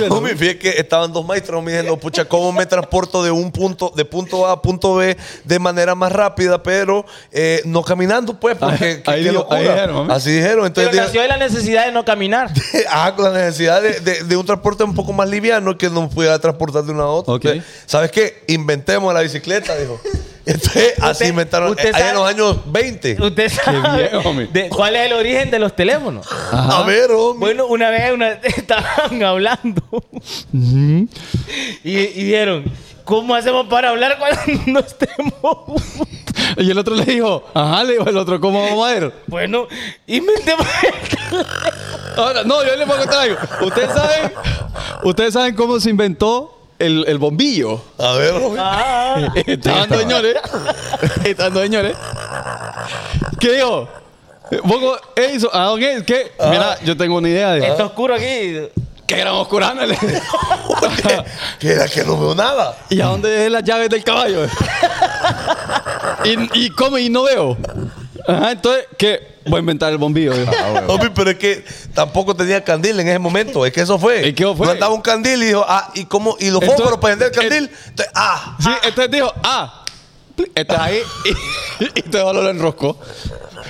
Homie, fíjate que estaban dos maestros me diciendo, pucha, ¿cómo me transporto de un punto, de punto A a punto B de manera más rápida, pero eh, no caminando, pues, porque Ah, Ahí- ahí qué digo- locura? ahí dijeron, homie. Así dijeron. Pero Entonces, nació de la necesidad de no *laughs* caminar. dije, *laughs* ah, con la necesidad de, de- de un transporte un poco más liviano que nos pudiera transportar de una a otra. Ok. Entonces, ¿Sabes qué? Inventemos la bicicleta, *laughs* dijo. Entonces, así Usted- inventaron. usted eh, ahí en los sabe- años 20. Usted sabe viejo, mi. de- cuál es el origen de los teléfonos. A ver, homie. Bueno, una vez una- *laughs* estaban hablando y, y dijeron, ¿cómo hacemos para hablar cuando *laughs* estemos Y el otro le dijo, ajá, le dijo el otro, ¿cómo vamos a ver? Bueno, inventemos Ahora, no, yo les voy a contar algo. Ustedes saben, ustedes saben cómo se inventó el, el bombillo. A ver, homie. Ah, Estaban dos señores, estaban dos señores. ¿Qué dijo? Pongo, hey, so- ah, ok, ¿qué? Mira, yo tengo una idea. está Ah. Dijo, oscuro aquí. ¿Qué *laughs* gran oscurándole? Oye, que era que no veo nada. ¿Y a dónde dejé las llaves del caballo? *laughs* y, y come y no veo. Ajá, entonces, ¿qué? Voy a inventar el bombillo. dijo. Homie, pero es que tampoco tenía candil en ese momento. Es que eso fue. ¿Y qué fue? No andaba un candil y dijo, ah, ¿y cómo? ¿Y los Entonces- fósforos para eh, vender el candil? Entonces, ah. Sí, entonces dijo, ah, estás ahí y, y te lo enroscó.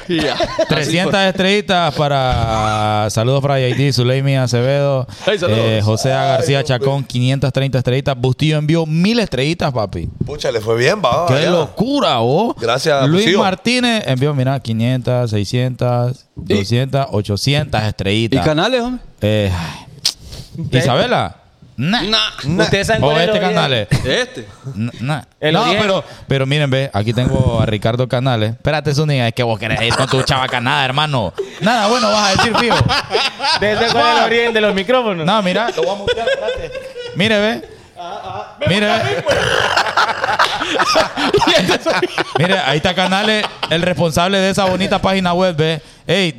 Y ya. 300 estrellitas para saludos para JD, Zuleimi Acevedo, Hey, saludos. eh, José A. García Chacón, 530 estrellitas. Bustillo envió mil estrellitas, papi. Pucha, le fue bien, va. ¡Qué Ah, ya. *laughs* locura, vos! Gracias, Luis Bustillo. Martínez envió, mira, 500, 600, 200, 800 ¿Y estrellitas. canales, hombre? Eh, ay. Isabela, Nah. Ustedes saben O cuál es el este origen? *laughs* canales. Este. N- nah. El No, origen. pero, pero miren, ve, aquí tengo a Ricardo Canales. Espérate, Zúñiga, es que vos querés ir con tu chava canada, hermano. Nada bueno vas a decir, fijo. ¿Ustedes saben cuál es el origen de los micrófonos? No, mira. Lo vamos a Mire, ve. Ah, Mire, ve. *laughs* Mire, ahí está Canales, el responsable de esa bonita página web, ve. Hey,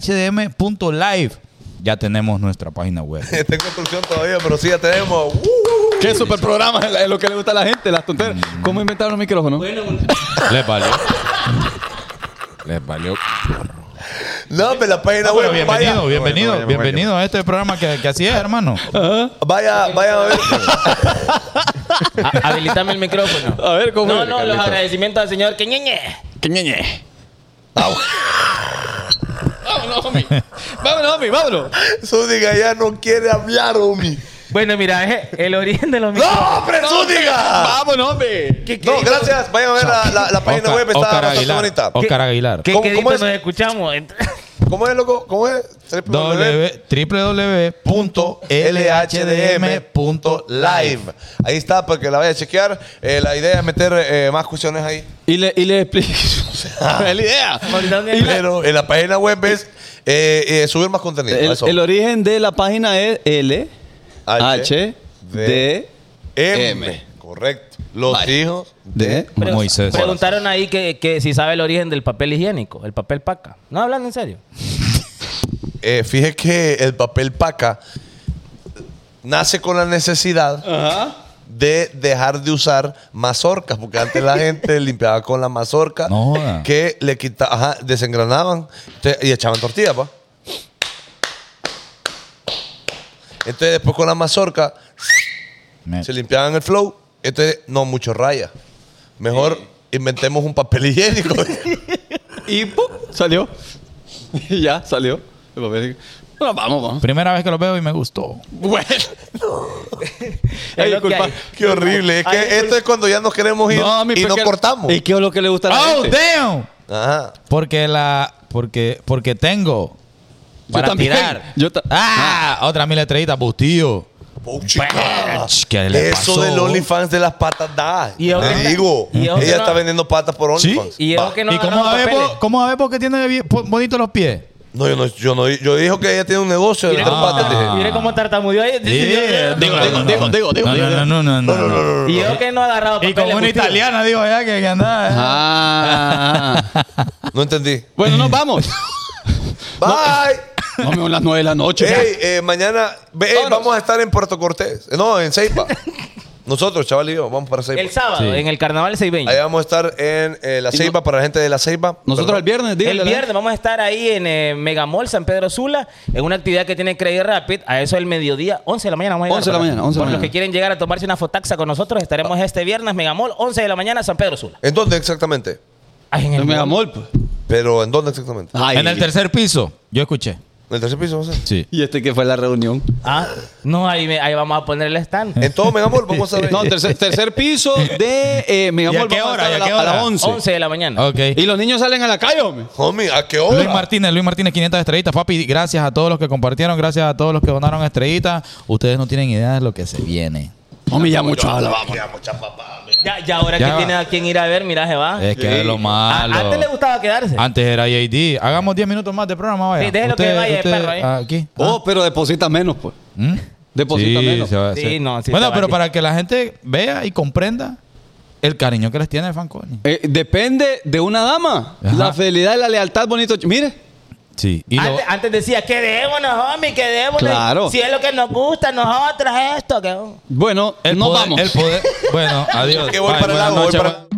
www.lhdm.live. Ya tenemos nuestra página web. Está en construcción todavía, pero sí ya tenemos. Uh, Qué super programa es lo que le gusta a la gente, las tonteras. ¿Cómo inventaron los micrófonos? Les *laughs* valió. Les valió. no, pero la página Bueno, web. Ah, bienvenido, vaya, bienvenido, Bueno, bueno, bienvenido a este programa que, que así es, hermano. vaya, vaya a ver. Ha- Habilitame el micrófono. A ver, ¿cómo No, es? no, los agradecimientos al señor Queñeñe. Que ñeñe. Vámonos, homie. Vámonos, homie, vámonos. *laughs* Zúñiga ya no quiere hablar, homie. Bueno, mira, eh, el origen de los ¡No, micrófonos. hombre, Zúñiga! Vámonos, homie. No, gracias. Vayan a ver la, la- la página Oscar- web. Está Oscar bastante Aguilar. bonita. Oscar Aguilar. ¿Qué ¿Cómo- quedito cómo es? nos escuchamos? *laughs* ¿Cómo es, loco? ¿Cómo es? W- www.lhdm.live. LHDM.live. Ahí está, para que la vaya a chequear. Eh, la idea es meter eh, más cuestiones ahí. Y le, y le explico. *laughs* es la idea. Ahorita un- Y la- Pero en la página web es eh, eh, subir más contenido. el, Eso. el origen de la página es L, H, D, M. M. Correcto. Los Vale. hijos. D. Pregun- Moisés. Preguntaron ahí que, que si sabe el origen del papel higiénico, el papel paca. No hablando en serio. Eh, fíjese que el papel paca nace con la necesidad de dejar de usar mazorcas, porque antes la *laughs* gente limpiaba con la mazorca No joda. que le quitaban, desengranaban te- y echaban tortillas, pa. Entonces después con la mazorca Me- se limpiaban el flow, entonces no mucho raya. Mejor inventemos un papel *laughs* higiénico. Y ¡pum! salió. *laughs* Y ya, salió. El papel. Bueno, vamos, vamos. Primera vez que lo veo y me gustó. Bueno. Es Ay, lo que disculpa. hay. Qué horrible. Es que Ay, esto es cuando ya nos queremos ir pues. No, Ah, mi y nos pequeño- cortamos. ¿Y qué es lo que le gusta a la ¡Oh, gente? damn! Ajá. Porque la. Porque, porque tengo. Para también. tirar. *laughs* Yo ta- ah, otra mil letreritas, bustillo. Oh, chica. Pach, ¿qué le Eso pasó? del OnlyFans de las patas da. Y Te ahora- digo. y ahora ella no- está vendiendo patas por OnlyFans. Y Va. es que no ¿Y ha cómo ganado sabes papeles. vos- cómo sabes vos que tiene bien- po- bonitos los pies? No, yo no, yo no, yo dijo que ella tiene un negocio de Mire vender cómo, patas. tar- dije. mire cómo tartamudeó ahí. Yeah. digo, digo, digo, digo, digo, No, digo. no, no, no, no, no, no. Y yo que no ha agarrado Y papeles. como una justicia. italiana, digo, ya que, que andaba. eh. Ah. No entendí. bueno, nos *laughs* vamos. Bye. Nos vemos a las 9 de la noche. Ey, eh, mañana ve- ey, Vámonos. vamos a estar en Puerto Cortés. Eh, No, en Ceipa. Nosotros, chaval y yo, vamos para Ceipa. El sábado, en el carnaval 620. Ahí vamos a estar en eh, la Y Ceipa para la gente de la Ceipa. Nosotros el viernes, dígale. El viernes vamos a estar ahí en eh, Megamall San Pedro Sula en una actividad que tiene Credit Rapid. A eso el mediodía, 11 de la mañana. Vamos a llegar, 11 de la para- mañana, 11 de la Por los mañana. Ah. que quieren llegar a tomarse una fotaxa con nosotros, estaremos este viernes Megamall, 11 de la mañana, San Pedro Sula. ¿En dónde exactamente? Ay, en el El Megamall. Megamol, pues. Pero ¿en dónde exactamente? Ay. *laughs* En el tercer piso, yo escuché. ¿En el tercer piso? vamos a hacer? Sí. Y este que fue la reunión. Ah, no, ahí, me- ahí vamos a poner el stand. Eh, En todo Megamol vamos a ver. *laughs* No, tercer, tercer piso de eh, Megamol. ¿Y a qué Vamos hora? estar ¿Y a la- qué A hora? las 11. 11 de la mañana. Ok. Y los niños salen a la calle, hombre. Homie, ¿a qué hora? Luis Martínez, Luis Martínez, 500 estrellitas. Papi, gracias a todos los que compartieron, gracias a todos los que donaron estrellitas. Ustedes no tienen idea de lo que se viene. Hombre, ya mucho habla, Ah, vamos. Ya, ya ahora Ya que va. tiene a quien ir a ver, mira, se va. Es que es lo Ah, A- malo. Ah, Antes le gustaba quedarse. Antes era JD. Hagamos 10 minutos más de programa, vaya. Sí, déjelo que vaya el perro ¿eh? ahí. Aquí. ¿ah? Oh, pero deposita menos, pues. ¿Mm? Deposita Sí, menos. se va a Sí, hacer. no, sí se bueno, va pero a- para que la gente vea y comprenda el cariño que les tiene el Fanconi. Eh, depende de una dama. Ajá. La fidelidad y la lealtad, bonito. ch- Mire. Sí. Y lo- Antes, antes decía, quedémonos, homie, quedémonos. Claro. Si es lo que nos gusta, nosotras esto. Que... Bueno, el nos poder- *laughs* vamos. El poder. bueno, adiós. Que voy Bye, para el buenas lago, voy noches, para- bu-